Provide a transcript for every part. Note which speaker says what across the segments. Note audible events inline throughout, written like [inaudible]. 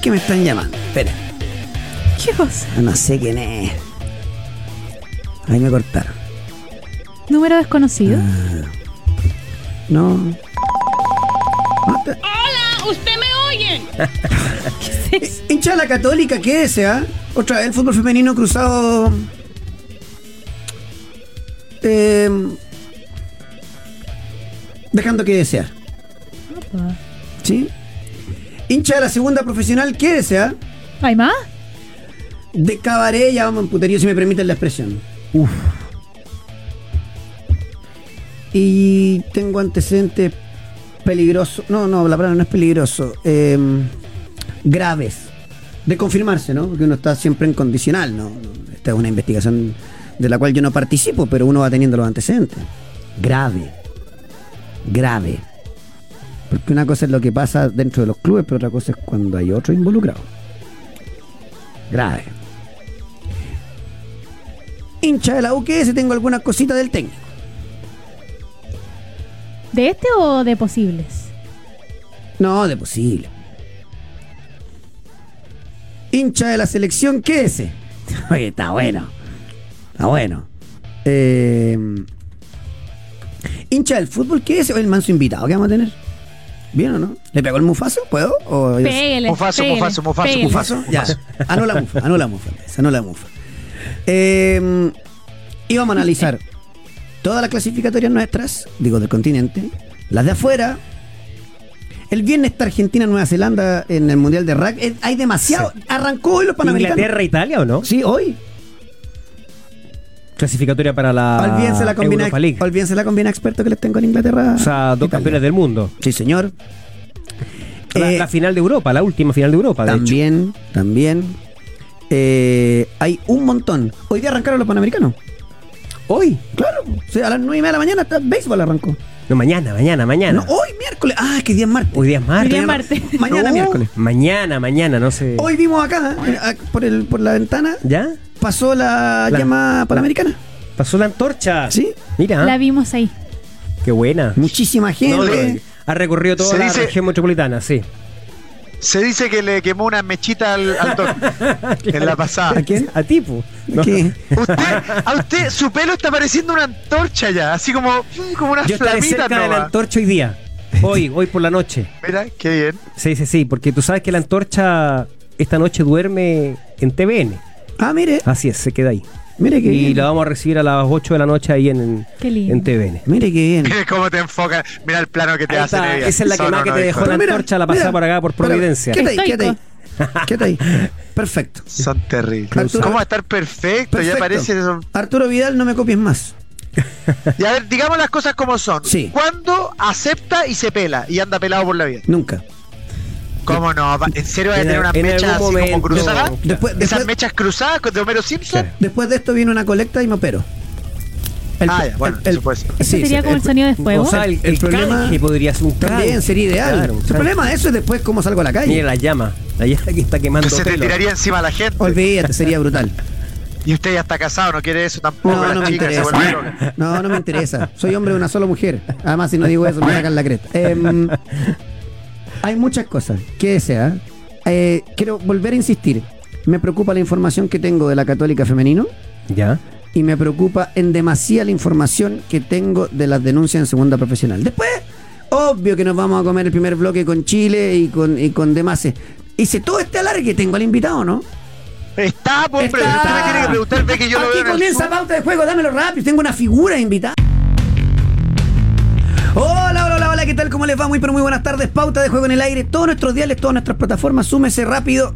Speaker 1: que me están llamando. Espera,
Speaker 2: ¿Qué cosa?
Speaker 1: no sé quién es. Ahí me cortaron.
Speaker 2: ¿Número desconocido?
Speaker 3: Ah.
Speaker 1: No.
Speaker 4: ¡Hola! ¿Usted me oye?
Speaker 2: [laughs] ¿Qué es eso?
Speaker 1: Hincha de la católica, ¿qué desea? Otra vez el fútbol femenino cruzado. Em, dejando que desear. ¿Sí? Hincha de la segunda profesional, ¿qué eh? desea?
Speaker 2: ¿Hay más?
Speaker 1: De cabaret, ya vamos en puterío, si me permiten la expresión. Uf. Y tengo antecedentes peligrosos. No, no, la palabra no es peligroso. eh, graves. De confirmarse, ¿no? Porque uno está siempre en condicional, ¿no? Esta es una investigación de la cual yo no participo, pero uno va teniendo los antecedentes. Grave. Grave. Porque una cosa es lo que pasa dentro de los clubes, pero otra cosa es cuando hay otro involucrado. Grave. Hincha de la UQS, tengo algunas cositas del técnico.
Speaker 2: ¿De este o de posibles?
Speaker 1: No, de posible. Hincha de la selección, ¿qué es [laughs] ese? Oye, está bueno. Está bueno. Eh, hincha del fútbol, ¿qué es? El manso invitado que vamos a tener. ¿Bien o no? ¿Le pegó el mufazo? ¿Puedo? ¿O
Speaker 2: Pégale.
Speaker 5: Mufaso,
Speaker 2: pégale,
Speaker 5: mufaso, mufaso,
Speaker 2: pégale.
Speaker 1: ¿Mufazo? Ya. Anula mufa, anula mufa. Andrés, Anula mufa. Eh, y vamos a analizar todas las clasificatorias nuestras, digo del continente, las de afuera. El viernes está Argentina-Nueva Zelanda en el Mundial de Rugby. Eh, Hay demasiado. Arrancó hoy los Panamericanos.
Speaker 3: Inglaterra, Italia o no?
Speaker 1: Sí, hoy.
Speaker 3: Clasificatoria para la
Speaker 1: Olvídense la combina,
Speaker 3: Ah, Europa League.
Speaker 1: olvídense la combina experto que les tengo en Inglaterra.
Speaker 3: O sea, dos
Speaker 1: Italia.
Speaker 3: campeones del mundo.
Speaker 1: Sí, señor.
Speaker 3: La,
Speaker 1: Eh,
Speaker 3: la final de Europa, la última final de Europa, de hecho.
Speaker 1: También, también. Eh, hay un montón. Hoy día arrancaron los Panamericanos. Hoy, claro. o sea, a las 9 y media de la mañana está béisbol arrancó.
Speaker 3: No, mañana, mañana, mañana.
Speaker 1: No, hoy miércoles. Ah, es que día es martes.
Speaker 3: Hoy día es martes.
Speaker 2: Hoy día es martes.
Speaker 1: Mañana
Speaker 3: No,
Speaker 1: miércoles.
Speaker 3: Mañana, mañana, no sé.
Speaker 1: Hoy vimos acá, eh, ah, por, el, por la ventana,
Speaker 3: ¿Ya?
Speaker 1: pasó la,
Speaker 3: La-
Speaker 1: llama panamericana.
Speaker 3: Pasó la antorcha.
Speaker 1: Sí.
Speaker 3: Mira,
Speaker 2: La vimos ahí.
Speaker 3: qué buena.
Speaker 1: Muchísima
Speaker 5: No,
Speaker 1: gente.
Speaker 5: le-
Speaker 3: Ha recorrido toda
Speaker 5: Se
Speaker 3: la
Speaker 5: dice-
Speaker 3: región metropolitana, sí.
Speaker 5: Se dice que le quemó una mechita al, al doc
Speaker 3: [laughs]
Speaker 5: en la pasada.
Speaker 1: ¿A quién?
Speaker 3: A tipo.
Speaker 1: que-
Speaker 5: Usted, a usted, su pelo está pareciendo una antorcha ya, así como, mm, como una
Speaker 3: Yo estaré
Speaker 5: flamita
Speaker 3: cerca de la
Speaker 5: nueva.
Speaker 3: antorcha hoy día. Hoy, hoy por la noche.
Speaker 5: Mira, qué bien. [laughs]
Speaker 3: Sí, sí, sí, porque tú sabes que la antorcha esta noche duerme en TVN.
Speaker 1: Ah, mire.
Speaker 3: Así es, se queda ahí.
Speaker 1: Mire que
Speaker 3: Y
Speaker 1: bien.
Speaker 3: la vamos a recibir a las 8 de la noche ahí en,
Speaker 2: Qué lindo.
Speaker 3: en TVN.
Speaker 1: Mire que bien.
Speaker 5: Mira cómo te enfocan. Mira el plano que te
Speaker 3: Ahí
Speaker 5: hacen.
Speaker 3: está,
Speaker 5: Evia.
Speaker 3: esa es la
Speaker 5: Son
Speaker 3: quemada que
Speaker 5: unos
Speaker 3: te dejó
Speaker 5: hijos
Speaker 3: la-
Speaker 5: de-
Speaker 3: antorcha la pasaba por acá, por
Speaker 1: Espera,
Speaker 3: Providencia.
Speaker 1: Quédate ahí, quédate
Speaker 2: Estoico.
Speaker 1: ahí. Quédate ahí.
Speaker 3: [laughs]
Speaker 1: Perfecto.
Speaker 5: Son terribles.
Speaker 1: Arturo-
Speaker 5: ¿Cómo va a estar perfecto? Ya parece. son-
Speaker 1: Arturo Vidal, no me copies más.
Speaker 5: Y a ver, digamos las cosas como son.
Speaker 1: Sí.
Speaker 5: ¿Cuándo acepta y se pela y anda pelado por la vida?
Speaker 1: Nunca.
Speaker 5: ¿Cómo no? Va- ¿En serio va a
Speaker 3: En
Speaker 5: tener
Speaker 3: al-
Speaker 5: una
Speaker 3: en
Speaker 5: mecha así
Speaker 3: algún
Speaker 5: como
Speaker 3: momento.
Speaker 5: cruzada?
Speaker 1: Después,
Speaker 5: Esas
Speaker 1: después,
Speaker 5: mechas cruzadas con de Homero Simpson.
Speaker 3: Claro.
Speaker 1: después de esto viene una colecta y me opero.
Speaker 5: Ah, ya, bueno, eso puede ser.
Speaker 2: ¿Eso
Speaker 1: sí,
Speaker 2: sería
Speaker 1: sí,
Speaker 2: como el, sonido de fuego?
Speaker 3: eh, O sea, el,
Speaker 1: El
Speaker 3: el
Speaker 1: problema-
Speaker 3: canje podría ser un canje.
Speaker 1: También sería ideal.
Speaker 3: Claro,
Speaker 1: el
Speaker 3: un canje.
Speaker 1: problema de eso es después cómo salgo a la calle.
Speaker 3: Mira la llama. La llama que está quemando.
Speaker 5: Entonces te
Speaker 3: pelo.
Speaker 5: tiraría encima a la gente.
Speaker 1: Olvídate, sería
Speaker 5: [laughs]
Speaker 1: brutal.
Speaker 5: Y usted ya está casado, no quiere eso tampoco.
Speaker 1: No,
Speaker 5: las
Speaker 1: no me
Speaker 5: chicas se vuelven locas.
Speaker 1: [laughs] interesa. No, no me interesa. Soy hombre de una sola mujer. Además, si no digo eso, me sacan la cresta. Em, hay muchas cosas que desea. Eh, quiero volver a insistir. Me preocupa la información que tengo de la católica femenino
Speaker 3: Ya.
Speaker 1: y me preocupa en demasía la información que tengo de las denuncias en segunda profesional. Después, obvio que nos vamos a comer el primer bloque con Chile y con, y con demás. Hice todo este alargue, tengo al invitado, ¿no?
Speaker 5: Está, pues, hombre,
Speaker 1: Está.
Speaker 5: usted me tiene que preguntar, ve que yo lo
Speaker 1: Este, Aquí
Speaker 5: veo. en el
Speaker 1: comienza
Speaker 5: sur.
Speaker 1: pauta de juego, dámelo rápido. Tengo una figura invitada. Hola, hola, hola, hola, ¿qué tal? ¿Cómo les va? Muy, pero muy buenas tardes. Pauta de juego en el aire. Todos nuestros diales, todas nuestras plataformas. Súmese rápido.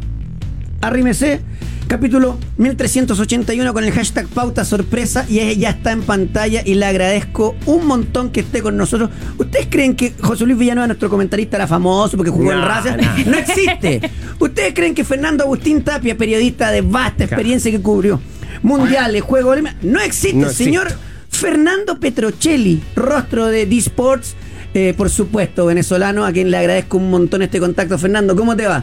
Speaker 1: Arrímese. Capítulo 1381 con el hashtag pauta sorpresa. Y ella ya está en pantalla y le agradezco un montón que esté con nosotros. ¿Ustedes creen que José Luis Villanueva, nuestro comentarista, era famoso porque jugó en
Speaker 3: No,
Speaker 1: raza?
Speaker 3: no.
Speaker 1: No existe. ¿Ustedes creen que Fernando Agustín Tapia, periodista de vasta experiencia que cubrió mundiales, juegos, olímpicos, no existe,
Speaker 3: No existe.
Speaker 1: señor Fernando Petrocelli, rostro de D-Sports, eh, por supuesto, venezolano, a quien le agradezco un montón este contacto. Fernando, ¿cómo te va?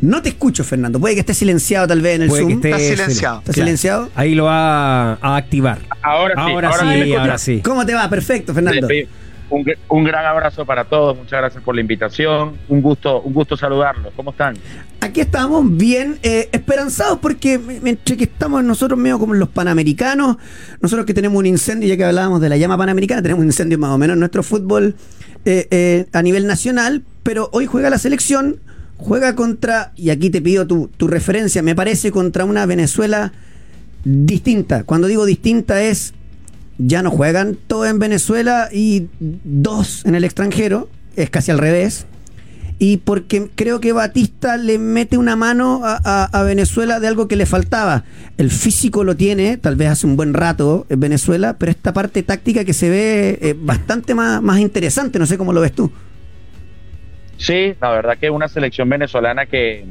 Speaker 1: No te escucho, Fernando. Puede que esté silenciado tal vez en el
Speaker 3: Puede que
Speaker 1: Zoom.
Speaker 3: esté
Speaker 5: Está silenciado.
Speaker 1: ¿Está silenciado?
Speaker 3: Ahí lo va a activar.
Speaker 6: Ahora sí,
Speaker 3: Ahora
Speaker 6: ahora
Speaker 3: sí,
Speaker 6: sí me escucha.
Speaker 3: ahora sí.
Speaker 1: ¿Cómo te va? Perfecto, Fernando.
Speaker 6: Sí, sí. Un, gr- un gran abrazo para todos, muchas gracias por la invitación. Un gusto, un gusto saludarlos. ¿Cómo están?
Speaker 1: Aquí estamos bien eh, esperanzados porque me- mientras que estamos nosotros medio como los panamericanos, nosotros que tenemos un incendio, ya que hablábamos de la llama panamericana, tenemos un incendio más o menos en nuestro fútbol eh, eh, a nivel nacional, pero hoy juega la selección, juega contra, y aquí te pido tu, tu referencia, me parece contra una Venezuela distinta. Cuando digo distinta es, ya no juegan todo en Venezuela y dos en el extranjero, es casi al revés y porque creo que Batista le mete una mano a, a- a Venezuela de algo que le faltaba. El físico lo tiene, tal vez hace un buen rato en Venezuela, pero esta parte táctica que se ve eh, bastante más, más interesante, no sé cómo lo ves tú.
Speaker 6: Sí, la verdad que una selección venezolana que,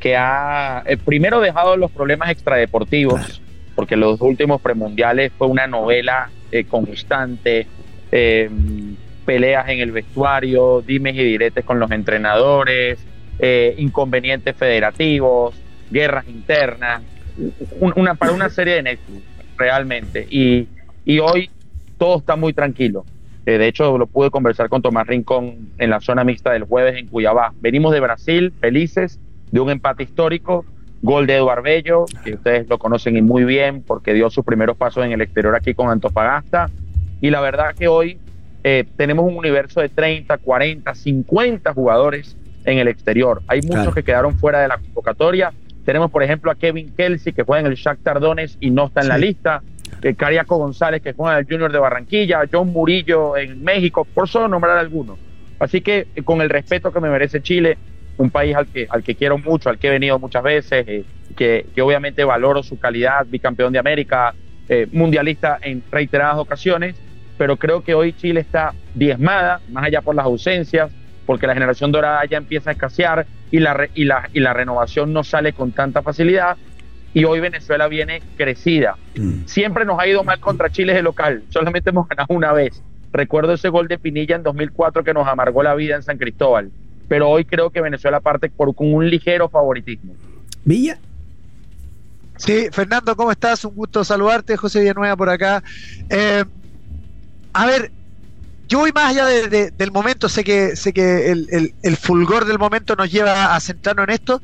Speaker 6: que ha eh, primero dejado los problemas extradeportivos, porque los últimos premundiales fue una novela eh, constante, eh, peleas en el vestuario, dimes y diretes con los entrenadores, eh, inconvenientes federativos, guerras internas, un- una, para una serie de Netflix, realmente. Y, y hoy todo está muy tranquilo. Eh, de hecho, lo pude conversar con Tomás Rincón en la zona mixta del jueves en Cuyabá. Venimos de Brasil, felices, de un empate histórico, gol de Eduardo Bello, que ustedes lo conocen y muy bien porque dio sus primeros pasos en el exterior aquí con Antofagasta. Y la verdad que hoy eh, tenemos un universo de 30, 40, 50 jugadores en el exterior. Hay muchos
Speaker 1: Claro.
Speaker 6: que quedaron fuera de la convocatoria. Tenemos, por ejemplo, a Kevin Kelsey, que juega en el Shakhtar Donetsk y no está en la
Speaker 1: Sí.
Speaker 6: lista. Eh, Cariaco González, que juega en el Junior de Barranquilla. John Murillo en México, por solo nombrar algunos. Así que, eh, con el respeto que me merece Chile, un país al que, al que quiero mucho, al que he venido muchas veces, eh, que, que obviamente valoro su calidad, bicampeón de América, eh, mundialista en reiteradas ocasiones, pero creo que hoy Chile está diezmada, más allá por las ausencias, porque la generación dorada ya empieza a escasear y la, re- y la, y la renovación no sale con tanta facilidad, y hoy Venezuela viene crecida. Siempre nos ha ido mal contra Chile de local, solamente hemos ganado una vez. Recuerdo ese gol de Pinilla en 2004 que nos amargó la vida en San Cristóbal pero hoy creo que Venezuela parte por con un ligero favoritismo.
Speaker 1: Villa,
Speaker 5: Sí, Fernando, ¿cómo estás? Un gusto saludarte, José Villanueva por acá. Eh, a ver, yo voy más allá de- de- del momento, sé que, sé que el, el- el fulgor del momento nos lleva a centrarnos en esto,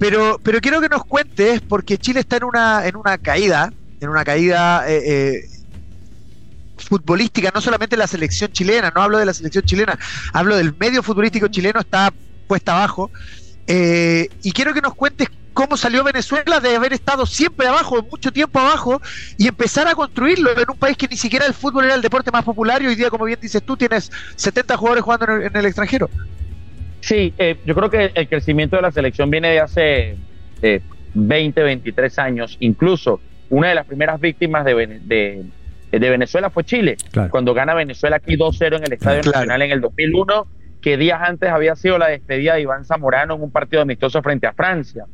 Speaker 5: pero, pero quiero que nos cuentes, porque Chile está en una, en una caída, en una caída eh, eh, futbolística, no solamente la selección chilena, no hablo de la selección chilena, hablo del medio futbolístico chileno, está puesta abajo. Eh, y quiero que nos cuentes cómo salió Venezuela de haber estado siempre abajo, mucho tiempo abajo, y empezar a construirlo en un país que ni siquiera el fútbol era el deporte más popular y hoy día, como bien dices tú, tienes 70 jugadores jugando en el, en el extranjero.
Speaker 6: Sí, eh, yo creo que el crecimiento de la selección viene de hace eh, 20, 23 años. Incluso una de las primeras víctimas de, Vene- de, de Venezuela fue Chile,
Speaker 3: Claro.
Speaker 6: cuando gana Venezuela aquí 2-0 en el Estadio
Speaker 5: Claro.
Speaker 6: Nacional en el 2001, que días antes había sido la despedida de Iván Zamorano en un partido amistoso frente a Francia.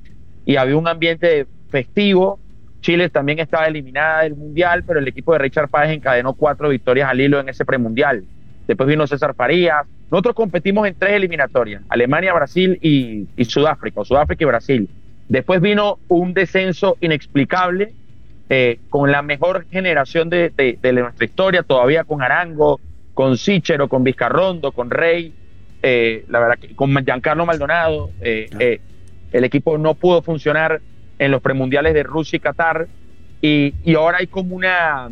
Speaker 6: Y había un ambiente festivo. Chile también estaba eliminada del Mundial, pero el equipo de Richard Páez encadenó cuatro victorias al hilo en ese premundial. Después vino César Farías. Nosotros competimos en tres eliminatorias: Alemania, Brasil y, y Sudáfrica, o Sudáfrica y Brasil. Después vino un descenso inexplicable eh, con la mejor generación de, de- de nuestra historia, todavía con Arango, con Sichero, con Vizcarrondo, con Rey, eh, la verdad que con Giancarlo Maldonado. eh, eh, el equipo no pudo funcionar en los premundiales de Rusia y Qatar y, y ahora hay como una,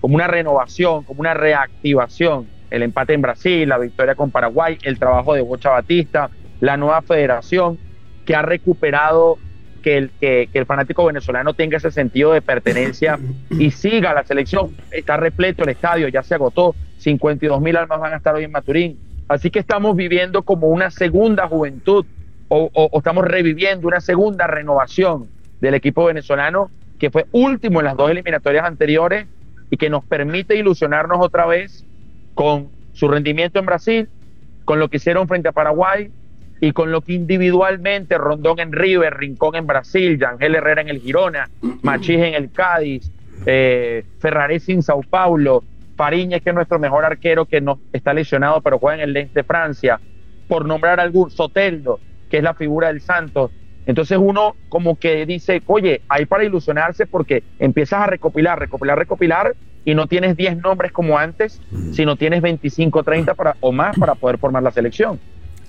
Speaker 6: como una renovación, como una reactivación. El empate en Brasil, la victoria con Paraguay, el trabajo de Bocha Batista, la nueva federación que ha recuperado que el, que, que el fanático venezolano tenga ese sentido de pertenencia y siga la selección. Está repleto el estadio, ya se agotó. 52 mil almas van a estar hoy en Maturín. Así que estamos viviendo como una segunda juventud o, o- o estamos reviviendo una segunda renovación del equipo venezolano que fue último en las dos eliminatorias anteriores y que nos permite ilusionarnos otra vez con su rendimiento en Brasil, con lo que hicieron frente a Paraguay y con lo que individualmente Rondón en River, Rincón en Brasil, Yangel Herrera en el Girona, Machís en el Cádiz, eh, Ferrares en Sao Paulo, Fariñez que es nuestro mejor arquero que no, está lesionado pero juega en el Lens de Francia, por nombrar algún, Soteldo, que es la figura del Santos. Entonces uno como que dice, oye, hay para ilusionarse porque empiezas a recopilar, recopilar, recopilar y no tienes 10 nombres como antes, sino tienes 25, 30 para, o más para poder formar la selección.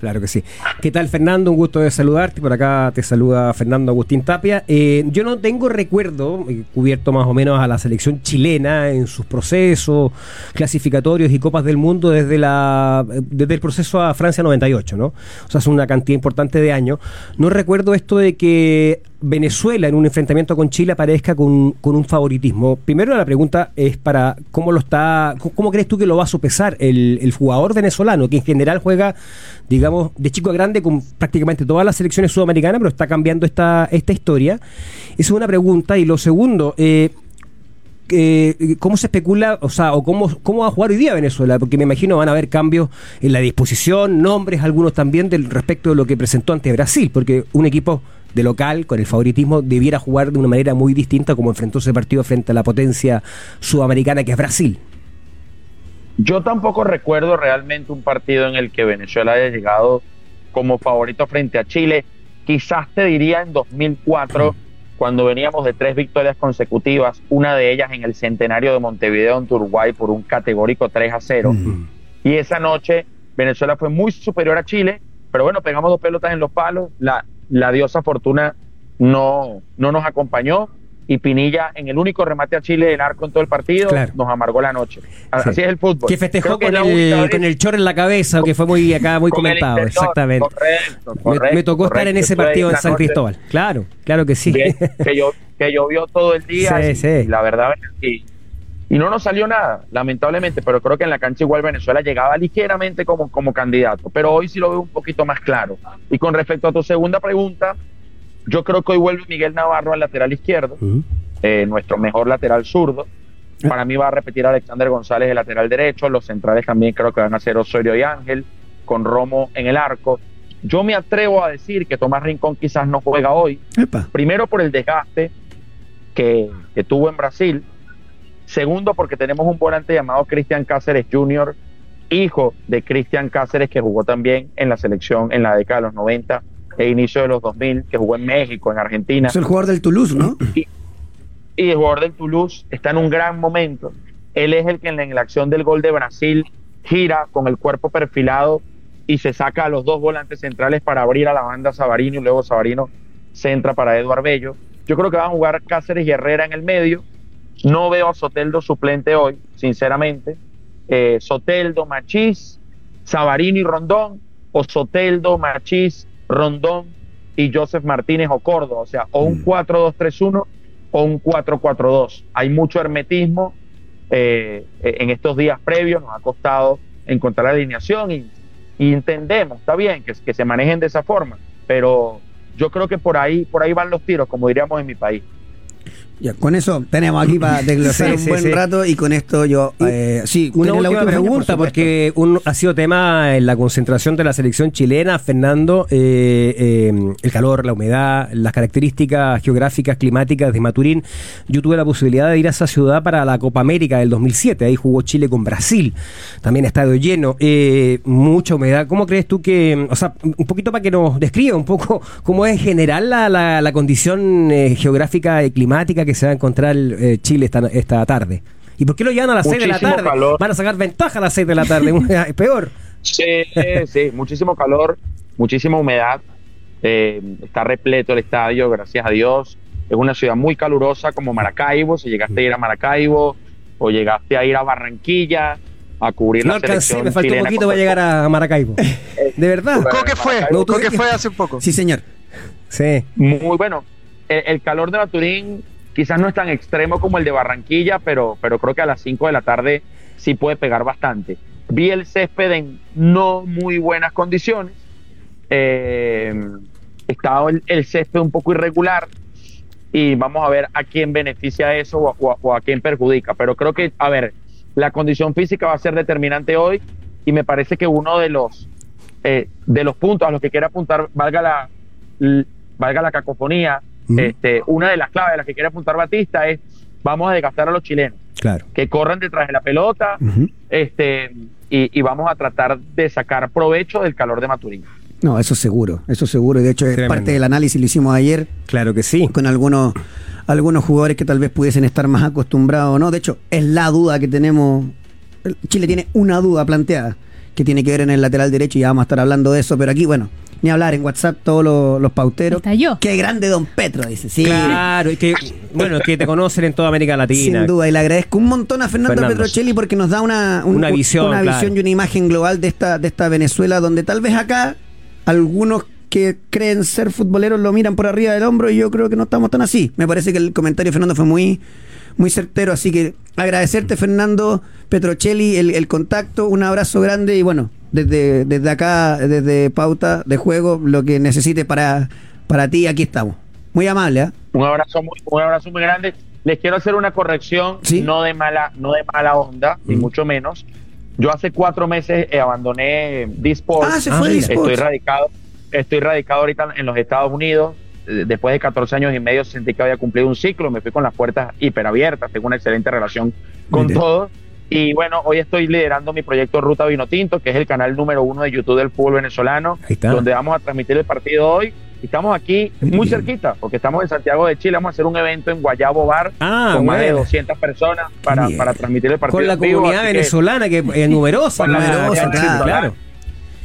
Speaker 3: Claro que sí. ¿Qué tal, Fernando? Un gusto de saludarte. Por acá te saluda Fernando Agustín Tapia. Eh, yo no tengo recuerdo, eh, cubierto más o menos a la selección chilena en sus procesos clasificatorios y Copas del Mundo desde, la, desde el proceso a Francia 98, ¿no? O sea, es una cantidad importante de años. No recuerdo esto de que Venezuela en un enfrentamiento con Chile aparezca con, con, un favoritismo. Primero la pregunta es para cómo lo está, cómo crees tú que lo va a sopesar el, el, jugador venezolano, que en general juega, digamos, de chico a grande con prácticamente todas las selecciones sudamericanas, pero está cambiando esta, esta historia. Esa es una pregunta. Y lo segundo, eh, eh, ¿cómo se especula, o sea, o cómo, cómo va a jugar hoy día Venezuela? Porque me imagino van a haber cambios en la disposición, nombres, algunos también del respecto de lo que presentó ante Brasil, porque un equipo de local, con el favoritismo, debiera jugar de una manera muy distinta como enfrentó ese partido frente a la potencia sudamericana que es Brasil.
Speaker 6: Yo tampoco recuerdo realmente un partido en el que Venezuela haya llegado como favorito frente a Chile. Quizás te diría en 2004, cuando veníamos de tres victorias consecutivas, una de ellas en el centenario de Montevideo en Uruguay por un categórico 3 a 0. Uh -huh. Y esa noche Venezuela fue muy superior a Chile, pero bueno, pegamos dos pelotas en los palos, la, la diosa Fortuna no, no nos acompañó y Pinilla en el único remate a Chile del arco en todo el partido claro. nos amargó la noche. Así sí. es el fútbol.
Speaker 3: Que festejó que con, el, con, el, chorro en la cabeza, [laughs] con, que fue muy acá muy comentado, exactamente. Correcto, correcto, me, me, tocó correcto, estar en ese partido en San Cristóbal. Claro, claro que sí. [laughs]
Speaker 6: Bien, que, yo, que llovió todo el día sí, y, sí. Y la verdad y, y no nos salió nada, lamentablemente, pero creo que en la cancha igual Venezuela llegaba ligeramente como, como candidato, pero hoy sí lo veo un poquito más claro. Y con respecto a tu segunda pregunta, yo creo que hoy vuelve Miguel Navarro al lateral izquierdo, uh -huh. eh, nuestro mejor lateral zurdo. Para mí va a repetir Alexander González el lateral derecho, los centrales también creo que van a ser Osorio y Ángel, con Romo en el arco. Yo me atrevo a decir que Tomás Rincón quizás no juega hoy, Epa. primero por el desgaste que, que tuvo en Brasil, segundo porque tenemos un volante llamado Cristian Cáceres Jr., hijo de Cristian Cáceres que jugó también en la selección en la década de los 90 e inicio de los 2000, que jugó en México, en Argentina.
Speaker 1: Es el jugador del Toulouse, ¿no?
Speaker 6: Y, y, el jugador del Toulouse está en un gran momento. Él es el que en la, en la, acción del gol de Brasil gira con el cuerpo perfilado y se saca a los dos volantes centrales para abrir a la banda Sabarino y luego Sabarino centra para Eduardo Bello. Yo creo que van a jugar Cáceres y Herrera en el medio. No veo a Soteldo suplente hoy, sinceramente. Eh, Soteldo, Machís, Sabarino y Rondón, o Soteldo, Machís, Rondón y Joseph Martínez o Córdoba. O sea, o un 4-2-3-1 o un 4-4-2. Hay mucho hermetismo eh, en estos días previos. Nos ha costado encontrar la alineación y, y entendemos, está bien, que, que, se manejen de esa forma. Pero yo creo que por ahí, por ahí van los tiros, como diríamos en mi país.
Speaker 1: Ya, con eso tenemos aquí para desglosar sí, un sí, buen sí. rato y con esto yo... Eh, sí,
Speaker 3: una última, última pregunta, por porque un, ha sido tema en la concentración de la selección chilena, Fernando, eh, eh, el calor, la humedad, las características geográficas, climáticas de Maturín. Yo tuve la posibilidad de ir a esa ciudad para la Copa América del 2007, ahí jugó Chile con Brasil, también ha estado lleno, Eh, mucha humedad. ¿Cómo crees tú que, o sea, un poquito para que nos describa un poco cómo es en general la, la, la condición eh, geográfica y climática que que se va a encontrar eh, Chile esta, esta, tarde. ¿Y por qué lo llevan a las 6 de la tarde? Calor. Van a sacar ventaja a las 6 de la tarde, [laughs] es peor.
Speaker 6: [laughs] Sí, sí, muchísimo calor, muchísima humedad. Eh, está repleto el estadio, gracias a Dios. Es una ciudad muy calurosa como Maracaibo. Si llegaste a ir a Maracaibo o llegaste a ir a Barranquilla a cubrir no la alcancé,
Speaker 3: me faltó un poquito para llegar a
Speaker 6: [laughs]
Speaker 3: Maracaibo. de verdad.
Speaker 5: ¿Cómo que fue? ¿Cómo que fue hace un poco?
Speaker 3: Sí, señor. Sí.
Speaker 6: Muy bueno. El, el calor de Maturín quizás no es tan extremo como el de Barranquilla, pero, pero creo que a las 5 de la tarde sí puede pegar bastante. Vi el césped en no muy buenas condiciones. Eh, estaba el, el, césped un poco irregular y vamos a ver a quién beneficia eso o, o, o a quién perjudica. Pero creo que, a ver, la condición física va a ser determinante hoy y me parece que uno de los, eh, de los puntos a los que quiera apuntar, valga la, valga la cacofonía, este, una de las claves a las que quiere apuntar Batista es vamos a desgastar a los chilenos.
Speaker 3: Claro.
Speaker 6: Que corran detrás de la pelota uh -huh. este, y, y, vamos a tratar de sacar provecho del calor de Maturín.
Speaker 1: No, eso seguro, eso seguro. Y de hecho, es Tremendo. parte del análisis lo hicimos ayer.
Speaker 3: Claro que sí.
Speaker 1: Con algunos algunos jugadores que tal vez pudiesen estar más acostumbrados o no. De hecho, es la duda que tenemos. Chile tiene una duda planteada que tiene que ver en el lateral derecho y ya vamos a estar hablando de eso, pero aquí, bueno, ni hablar en WhatsApp todos los, los pauteros.
Speaker 2: Estalló.
Speaker 1: Qué grande Don Petro, dice. Sí.
Speaker 3: Claro, y que, bueno, que te conocen en toda América Latina.
Speaker 1: Sin duda, y le agradezco un montón a Fernando,
Speaker 3: Fernando.
Speaker 1: Petrocelli porque nos da una, un-
Speaker 3: Una visión,
Speaker 1: una
Speaker 3: claro.
Speaker 1: visión y una imagen global de esta, de esta Venezuela, donde tal vez acá algunos que creen ser futboleros lo miran por arriba del hombro y yo creo que no estamos tan así. Me parece que el comentario de Fernando fue muy, muy certero, así que agradecerte Fernando Petrocelli el, el contacto, un abrazo grande y bueno, desde, desde acá, desde Pauta de Juego, lo que necesite para, para ti, aquí estamos. Muy amable, ¿ah?
Speaker 6: Un abrazo muy, un abrazo muy grande. Les quiero hacer una corrección,
Speaker 1: Sí.
Speaker 6: no de mala, no de mala onda, ni mucho menos. Yo hace cuatro meses eh, abandoné Disport.
Speaker 1: Ah, se
Speaker 3: Ah,
Speaker 1: fue
Speaker 3: mira.
Speaker 1: de
Speaker 6: Estoy
Speaker 1: eSports.
Speaker 6: radicado, estoy radicado ahorita en los Estados Unidos. Eh, Después de 14 años y medio sentí que había cumplido un ciclo, me fui con las puertas hiperabiertas, tengo una excelente relación con
Speaker 1: Mira.
Speaker 6: todos. Y bueno, hoy estoy liderando mi proyecto Ruta Vinotinto, que es el canal número uno de YouTube del fútbol venezolano,
Speaker 3: Ahí está.
Speaker 6: donde vamos a transmitir el partido hoy. Y Estamos aquí muy cerquita, porque estamos en Santiago de Chile, vamos a hacer un evento en Guayabo Bar
Speaker 3: Ah,
Speaker 6: con más de
Speaker 3: bueno.
Speaker 6: 200 personas para,
Speaker 1: Bien.
Speaker 6: para transmitir el partido.
Speaker 3: Con la
Speaker 6: en vivo,
Speaker 3: comunidad
Speaker 6: así que-
Speaker 3: venezolana que es numerosa.
Speaker 6: Con la
Speaker 3: la-
Speaker 1: numerosa,
Speaker 3: claro.
Speaker 6: claro.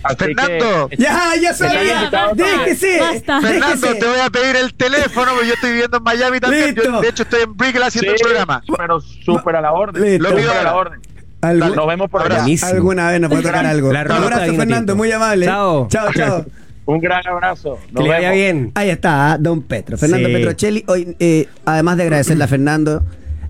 Speaker 6: así que-
Speaker 5: Fernando.
Speaker 1: Ya, ya
Speaker 6: Ya,
Speaker 1: sabía.
Speaker 6: ya,
Speaker 1: Déjese.
Speaker 2: basta.
Speaker 5: Fernando,
Speaker 1: déjese.
Speaker 5: te voy a pedir el teléfono porque yo estoy viviendo en Miami también. Yo,
Speaker 1: Listo.
Speaker 5: de hecho, estoy en Brickell haciendo el programa.
Speaker 6: Pero súper a la orden.
Speaker 1: Listo.
Speaker 6: Lo pido a la orden.
Speaker 1: Algu-
Speaker 6: Nos vemos por allá.
Speaker 3: Buenísimo.
Speaker 1: Alguna vez nos puede tocar algo.
Speaker 3: La
Speaker 1: Un
Speaker 3: ruta
Speaker 1: abrazo,
Speaker 3: vino
Speaker 1: Fernando.
Speaker 3: tinto.
Speaker 1: Muy amable.
Speaker 3: Chao.
Speaker 1: Chao,
Speaker 3: [laughs]
Speaker 1: chao.
Speaker 6: Un gran abrazo.
Speaker 3: Que
Speaker 6: Nos
Speaker 3: le vaya
Speaker 6: vemos.
Speaker 3: bien.
Speaker 1: Ahí está, ¿ah? Don Petro. Fernando
Speaker 3: Sí.
Speaker 1: Petrocelli. Hoy, eh, además de agradecerle a Fernando,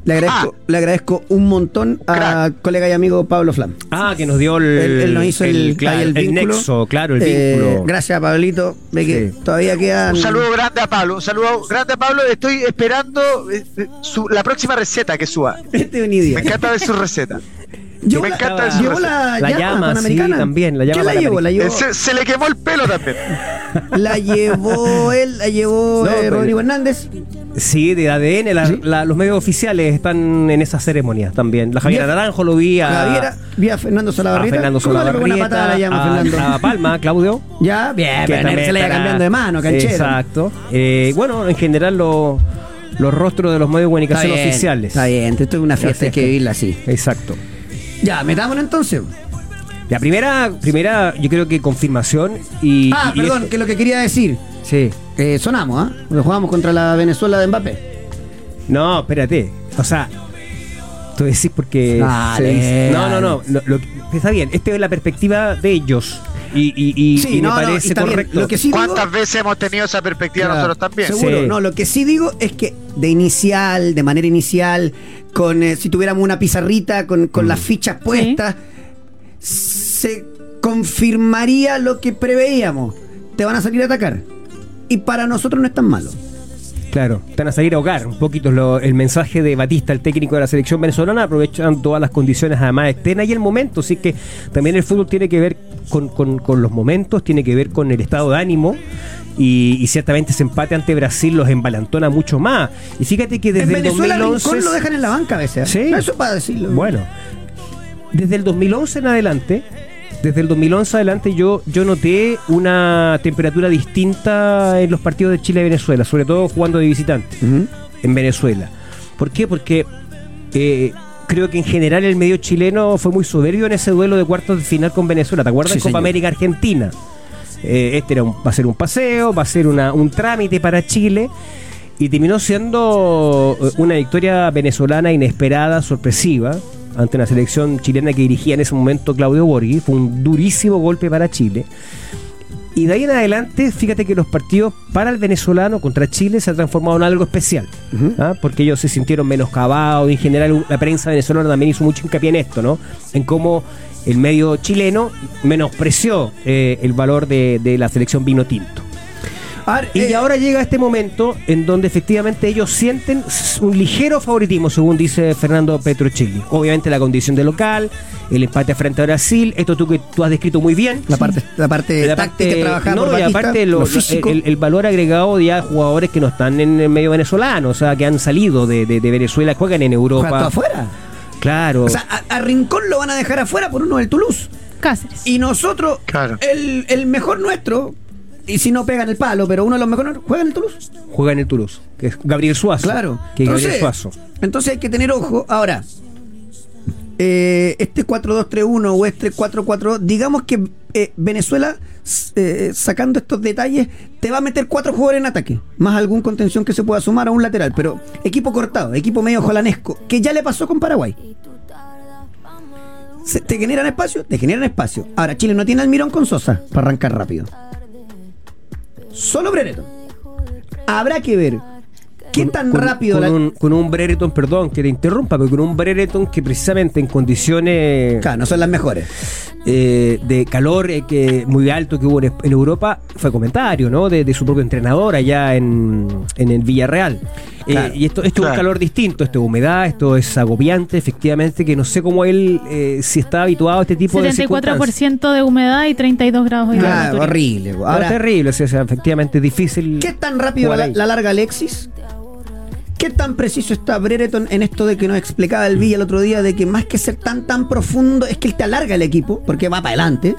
Speaker 1: le agradezco,
Speaker 5: Ah.
Speaker 1: le agradezco un montón a colega y amigo Pablo Flam.
Speaker 3: Ah, que nos dio el.
Speaker 1: Él, él nos hizo el,
Speaker 3: claro,
Speaker 1: ahí el vínculo.
Speaker 3: nexo, claro, el
Speaker 1: Eh,
Speaker 3: vínculo.
Speaker 1: Gracias, Pablito. Ve que
Speaker 3: Sí.
Speaker 1: todavía quedan.
Speaker 5: Un saludo grande a Pablo, un saludo grande a Pablo. Estoy esperando eh, eh, su- la próxima receta que suba.
Speaker 1: [laughs] Este es un
Speaker 5: Me
Speaker 1: idiota.
Speaker 5: encanta ver su receta.
Speaker 1: Llevó
Speaker 5: me
Speaker 1: la-
Speaker 5: encanta
Speaker 1: llevó
Speaker 5: esa
Speaker 1: la,
Speaker 3: frase. La llama, sí, también, la llama
Speaker 1: ¿Quién la llevó? La llevó,
Speaker 5: Eh, Se, se le quemó el pelo también.
Speaker 1: la llevó él, la llevó
Speaker 3: No,
Speaker 1: eh,
Speaker 3: pero-
Speaker 1: Rodrigo Hernández.
Speaker 3: Sí, de ADN, la- la- los medios oficiales están en esas ceremonias también. La Javiera
Speaker 1: Bien.
Speaker 3: Naranjo lo vi a,
Speaker 1: Javiera, vi a Fernando
Speaker 3: a
Speaker 1: Salabarrieta.
Speaker 3: Ah, Fernando
Speaker 1: ¿Cómo le pegó
Speaker 3: Solabarrieta,
Speaker 1: una patada a la llama,
Speaker 3: a-
Speaker 1: Fernando?
Speaker 3: a
Speaker 1: [laughs]
Speaker 3: Palma, Claudio.
Speaker 1: Ya, bien,
Speaker 3: que
Speaker 1: pero
Speaker 3: también
Speaker 1: se le va
Speaker 3: estará-
Speaker 1: cambiando de mano, canchero.
Speaker 3: Exacto. Eh, bueno, en general lo- los rostros de los medios de
Speaker 1: Está
Speaker 3: comunicación
Speaker 1: bien,
Speaker 3: oficiales.
Speaker 1: Está bien, esto es una fiesta, hay que vivirla así.
Speaker 3: Exacto.
Speaker 1: Ya, metámonos entonces.
Speaker 3: La primera, primera, yo creo que confirmación y.
Speaker 1: ah,
Speaker 3: y- y
Speaker 1: perdón,
Speaker 3: es-
Speaker 1: que lo que quería decir.
Speaker 3: sí.
Speaker 1: eh, sonamos, ¿ah? Porque jugamos contra la Venezuela de Mbappé.
Speaker 3: No, espérate. O sea, tú decís porque.
Speaker 1: Dale,
Speaker 3: se dice- no, no,
Speaker 1: dale.
Speaker 3: no. lo- lo que- está bien. Esta es la perspectiva de ellos. Y, y- y- y me parece
Speaker 1: está bien.
Speaker 3: correcto.
Speaker 1: Lo que sí digo-
Speaker 5: ¿Cuántas veces hemos tenido esa perspectiva
Speaker 1: Claro.
Speaker 5: nosotros también?
Speaker 1: Seguro,
Speaker 3: Sí.
Speaker 1: no, lo que sí digo es que de inicial, de manera inicial, con eh, si tuviéramos una pizarrita con, con
Speaker 3: Mm.
Speaker 1: las fichas puestas, se confirmaría lo que preveíamos. Te van a salir a atacar. Y para nosotros no es tan malo.
Speaker 3: Claro, están a salir a ahogar un poquito lo- el mensaje de Batista, el técnico de la selección venezolana, aprovechan todas las condiciones además externas y el momento, así que también el fútbol tiene que ver con, con- con los momentos, tiene que ver con el estado de ánimo y, y ciertamente ese empate ante Brasil los embalantona mucho más. Y fíjate que desde
Speaker 1: en Venezuela
Speaker 3: el
Speaker 1: el
Speaker 3: 2011...
Speaker 1: Rincón lo dejan en la banca a veces. ¿eh?
Speaker 3: Sí.
Speaker 1: Eso es para decirlo.
Speaker 3: Bueno, desde el 2011 en adelante, desde el 2011 adelante yo, yo noté una temperatura distinta en los partidos de Chile y Venezuela, sobre todo jugando de visitante
Speaker 1: Ujú.
Speaker 3: en Venezuela. ¿Por qué? Porque eh, creo que en general el medio chileno fue muy soberbio en ese duelo de cuartos de final con Venezuela. ¿Te acuerdas?
Speaker 1: Sí,
Speaker 3: Copa
Speaker 1: señor.
Speaker 3: América Argentina. Eh, este era un- va a ser un paseo, va a ser una- un trámite para Chile. Y terminó siendo eh, una victoria venezolana inesperada, sorpresiva, ante una selección chilena que dirigía en ese momento Claudio Borghi. Fue un durísimo golpe para Chile. Y de ahí en adelante, fíjate que los partidos para el venezolano contra Chile se han transformado en algo especial. ¿ah? Porque ellos se sintieron menoscabados. y En general, la prensa venezolana también hizo mucho hincapié en esto, ¿no? En cómo el medio chileno menospreció eh, el valor de, de la selección vino tinto.
Speaker 1: A ver,
Speaker 3: Y
Speaker 1: eh,
Speaker 3: ahora llega este momento en donde efectivamente ellos sienten s- un ligero favoritismo, según dice Fernando Petrocelli. Obviamente la condición de local, el empate frente a Brasil, esto tú que tú has descrito muy bien.
Speaker 1: la parte, la parte
Speaker 3: La
Speaker 1: táctica
Speaker 3: parte-
Speaker 1: trabajada
Speaker 3: no,
Speaker 1: por
Speaker 3: y
Speaker 1: Batista,
Speaker 3: aparte lo-
Speaker 1: lo
Speaker 3: lo-
Speaker 1: físico.
Speaker 3: el, el valor agregado de a jugadores que no están en el medio venezolano, o sea, que han salido de, de- de Venezuela, juegan en
Speaker 1: Juega todo
Speaker 3: Europa.
Speaker 1: afuera.
Speaker 3: Claro.
Speaker 1: O sea, a, a Rincón lo van a dejar afuera por uno del Toulouse.
Speaker 2: Cáceres.
Speaker 1: Y nosotros,
Speaker 5: Claro.
Speaker 1: el, el mejor nuestro, y si no pegan el palo, pero uno de los mejores juega en el Toulouse.
Speaker 3: Juega en el Toulouse, que es Gabriel Suazo.
Speaker 1: Claro.
Speaker 3: Que es
Speaker 1: entonces,
Speaker 3: Gabriel Suazo.
Speaker 1: entonces hay que tener ojo. Ahora, eh, este 4-2-3-1 o este 4-4, digamos que eh, Venezuela, s- eh, sacando estos detalles, te va a meter cuatro jugadores en ataque, más algún contención que se pueda sumar a un lateral, pero equipo cortado, equipo medio jolanesco, que ya le pasó con Paraguay. Se- ¿Te generan espacio? Te generan espacio. Ahora, Chile no tiene almirón con Sosa para arrancar rápido. Solo Brereton. Habrá que ver qué tan
Speaker 3: con-
Speaker 1: rápido
Speaker 3: con
Speaker 1: la.
Speaker 3: un, con un Brereton, perdón, que te interrumpa, pero con un Brereton que precisamente en condiciones
Speaker 1: Claro, no son las mejores.
Speaker 3: eh, de calor eh, que muy alto que hubo en, en Europa, fue comentario, ¿no? De, de su propio entrenador allá en, en el Villarreal. Eh,
Speaker 1: Claro,
Speaker 3: y esto, esto es un
Speaker 5: claro.
Speaker 3: calor distinto, esto es humedad, esto es agobiante, efectivamente, que no sé cómo él, eh, si está habituado a este tipo de circunstancias.
Speaker 2: 74% de humedad y 32 grados de
Speaker 1: Claro,
Speaker 2: temperatura.
Speaker 1: horrible. po.
Speaker 3: No, es
Speaker 1: Ahora,
Speaker 3: terrible, o sea, o sea, efectivamente es difícil.
Speaker 1: ¿qué tan rápido
Speaker 3: Jugar
Speaker 1: la,
Speaker 3: ahí.
Speaker 1: la larga Alexis? ¿Qué tan preciso está Brereton en esto de que nos explicaba el Villa el otro día de que más que ser tan tan profundo es que él te alarga el equipo porque va para adelante?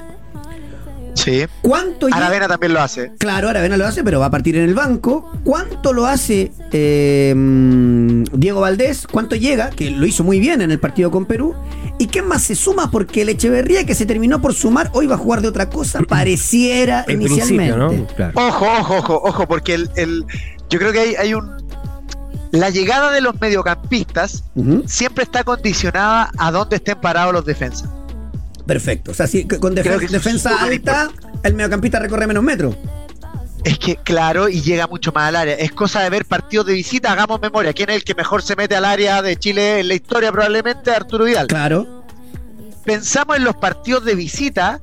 Speaker 5: Sí.
Speaker 1: ¿Cuánto llega-
Speaker 5: Aravena también lo hace.
Speaker 1: Claro, Aravena lo hace, pero va a partir en el banco. ¿Cuánto lo hace eh, Diego Valdés? ¿Cuánto llega? Que lo hizo muy bien en el partido con Perú. ¿Y qué más se suma? Porque el Echeverría, que se terminó por sumar, hoy va a jugar de otra cosa, pareciera
Speaker 3: en
Speaker 1: inicialmente.
Speaker 3: principio, ¿no? Claro.
Speaker 5: Ojo, ojo, ojo, ojo, porque el, el- yo creo que hay, hay un. La llegada de los mediocampistas
Speaker 1: Ujú.
Speaker 5: siempre está condicionada a dónde estén parados los defensas.
Speaker 1: Perfecto. O sea, si con defen-
Speaker 5: Creo que eso es
Speaker 1: defensa
Speaker 5: súper
Speaker 1: alta, el mediocampista recorre menos metros.
Speaker 5: Es que, claro, y llega mucho más al área. Es cosa de ver partidos de visita, hagamos memoria. ¿Quién es el que mejor se mete al área de Chile en la historia? Probablemente Arturo Vidal.
Speaker 1: Claro.
Speaker 5: Pensamos en los partidos de visita.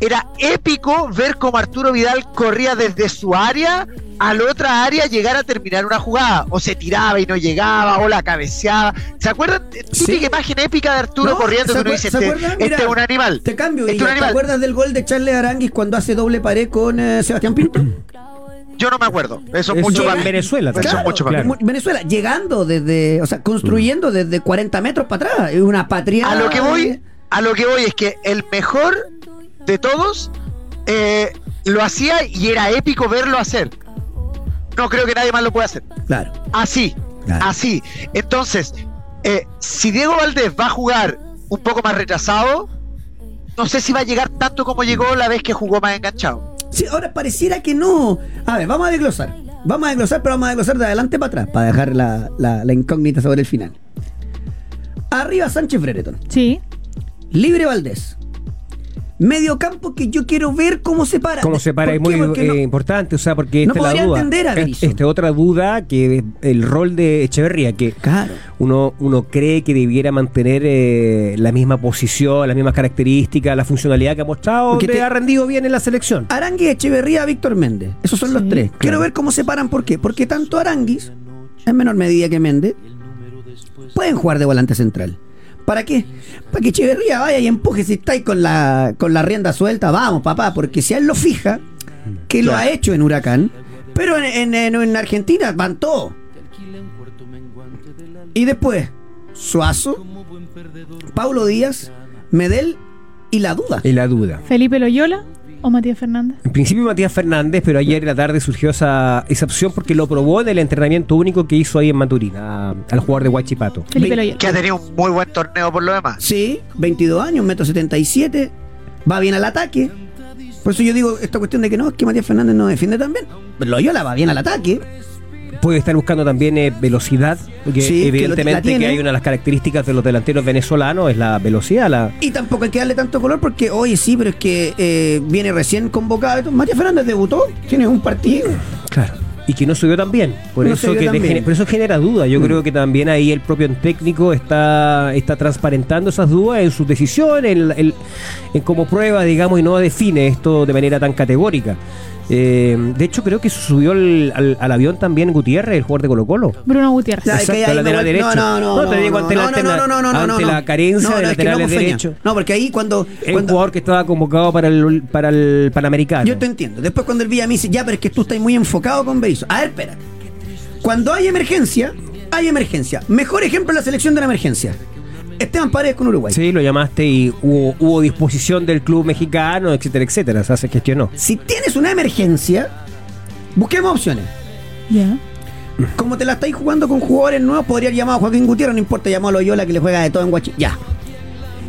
Speaker 5: Era épico ver cómo Arturo Vidal corría desde su área a la otra área llegar a terminar una jugada. O se tiraba y no llegaba, o la cabeceaba. ¿Se acuerdan? Eh, Típica
Speaker 1: Sí.
Speaker 5: imagen épica de Arturo
Speaker 1: No,
Speaker 5: corriendo
Speaker 1: ¿se
Speaker 5: que uno
Speaker 1: acuer-
Speaker 5: dice,
Speaker 1: se
Speaker 5: este,
Speaker 1: acuerdan?
Speaker 5: este
Speaker 1: Mira,
Speaker 5: es un animal.
Speaker 1: Te cambio,
Speaker 5: Este es un
Speaker 1: Guilla. ¿Te
Speaker 5: animal.
Speaker 1: acuerdas del gol de Charles Aranguis cuando hace doble pared con eh, Sebastián Pinto? [clears throat]
Speaker 5: Yo no me acuerdo. Eso es
Speaker 3: Eso
Speaker 5: mucho
Speaker 3: en
Speaker 5: para mí.
Speaker 3: Venezuela
Speaker 5: Eso es
Speaker 3: también.
Speaker 5: Pues mucho para mí.
Speaker 3: Claro.
Speaker 1: Mu- Venezuela, llegando desde, o sea, construyendo desde 40 metros para atrás. Es una patria.
Speaker 5: A lo que voy, a lo que voy es que el mejor de todos eh, lo hacía y era épico verlo hacer. No creo que nadie más lo pueda hacer.
Speaker 1: Claro.
Speaker 5: Así,
Speaker 1: Claro.
Speaker 5: así. Entonces, eh, si Diego Valdés va a jugar un poco más retrasado, no sé si va a llegar tanto como llegó la vez que jugó más enganchado.
Speaker 1: Sí, ahora pareciera que no. A ver, vamos a desglosar. Vamos a desglosar, pero vamos a desglosar de adelante para atrás, para dejar la, la- la incógnita sobre el final. Arriba Sánchez Brereton.
Speaker 2: Sí.
Speaker 1: Libre Valdés. Medio campo que yo quiero ver cómo se para.
Speaker 3: Como se para
Speaker 1: ¿Por
Speaker 3: es muy
Speaker 1: qué? Porque no-
Speaker 3: eh, importante, o sea, porque
Speaker 1: No
Speaker 3: esta es la
Speaker 1: podría
Speaker 3: duda.
Speaker 1: entender a
Speaker 3: Es-
Speaker 1: Berizzo.
Speaker 3: esta es otra duda que es el rol de Echeverría, que
Speaker 1: Claro.
Speaker 3: uno, uno cree que debiera mantener eh, la misma posición, las mismas características, la funcionalidad que ha mostrado,
Speaker 1: Porque
Speaker 3: que
Speaker 1: te-
Speaker 3: ha rendido bien en la selección.
Speaker 1: Aranguis, Echeverría, Víctor Méndez. Esos son los
Speaker 2: Sí.
Speaker 1: tres. Quiero ver cómo se paran. ¿Por qué? Porque tanto Aranguis, en menor medida que Méndez, pueden jugar de volante central. ¿Para qué? Para que Echeverría vaya y empuje. Si estáis con la, con la rienda suelta, vamos, papá. Porque si a él lo fija, que lo ha hecho en Huracán, pero en, en- en- en Argentina van todos. Y después, Suazo, Paulo Díaz, Medel y la duda.
Speaker 3: Y la duda.
Speaker 2: Felipe Loyola o Matías Fernández.
Speaker 3: En principio Matías Fernández, pero ayer en la tarde surgió esa, esa opción porque lo probó en el entrenamiento único que hizo ahí en Maturín, a- al jugador de Huachipato.
Speaker 2: Felipe
Speaker 1: Ve-
Speaker 2: Loyola.
Speaker 5: Que ha tenido un muy buen torneo por lo demás.
Speaker 1: Sí, 22 años, metro 77, va bien al ataque. Por eso yo digo esta cuestión de que no, es que Matías Fernández no defiende tan bien. Pero Loyola va bien al ataque.
Speaker 3: Puede estar buscando también eh, velocidad, porque
Speaker 1: Sí, que lo- la
Speaker 3: evidentemente que,
Speaker 1: tiene.
Speaker 3: hay una de las características de los delanteros venezolanos es la velocidad, la,
Speaker 1: Y tampoco hay que darle tanto color porque, oye, sí, pero es que eh, viene recién convocado. Entonces, Matías Fernández debutó, tiene un partido.
Speaker 3: Claro. Y que no subió tan bien. Por,
Speaker 1: No
Speaker 3: eso,
Speaker 1: subió
Speaker 3: que
Speaker 1: tan
Speaker 3: te
Speaker 1: bien. Mm.
Speaker 3: gene- por eso genera dudas. Yo creo que también ahí el propio técnico está, está transparentando esas dudas en sus decisiones, en, la- en- en cómo prueba, digamos, y no define esto de manera tan categórica. Eh, de hecho, creo que subió al, al- al avión también Gutiérrez, el jugador de Colo Colo.
Speaker 2: Bruno Gutiérrez.
Speaker 1: Ya, es que ahí
Speaker 3: Exacto,
Speaker 1: me
Speaker 3: lateral
Speaker 1: vuel- No,
Speaker 3: derecho.
Speaker 1: no, no.
Speaker 3: No, te digo ante la- ante la- ante la carencia de
Speaker 1: es que
Speaker 3: laterales
Speaker 1: Bofeña.
Speaker 3: derechos.
Speaker 1: No, porque ahí cuando.
Speaker 3: Es un
Speaker 1: cuando-
Speaker 3: jugador que estaba convocado para el, para el Panamericano.
Speaker 1: Yo te entiendo. Después cuando el Villa me dice, ya, pero es que tú estás muy enfocado con Berizzo. A ver, espera. Cuando hay emergencia, hay emergencia. Mejor ejemplo es la selección de la emergencia. Esteban Paredes con Uruguay.
Speaker 3: Sí, lo llamaste y hubo, hubo disposición del club mexicano, etcétera, etcétera. O sea, se gestionó.
Speaker 1: Si tienes una emergencia, busquemos opciones.
Speaker 2: Ya.
Speaker 1: Como te la estáis jugando con jugadores nuevos, podría haber llamado a Joaquín Gutiérrez, no importa, llamó a Loyola que le juega de todo en Guachi. Ya.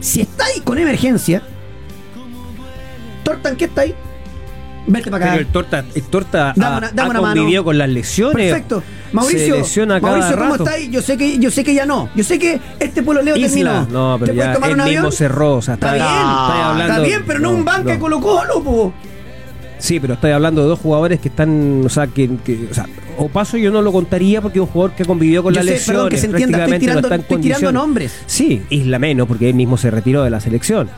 Speaker 1: Si estáis con emergencia, Tortan, ¿qué estáis? Vete para acá.
Speaker 3: Pero el torta, el torta
Speaker 1: Dame
Speaker 3: ha-
Speaker 1: una- dame
Speaker 3: ha
Speaker 1: una mano.
Speaker 3: convivido con las lesiones.
Speaker 1: Perfecto. Mauricio,
Speaker 3: se lesiona cada
Speaker 1: Mauricio, ¿cómo
Speaker 3: rato.
Speaker 1: estáis? Yo sé que yo sé que ya no. Yo sé que este pueblo Leo
Speaker 3: Isla.
Speaker 1: terminó.
Speaker 3: No, pero
Speaker 1: ¿Te puedes
Speaker 3: ya
Speaker 1: tomar
Speaker 3: él
Speaker 1: un avión?
Speaker 3: mismo cerró. O sea,
Speaker 1: Está bien,
Speaker 3: está hablando-
Speaker 1: está bien, pero no, un banca de
Speaker 3: no.
Speaker 1: Colo Colo, po.
Speaker 3: Sí, pero estoy hablando de dos jugadores que están, o sea, que, que- o sea, Opaso yo no lo contaría porque es un jugador que convivió con
Speaker 1: Yo
Speaker 3: las
Speaker 1: sé,
Speaker 3: lesiones,
Speaker 1: perdón, que se entienda, estoy
Speaker 3: prácticamente no
Speaker 1: tirando-
Speaker 3: está en
Speaker 1: estoy tirando
Speaker 3: condiciones.
Speaker 1: nombres.
Speaker 3: Sí, Isla menos porque él mismo se retiró de la selección.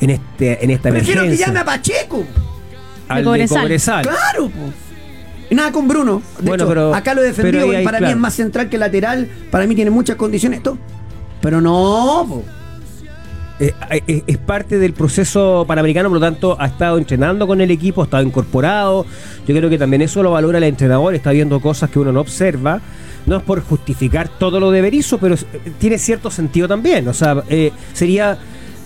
Speaker 3: En este en esta
Speaker 1: Prefiero que
Speaker 3: emergencia.
Speaker 1: llame a Pacheco.
Speaker 3: al
Speaker 2: De
Speaker 3: de
Speaker 2: Cobresal.
Speaker 3: Cobresal.
Speaker 1: Claro, po. Y nada con Bruno. De
Speaker 3: Bueno,
Speaker 1: hecho,
Speaker 3: pero-
Speaker 1: acá lo he defendido.
Speaker 3: pero ahí
Speaker 1: y
Speaker 3: hay-
Speaker 1: para mí
Speaker 3: claro.
Speaker 1: es más central que lateral. Para mí tiene muchas condiciones. Todo. Pero no, po.
Speaker 3: Eh, eh, eh, es parte del proceso panamericano, por lo tanto, ha estado entrenando con el equipo, ha estado incorporado. Yo creo que también eso lo valora el entrenador, está viendo cosas que uno no observa. No es por justificar todo lo de Berizzo, pero es- eh, tiene cierto sentido también. O sea, eh, sería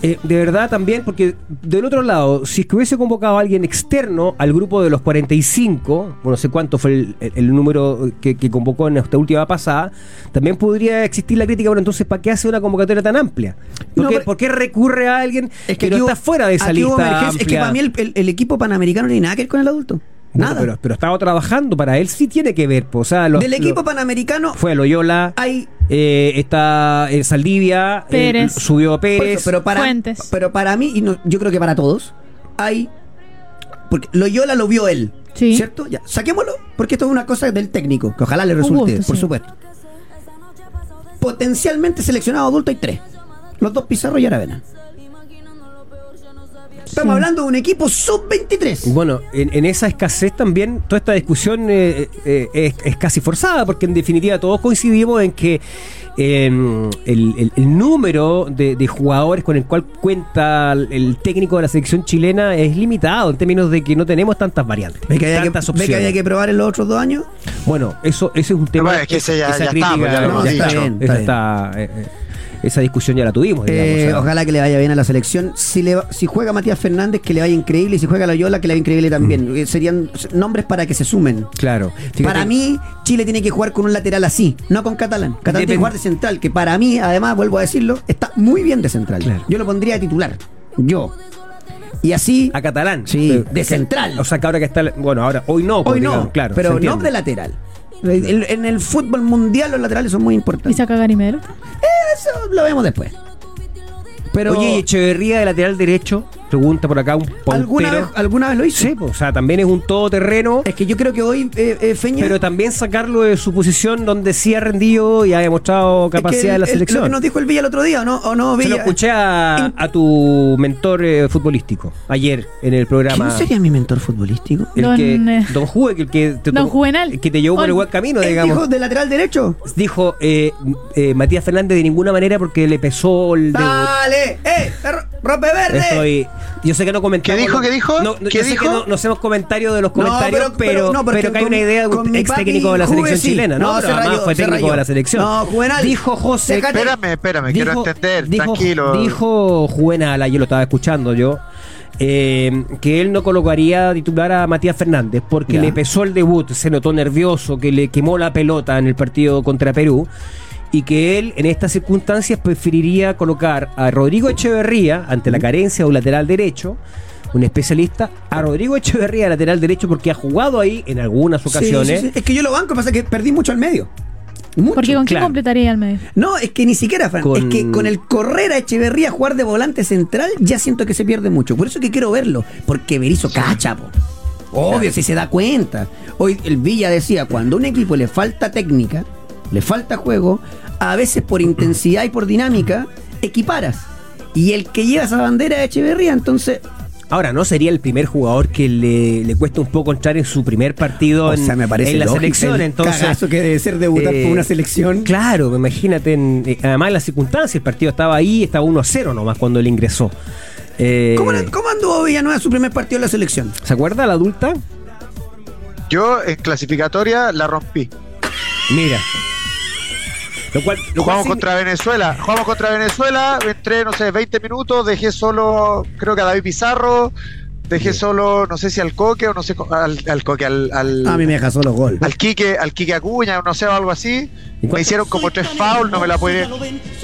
Speaker 3: eh, de verdad también, porque del otro lado, si es que hubiese convocado a alguien externo al grupo de los 45, bueno, no sé cuánto fue el, el- el número que, que convocó en esta última pasada, también podría existir la crítica, bueno, entonces, ¿para qué hace una convocatoria tan amplia? ¿Por,
Speaker 1: No,
Speaker 3: qué,
Speaker 1: pero-
Speaker 3: por qué recurre a alguien que, no
Speaker 1: aquí hubo-
Speaker 3: está fuera de esa
Speaker 1: aquí hubo
Speaker 3: lista
Speaker 1: emergencia. Es que
Speaker 3: amplia?
Speaker 1: para mí el, el- el equipo panamericano no tiene nada que ver con el adulto.
Speaker 3: Bueno,
Speaker 1: Nada.
Speaker 3: Pero, pero estaba trabajando, para él sí tiene que ver. po, o sea, los-
Speaker 1: Del equipo
Speaker 3: los-
Speaker 1: panamericano
Speaker 3: fue Loyola,
Speaker 1: hay
Speaker 3: eh, está eh, Saldivia, eh,
Speaker 2: Pérez.
Speaker 3: subió
Speaker 1: Por
Speaker 3: Pérez.
Speaker 1: eso, pero para,
Speaker 2: Fuentes.
Speaker 1: Pero para mí, y no- yo creo que para todos, hay. Porque Loyola lo vio él.
Speaker 2: Sí.
Speaker 1: ¿Cierto? Ya, saquémoslo, porque esto es una cosa del técnico, que ojalá le resulte,
Speaker 2: gusto,
Speaker 1: por
Speaker 2: sí.
Speaker 1: supuesto. Potencialmente seleccionado adulto hay tres. Los dos Pizarro y Aravena. Estamos
Speaker 2: Sí.
Speaker 1: hablando de un equipo sub-23.
Speaker 3: Bueno, en, en esa escasez también toda esta discusión eh, eh, es, es casi forzada, porque en definitiva todos coincidimos en que eh, el, el- el número de, de jugadores con el cual cuenta el, el técnico de la selección chilena es limitado en términos de que no tenemos tantas variantes,
Speaker 1: ¿Ve que, había que,
Speaker 3: tantas
Speaker 1: ve que
Speaker 3: opciones.
Speaker 1: había que probar en los otros dos años?
Speaker 3: Bueno, eso, ese es un tema.
Speaker 5: Bueno, es que ese ya-
Speaker 3: esa
Speaker 5: ya está, pues, ya lo
Speaker 1: hemos
Speaker 3: está,
Speaker 1: dicho.
Speaker 3: esa está, eh, eh, esa discusión ya la tuvimos. digamos,
Speaker 1: Eh,
Speaker 3: o sea.
Speaker 1: ojalá que le vaya bien a la selección. Si, le va- si juega Matías Fernández, que le vaya increíble. Y si juega Loyola, que le vaya increíble también. Eh, Serían s- nombres para que se sumen.
Speaker 3: Mm. Claro. Fíjate-
Speaker 1: Para mí, Chile tiene que jugar con un lateral así, no con Catalán. Catalán tiene que
Speaker 3: Depende-
Speaker 1: jugar de central, que para mí, además, vuelvo a decirlo, está muy bien de central.
Speaker 3: Claro.
Speaker 1: Yo lo pondría de titular. Yo. Y así,
Speaker 3: A catalán.
Speaker 1: Sí,
Speaker 3: Eh,
Speaker 1: de central.
Speaker 3: O sea, que ahora que está. Bueno, ahora, hoy no. pues,
Speaker 1: hoy no,
Speaker 3: digamos, claro. se
Speaker 1: pero no
Speaker 3: entiende.
Speaker 1: de lateral. En, en el fútbol mundial los laterales son muy
Speaker 2: ¿Y
Speaker 1: importantes.
Speaker 2: saca Garimero?
Speaker 1: Eso lo vemos después. Pero
Speaker 3: Oye, ¿y Echeverría de lateral derecho, pregunta por acá un
Speaker 1: ¿alguna vez,
Speaker 3: puntero.
Speaker 1: alguna vez lo hizo.
Speaker 3: Sí, pues, o sea, también es un todoterreno.
Speaker 1: Es que yo creo que hoy eh, eh, Feña.
Speaker 3: Pero también sacarlo de su posición donde sí ha rendido y ha demostrado
Speaker 1: es que
Speaker 3: capacidad de
Speaker 1: el-
Speaker 3: la
Speaker 1: el-
Speaker 3: selección.
Speaker 1: Lo que nos dijo el Villa el otro día, ¿o no? ¿O no
Speaker 3: Se
Speaker 1: Villa?
Speaker 3: lo escuché a, a tu mentor eh, futbolístico ayer en el programa.
Speaker 1: ¿Quién sería mi mentor futbolístico?
Speaker 3: El
Speaker 2: Don,
Speaker 3: que,
Speaker 2: eh,
Speaker 3: don Juve, que el que te,
Speaker 2: Don
Speaker 3: tocó-
Speaker 2: Juvenal.
Speaker 3: el que te llevó por el
Speaker 2: Ol-
Speaker 3: buen camino,
Speaker 1: ¿El
Speaker 3: digamos.
Speaker 1: hijo de lateral derecho?
Speaker 3: Dijo eh, eh, Matías Fernández de ninguna manera porque le pesó el debut.
Speaker 1: ¡Dale! ¡Eh! perro- ¡Rompe verde!
Speaker 3: Estoy- yo sé que no comentamos.
Speaker 5: ¿Qué dijo,
Speaker 3: no-
Speaker 5: qué dijo?
Speaker 3: No, no-
Speaker 5: ¿Qué
Speaker 3: yo sé
Speaker 5: dijo?
Speaker 3: que no, no hacemos comentarios de los
Speaker 1: No,
Speaker 3: comentarios, pero, pero,
Speaker 1: no, porque
Speaker 3: que hay
Speaker 1: con-
Speaker 3: una idea de
Speaker 1: con
Speaker 3: un
Speaker 1: mi
Speaker 3: ex
Speaker 1: papi
Speaker 3: técnico de la
Speaker 1: Juve
Speaker 3: selección
Speaker 1: sí.
Speaker 3: chilena, ¿no?
Speaker 1: No,
Speaker 3: pero
Speaker 1: se
Speaker 3: además
Speaker 1: rayó,
Speaker 3: fue
Speaker 1: se
Speaker 3: técnico
Speaker 1: rayó.
Speaker 3: de la selección.
Speaker 1: No, Juvenal.
Speaker 3: Dijo José.
Speaker 1: Déjate.
Speaker 5: Espérame, espérame, quiero entender, tranquilo.
Speaker 3: Dijo Juvenal, ayer lo estaba escuchando yo, eh, que él no colocaría titular a Matías Fernández porque
Speaker 1: Ya.
Speaker 3: le pesó el debut, se notó nervioso, que le quemó la pelota en el partido contra Perú. Y que él en estas circunstancias preferiría colocar a Rodrigo Echeverría ante la carencia de un lateral derecho, un especialista, a Rodrigo Echeverría lateral derecho porque ha jugado ahí en algunas
Speaker 1: Sí,
Speaker 3: ocasiones.
Speaker 1: sí, sí. Es que yo lo banco, pasa que perdí mucho al medio. Mucho.
Speaker 2: Porque con quién
Speaker 3: claro.
Speaker 2: completaría el medio.
Speaker 1: No, es que ni siquiera, Fran.
Speaker 3: Con-
Speaker 1: Es que con el correr a Echeverría a jugar de volante central, ya siento que se pierde mucho. Por eso que quiero verlo. Porque Berizzo cacha, po. Obvio, si se da cuenta. Hoy el Villa decía, cuando a un equipo le falta técnica, le falta juego, a veces por intensidad y por dinámica, equiparas. Y el que lleva esa bandera de Echeverría, entonces...
Speaker 3: Ahora, ¿no sería el primer jugador que le, le cuesta un poco entrar en su primer partido en, en la
Speaker 1: lógico
Speaker 3: selección?
Speaker 1: el
Speaker 3: Entonces,
Speaker 1: cagazo que debe ser debutar
Speaker 3: eh,
Speaker 1: por una selección.
Speaker 3: Claro, imagínate, en- eh, además en las circunstancias, el partido estaba ahí, estaba 1 a 0 nomás cuando él ingresó. Eh,
Speaker 1: ¿Cómo, la- ¿Cómo anduvo Villanueva su primer partido en la selección?
Speaker 3: ¿Se acuerda la adulta?
Speaker 5: Yo en clasificatoria la rompí.
Speaker 3: Mira. Lo cual, lo cual
Speaker 5: jugamos
Speaker 3: signi-
Speaker 5: contra Venezuela. Jugamos contra Venezuela, entré, no sé, 20 minutos, dejé solo, creo que a David Pizarro, dejé solo, no sé si al Coque o no sé, co- al, al Coque, al, al,
Speaker 3: Ah,
Speaker 1: A mí me deja solo gol.
Speaker 5: al Quique, al Quique Acuña, no sé, o algo así.
Speaker 3: ¿Y cuánto-
Speaker 5: Me hicieron como tres fouls, no me la pude.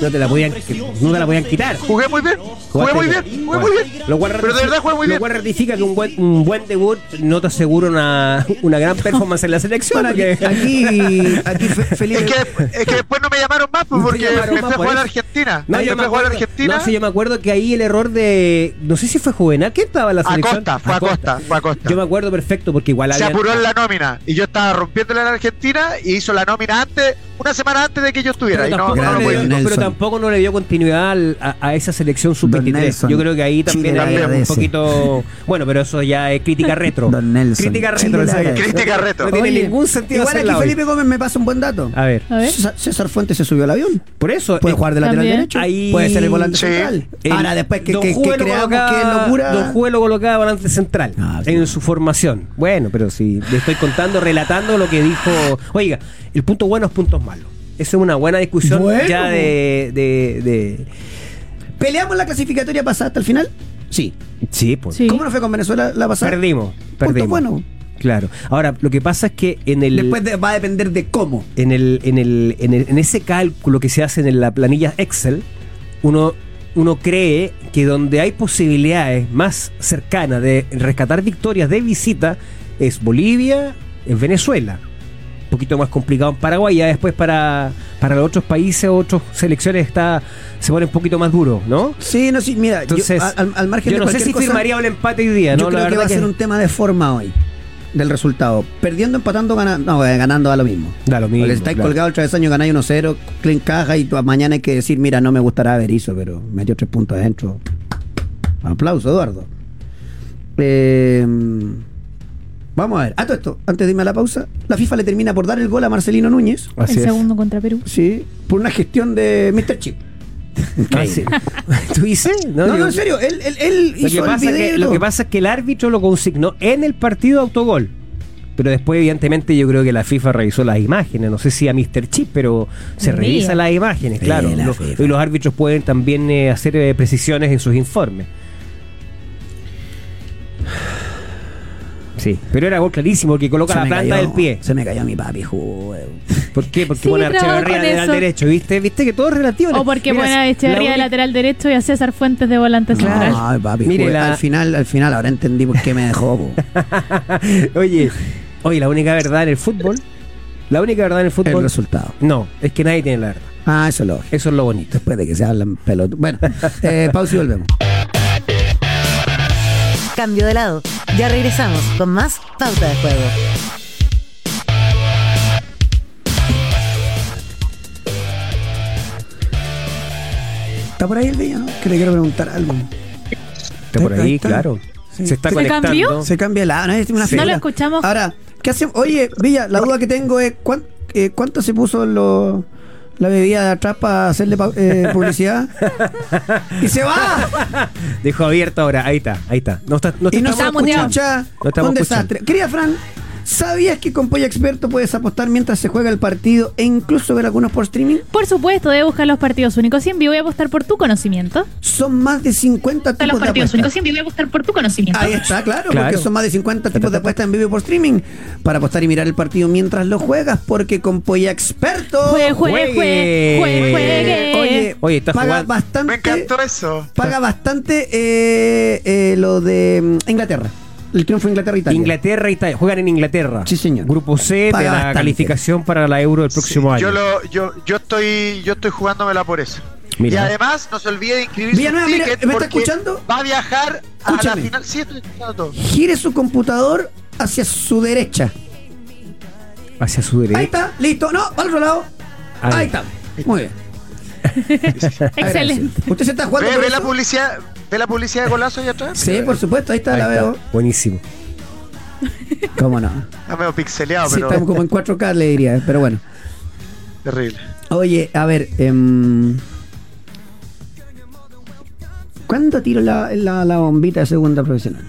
Speaker 3: No te la podían, no te la podían quitar.
Speaker 5: Jugué muy bien, jugué muy bien, jugué muy bien.
Speaker 3: Lo cual
Speaker 5: Pero de
Speaker 3: ratifica-
Speaker 5: verdad jugué muy
Speaker 3: lo
Speaker 5: bien.
Speaker 3: cual ratifica que un buen, un buen debut no te asegura una, una gran performance en la selección.
Speaker 1: Bueno, aquí,
Speaker 3: porque-
Speaker 1: aquí, aquí Fe- Felipe.
Speaker 5: Es que, es que después no me llamaron más pues,
Speaker 3: No
Speaker 5: [laughs]
Speaker 3: te
Speaker 5: porque
Speaker 3: llamaron
Speaker 5: me fui
Speaker 3: más
Speaker 5: a
Speaker 3: por
Speaker 5: jugar a
Speaker 3: eso.
Speaker 5: Argentina.
Speaker 3: No,
Speaker 5: me
Speaker 3: yo
Speaker 5: fui
Speaker 3: me
Speaker 5: a jugar a
Speaker 3: acuerdo-
Speaker 5: Argentina.
Speaker 3: no, sí, yo me acuerdo que ahí el error de. No sé si fue Juvenal. ¿Quién estaba en la selección?
Speaker 5: Acosta, fue Acosta, fue Acosta.
Speaker 3: Yo me acuerdo perfecto porque igual
Speaker 5: se
Speaker 3: había.
Speaker 5: apuró en la nómina y yo estaba rompiéndola en Argentina y hizo la nómina antes, una semana antes de que yo estuviera.
Speaker 3: Pero
Speaker 5: Y no, pues,
Speaker 3: tampoco,
Speaker 5: no lo
Speaker 1: Grande,
Speaker 3: le
Speaker 5: podía.
Speaker 3: dio,
Speaker 1: Nelson.
Speaker 3: pero tampoco no le dio continuidad al- a, a esa selección
Speaker 1: Don
Speaker 3: sub-23.
Speaker 1: Nelson.
Speaker 3: Yo creo que ahí también
Speaker 1: Chile
Speaker 3: hay
Speaker 1: la
Speaker 3: un
Speaker 1: agradece.
Speaker 3: poquito. Bueno, pero eso ya es
Speaker 1: [laughs]
Speaker 3: crítica retro.
Speaker 1: Don Nelson.
Speaker 3: Crítica
Speaker 1: Chile
Speaker 3: retro.
Speaker 1: la
Speaker 3: o sea,
Speaker 1: agradece.
Speaker 5: Crítica retro.
Speaker 3: No tiene
Speaker 1: Oye,
Speaker 3: ningún sentido
Speaker 1: Igual aquí
Speaker 3: hacerla hoy.
Speaker 1: Felipe Gómez me pasa un buen dato.
Speaker 3: A ver,
Speaker 2: A ver.
Speaker 1: César, César Fuentes se subió al avión.
Speaker 3: por eso.
Speaker 1: Puede
Speaker 3: eh,
Speaker 1: jugar de lateral
Speaker 2: También.
Speaker 1: derecho.
Speaker 3: Ahí-
Speaker 1: Puede ser el volante
Speaker 5: Sí.
Speaker 1: central.
Speaker 3: el-
Speaker 1: Ahora, después que,
Speaker 3: Don
Speaker 1: que, que
Speaker 3: Juve lo
Speaker 1: creamos
Speaker 3: colocaba-
Speaker 1: que es locura.
Speaker 3: Don Juve lo colocaba volante central
Speaker 1: Ah, sí.
Speaker 3: en su formación. Bueno, pero si le estoy contando, relatando lo que dijo. Oiga, el punto bueno es puntos malos. Esa es una buena discusión
Speaker 1: Bueno. pues.
Speaker 3: ya de, de, de-
Speaker 1: ¿Peleamos la clasificatoria pasada hasta el final? Sí.
Speaker 3: Sí, pues.
Speaker 2: Sí.
Speaker 1: ¿Cómo nos fue con Venezuela la pasada?
Speaker 3: Perdimos,
Speaker 1: Punto
Speaker 3: perdimos.
Speaker 1: bueno.
Speaker 3: Claro. Ahora, lo que pasa es que en el.
Speaker 1: Después de- va a depender de cómo.
Speaker 3: en, el, en, el, en, el- en ese cálculo que se hace en la planilla Excel, uno, uno cree que donde hay posibilidades más cercanas de rescatar victorias de visita es Bolivia, es Venezuela. Un poquito más complicado en Paraguay, ya después para, para los otros países, otras selecciones está se pone un poquito más duro, ¿no?
Speaker 1: Sí, no, sí, mira, yo-
Speaker 3: Entonces,
Speaker 1: a- al, al margen de
Speaker 3: yo no sé
Speaker 1: cualquier
Speaker 3: si
Speaker 1: cosa,
Speaker 3: firmaría un empate hoy día, ¿no?
Speaker 1: yo creo que va a ser un tema de forma hoy, del resultado. Perdiendo, empatando, ganando, no, eh, ganando da lo mismo.
Speaker 3: Da lo mismo,
Speaker 1: Porque si estáis
Speaker 3: claro.
Speaker 1: colgado el travesaño, ganáis 1-0, clean caja y tú- mañana hay que decir, mira, no me gustará Berizzo, pero metió tres puntos adentro. Aplauso, Eduardo. Eh, vamos a ver, a todo esto, antes de irme a la pausa, la FIFA le termina por dar el gol a Marcelino Núñez,
Speaker 3: Así
Speaker 2: el
Speaker 3: es.
Speaker 2: segundo contra Perú.
Speaker 1: sí, por una gestión de Mr. Chip.
Speaker 3: Ah, sí. [laughs] ¿Tú dices?
Speaker 1: No, no,
Speaker 3: yo-
Speaker 1: en serio, él, él, él
Speaker 3: Lo que,
Speaker 1: hizo el
Speaker 3: pasa
Speaker 1: video
Speaker 3: que,
Speaker 1: y
Speaker 3: lo
Speaker 1: todo.
Speaker 3: que pasa es que el árbitro lo consignó en el partido de autogol. Pero después, evidentemente, yo creo que la FIFA revisó las imágenes. No sé si a Mr. Chip, pero se
Speaker 2: Mira.
Speaker 3: revisan las imágenes,
Speaker 1: Sí,
Speaker 3: claro.
Speaker 1: la
Speaker 3: Lo-
Speaker 1: FIFA.
Speaker 3: y los árbitros pueden también eh, hacer eh, precisiones en sus informes. Sí, pero era gol clarísimo porque coloca
Speaker 1: Se
Speaker 3: la
Speaker 1: me
Speaker 3: planta
Speaker 1: cayó-
Speaker 3: del pie.
Speaker 1: Se me cayó mi papi, joder.
Speaker 3: ¿Por qué? Porque
Speaker 2: Sí,
Speaker 3: pone a
Speaker 2: bravo
Speaker 3: Echeverría
Speaker 2: con
Speaker 3: de lateral
Speaker 2: eso.
Speaker 3: derecho, ¿viste? ¿Viste que todo es relativo?
Speaker 2: O porque
Speaker 3: Mira,
Speaker 2: pone a Echeverría
Speaker 3: la
Speaker 2: de
Speaker 3: única-
Speaker 2: lateral derecho y a César Fuentes de volante central.
Speaker 1: Ay, papi,
Speaker 3: Mire,
Speaker 1: joder,
Speaker 3: la-
Speaker 1: al final, al final, ahora entendí por qué me dejó.
Speaker 3: [laughs]
Speaker 1: po.
Speaker 3: oye, oye, la única verdad en el fútbol, la única verdad en el
Speaker 1: el
Speaker 3: fútbol,
Speaker 1: resultado.
Speaker 3: no, es que nadie tiene la verdad.
Speaker 1: Ah, eso es lógico.
Speaker 3: Eso es lo bonito.
Speaker 1: Después de que se hablan pelot. Bueno, [laughs] eh, pausa y volvemos.
Speaker 7: Cambio de lado. Ya regresamos con más Pauta de Juego.
Speaker 1: ¿Está por ahí el día? no? Que le quiero preguntar algo.
Speaker 3: Está por ahí, claro.
Speaker 1: Sí.
Speaker 3: Se está
Speaker 2: ¿Se
Speaker 3: conectando.
Speaker 2: cambió?
Speaker 1: Se cambia la. No, es una
Speaker 3: Sí.
Speaker 1: figura.
Speaker 2: No lo escuchamos.
Speaker 1: Ahora, ¿qué hacemos? Oye, Villa, la duda que tengo es: ¿cuán- eh, ¿cuánto se puso lo- la bebida de atrás para hacerle pa- [laughs] eh, publicidad? ¡Y se va!
Speaker 3: Dejó abierto ahora. Ahí está, ahí está. No, está, no te
Speaker 1: Y no
Speaker 3: estamos
Speaker 1: estamos
Speaker 3: escuchando.
Speaker 1: escuchando.
Speaker 3: No estamos
Speaker 1: un
Speaker 3: escuchando.
Speaker 1: desastre. Querida Fran, ¿sabías que con Polla Experto puedes apostar mientras se juega el partido e incluso ver algunos por streaming?
Speaker 2: Por supuesto, debe buscar los partidos únicos y en vivo y apostar por tu conocimiento.
Speaker 1: Son más de 50
Speaker 2: Busca los
Speaker 1: tipos de
Speaker 2: partidos
Speaker 1: apuestas.
Speaker 2: únicos y en vivo y apostar por tu conocimiento.
Speaker 1: Ahí está, claro,
Speaker 3: Claro.
Speaker 1: porque son más de 50 tipos de apuestas en vivo y por streaming para apostar y mirar el partido mientras lo juegas, porque con Polla Experto
Speaker 2: Jue, jue, jue, jue,
Speaker 3: Juegue.
Speaker 2: juegue.
Speaker 1: Oye,
Speaker 3: Oye, estás
Speaker 1: paga
Speaker 3: jugando-
Speaker 1: bastante,
Speaker 5: Me encantó eso.
Speaker 1: paga bastante eh, eh, lo de mm, Inglaterra, el triunfo de Inglaterra e Italia.
Speaker 3: Inglaterra y Italia. Juegan en Inglaterra.
Speaker 1: Sí, señor.
Speaker 3: Grupo C
Speaker 1: Paga
Speaker 3: de la
Speaker 1: bastante.
Speaker 3: calificación para la Euro del próximo
Speaker 5: Sí, Yo,
Speaker 3: año.
Speaker 5: lo, yo, yo estoy yo estoy jugándomela por eso.
Speaker 3: Mira.
Speaker 5: Y además, no se olvide de inscribirse.
Speaker 1: Villanueva,
Speaker 5: en
Speaker 1: mira,
Speaker 5: ticket
Speaker 1: ¿me está
Speaker 5: porque
Speaker 1: escuchando?
Speaker 5: Va a viajar a
Speaker 1: Escúchame.
Speaker 5: la final. Sí, estoy escuchando todo.
Speaker 1: Gire su computador hacia su derecha.
Speaker 3: Hacia su derecha.
Speaker 1: Ahí está, listo. No, al otro lado.
Speaker 3: Ahí.
Speaker 1: Ahí, está. Muy bien.
Speaker 2: Excelente.
Speaker 1: Agradecido. ¿Usted se está jugando
Speaker 5: ¿Ve,
Speaker 1: por
Speaker 5: ve
Speaker 1: eso?
Speaker 5: la publicidad, ¿Ve la publicidad de golazo ahí atrás?
Speaker 1: Sí, por supuesto, ahí está,
Speaker 3: Ahí
Speaker 1: la
Speaker 3: está.
Speaker 1: veo.
Speaker 3: Buenísimo.
Speaker 1: ¿Cómo no?
Speaker 5: Está medio Ah, pixeleado,
Speaker 1: Sí,
Speaker 5: pero
Speaker 1: estamos como en 4K, le diría, eh, pero bueno.
Speaker 5: terrible.
Speaker 1: Oye, a ver, em, ¿cuándo tiro la, la- la bombita de segunda profesional?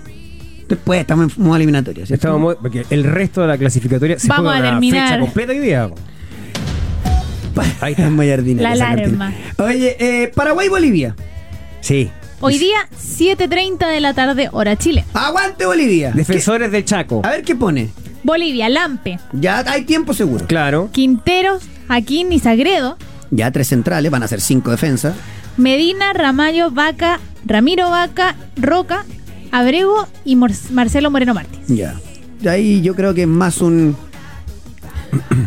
Speaker 1: Después, estamos en modo eliminatorio, ¿cierto?
Speaker 3: Estamos muy- porque el resto de la clasificatoria se
Speaker 2: Vamos
Speaker 3: juega
Speaker 2: a
Speaker 3: una
Speaker 2: terminar.
Speaker 3: fecha completa hoy día. Ahí está.
Speaker 1: [laughs] Es muy jardinera
Speaker 2: La
Speaker 1: esa
Speaker 2: alarma.
Speaker 1: cortina. Oye, eh, Paraguay-Bolivia.
Speaker 3: Sí.
Speaker 2: Hoy día, 7.30 de la tarde, hora Chile.
Speaker 1: Aguante Bolivia.
Speaker 3: Defensores del Chaco.
Speaker 1: ¿Qué- A ver qué pone.
Speaker 2: Bolivia, Lampe,
Speaker 1: Ya hay tiempo seguro.
Speaker 3: Claro.
Speaker 2: Quinteros, Jaquín y Sagredo.
Speaker 1: Ya tres centrales, van a ser cinco defensas.
Speaker 2: Medina, Ramallo, Vaca, Ramiro Vaca, Roca, Abrego y Mor- Marcelo Moreno Martínez.
Speaker 1: Ya. De ahí yo creo que es más un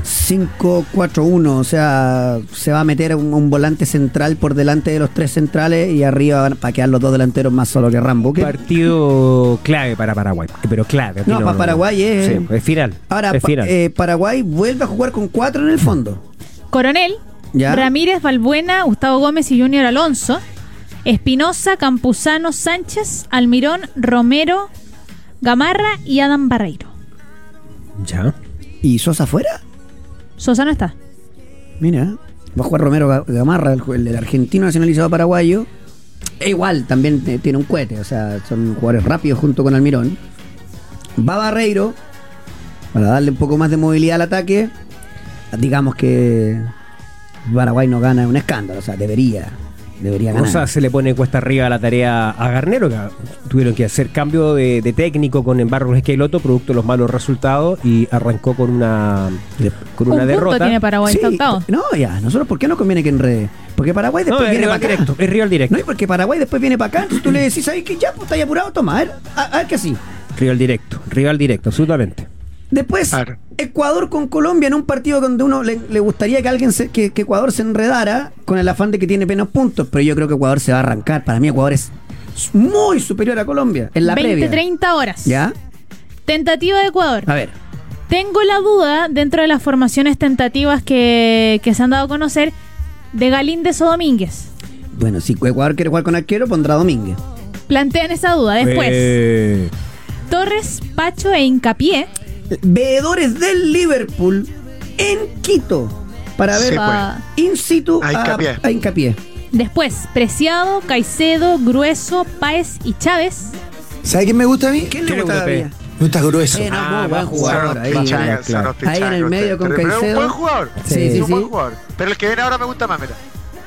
Speaker 1: 5-4-1. O sea, se va a meter un, un volante central por delante de los tres centrales y arriba van a quedar los dos delanteros más solo que Rambo. ¿ok?
Speaker 3: Partido clave para Paraguay. Pero clave. aquí
Speaker 1: No, para Paraguay es-
Speaker 3: Sí, es final.
Speaker 1: Ahora,
Speaker 3: es
Speaker 1: pa-
Speaker 3: final.
Speaker 1: eh, Paraguay vuelve a jugar con cuatro en el fondo.
Speaker 2: Coronel,
Speaker 1: Ya.
Speaker 2: Ramírez, Valbuena, Gustavo Gómez y Junior Alonso. Espinosa, Campuzano, Sánchez, Almirón, Romero, Gamarra y Adam Barreiro.
Speaker 3: ya.
Speaker 1: ¿Y Sosa afuera?
Speaker 2: Sosa no está.
Speaker 1: Mira. Va a jugar Romero Ga- Gamarra, el, ju- el argentino nacionalizado paraguayo. E igual, también eh, tiene un cohete. O sea, son jugadores rápidos junto con Almirón. Va Barreiro. Para darle un poco más de movilidad al ataque. Digamos que Paraguay no gana es un escándalo. O sea, debería. Debería
Speaker 3: O
Speaker 1: ganar.
Speaker 3: sea, se le pone cuesta arriba la tarea a Garnero, que tuvieron que hacer cambio de, de técnico con Embarros Esqueloto, producto de los malos resultados, y arrancó con una, con
Speaker 2: Un
Speaker 3: una
Speaker 2: punto
Speaker 3: derrota.
Speaker 2: tiene Paraguay,
Speaker 1: Sí,
Speaker 2: está octavo.
Speaker 1: No, ya. Nosotros, ¿por qué no conviene que enrede? Porque Paraguay
Speaker 3: no,
Speaker 1: después
Speaker 3: es
Speaker 1: viene
Speaker 3: rival
Speaker 1: para acá.
Speaker 3: directo, es rival directo.
Speaker 1: No, y porque Paraguay después viene para acá, entonces tú le decís, ahí que ya, pues está ahí apurado, toma, a ver, a, a ver qué así.
Speaker 3: Rival directo, rival directo, absolutamente.
Speaker 1: Después,
Speaker 5: Claro.
Speaker 1: Ecuador con Colombia en un partido donde uno le, le gustaría que alguien se- que, que Ecuador se enredara con el afán de que tiene menos puntos, pero yo creo que Ecuador se va a arrancar. Para mí Ecuador es muy superior a Colombia en la previa.
Speaker 2: 20-30 horas.
Speaker 1: ¿Ya?
Speaker 2: Tentativa de Ecuador.
Speaker 3: Ah.
Speaker 1: A ver.
Speaker 2: Tengo la duda, dentro de las formaciones tentativas que, que se han dado a conocer, de Galíndez o Domínguez.
Speaker 1: Bueno, si Ecuador quiere jugar con arquero, pondrá Domínguez.
Speaker 2: Plantean esa duda después.
Speaker 3: Eh,
Speaker 2: Torres, Pacho e Hincapié.
Speaker 1: Veedores del Liverpool en Quito para ver
Speaker 5: Sí, pues.
Speaker 2: Ah,
Speaker 1: in situ
Speaker 5: A Hincapié.
Speaker 1: a hincapié.
Speaker 2: después, Preciado, Caicedo, Grueso, Páez y Chávez.
Speaker 8: ¿Sabe quién me gusta a mí?
Speaker 1: ¿Quién le
Speaker 3: ¿Quién le
Speaker 1: gusta a
Speaker 3: gusta,
Speaker 1: Gabriel?
Speaker 3: Pe?
Speaker 8: No estás grueso.
Speaker 1: Eh, no,
Speaker 3: Ah,
Speaker 1: muy buen
Speaker 3: va a
Speaker 5: Son
Speaker 3: jugar
Speaker 1: jugador
Speaker 5: los
Speaker 1: ahí. eh.
Speaker 5: pichanga, son los
Speaker 1: Ahí en el
Speaker 5: pichanga
Speaker 1: medio con
Speaker 5: ustedes, pero es un
Speaker 1: Caicedo.
Speaker 5: buen jugador.
Speaker 1: Sí,
Speaker 5: es
Speaker 1: sí,
Speaker 5: un buen
Speaker 1: sí.
Speaker 5: jugador. Pero el que viene ahora me gusta más, mira.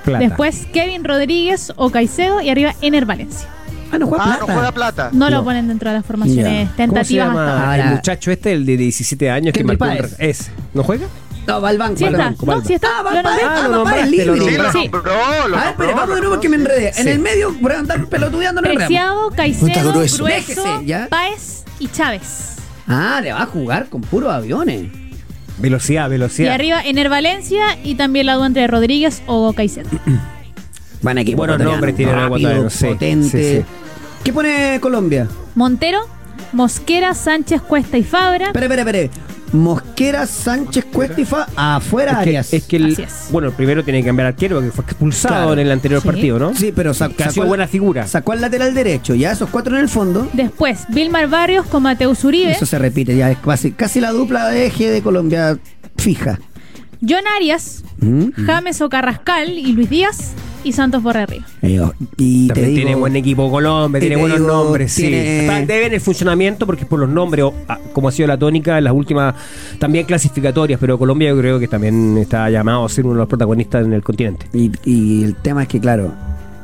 Speaker 3: plata.
Speaker 2: Después, Kevin Rodríguez o Caicedo y arriba Ener Valencia.
Speaker 1: Ah, no juega
Speaker 5: Ah, no
Speaker 1: plata.
Speaker 5: juega plata.
Speaker 2: No, lo
Speaker 1: No.
Speaker 2: ponen dentro de las formaciones
Speaker 1: Ya.
Speaker 3: ¿Cómo se
Speaker 2: tentativas hasta ahora.
Speaker 3: llama
Speaker 1: ahora?
Speaker 3: el muchacho este, el de 17 años que
Speaker 1: Henry
Speaker 3: marcó un
Speaker 1: Páez.
Speaker 3: re- ese? ¿No juega?
Speaker 1: No, va al banco.
Speaker 2: Sí
Speaker 1: al
Speaker 2: está,
Speaker 1: banco.
Speaker 2: no,
Speaker 3: Balba.
Speaker 2: sí está.
Speaker 1: Ah, va
Speaker 2: lo
Speaker 1: al
Speaker 2: nombré.
Speaker 3: Ah, lo
Speaker 1: banco. va
Speaker 3: nombraste, lo
Speaker 5: Sí,
Speaker 1: libre.
Speaker 3: nombraste.
Speaker 5: lo
Speaker 2: Sí.
Speaker 5: nombró, lo
Speaker 1: A ver, Ah, espere,
Speaker 5: nombró,
Speaker 1: vamos de
Speaker 5: lo
Speaker 1: nuevo que me enredé. En el medio voy a andar pelotudeando en el ramo.
Speaker 2: Preciado,
Speaker 8: Puta,
Speaker 2: Caicedo,
Speaker 8: grueso.
Speaker 2: Grueso,
Speaker 1: Déjese, ya.
Speaker 2: Páez y Chávez.
Speaker 1: Ah, le va a jugar con puros aviones.
Speaker 3: Velocidad,
Speaker 2: Y
Speaker 3: velocidad.
Speaker 2: arriba Ener Valencia y también la duda entre Rodríguez o Caicedo.
Speaker 1: Van a
Speaker 3: Buenos nombres tiene el ecuatoriano, sí,
Speaker 1: potente.
Speaker 3: sí, sí.
Speaker 1: ¿Qué pone Colombia?
Speaker 2: Montero, Mosquera, Sánchez, Cuesta y Fabra.
Speaker 1: Espere, espere, espere. Mosquera, Sánchez, Cuesta y Fa, afuera
Speaker 3: Es que,
Speaker 1: Arias.
Speaker 3: es que el,
Speaker 2: Así es.
Speaker 3: bueno, el primero tiene que cambiar arquero porque fue expulsado
Speaker 1: Claro.
Speaker 3: en el anterior
Speaker 2: Sí.
Speaker 3: partido, ¿no?
Speaker 1: Sí, pero sac-
Speaker 3: Que ha sido
Speaker 1: el-
Speaker 3: buena figura.
Speaker 1: Sacó al lateral derecho, ya esos cuatro en el fondo.
Speaker 2: Después, Vilmar Barrios con Mateus Uribe.
Speaker 1: Eso se repite, ya es casi, casi la dupla de eje de Colombia fija.
Speaker 2: John Arias,
Speaker 1: ¿Mm?
Speaker 2: James o Carrascal y Luis Díaz y Santos Borre Río.
Speaker 1: Ellos- Eh, Y te
Speaker 3: También
Speaker 1: digo,
Speaker 3: tiene buen equipo Colombia,
Speaker 1: y
Speaker 3: tiene
Speaker 1: te
Speaker 3: buenos
Speaker 1: digo,
Speaker 3: nombres,
Speaker 1: tiene-
Speaker 3: sí. Está- Deben el funcionamiento porque por los nombres, o, ah, como ha sido la tónica en las últimas también clasificatorias, pero Colombia yo creo que también está llamado a ser uno de los protagonistas en el continente.
Speaker 1: Y, y el tema es que, claro,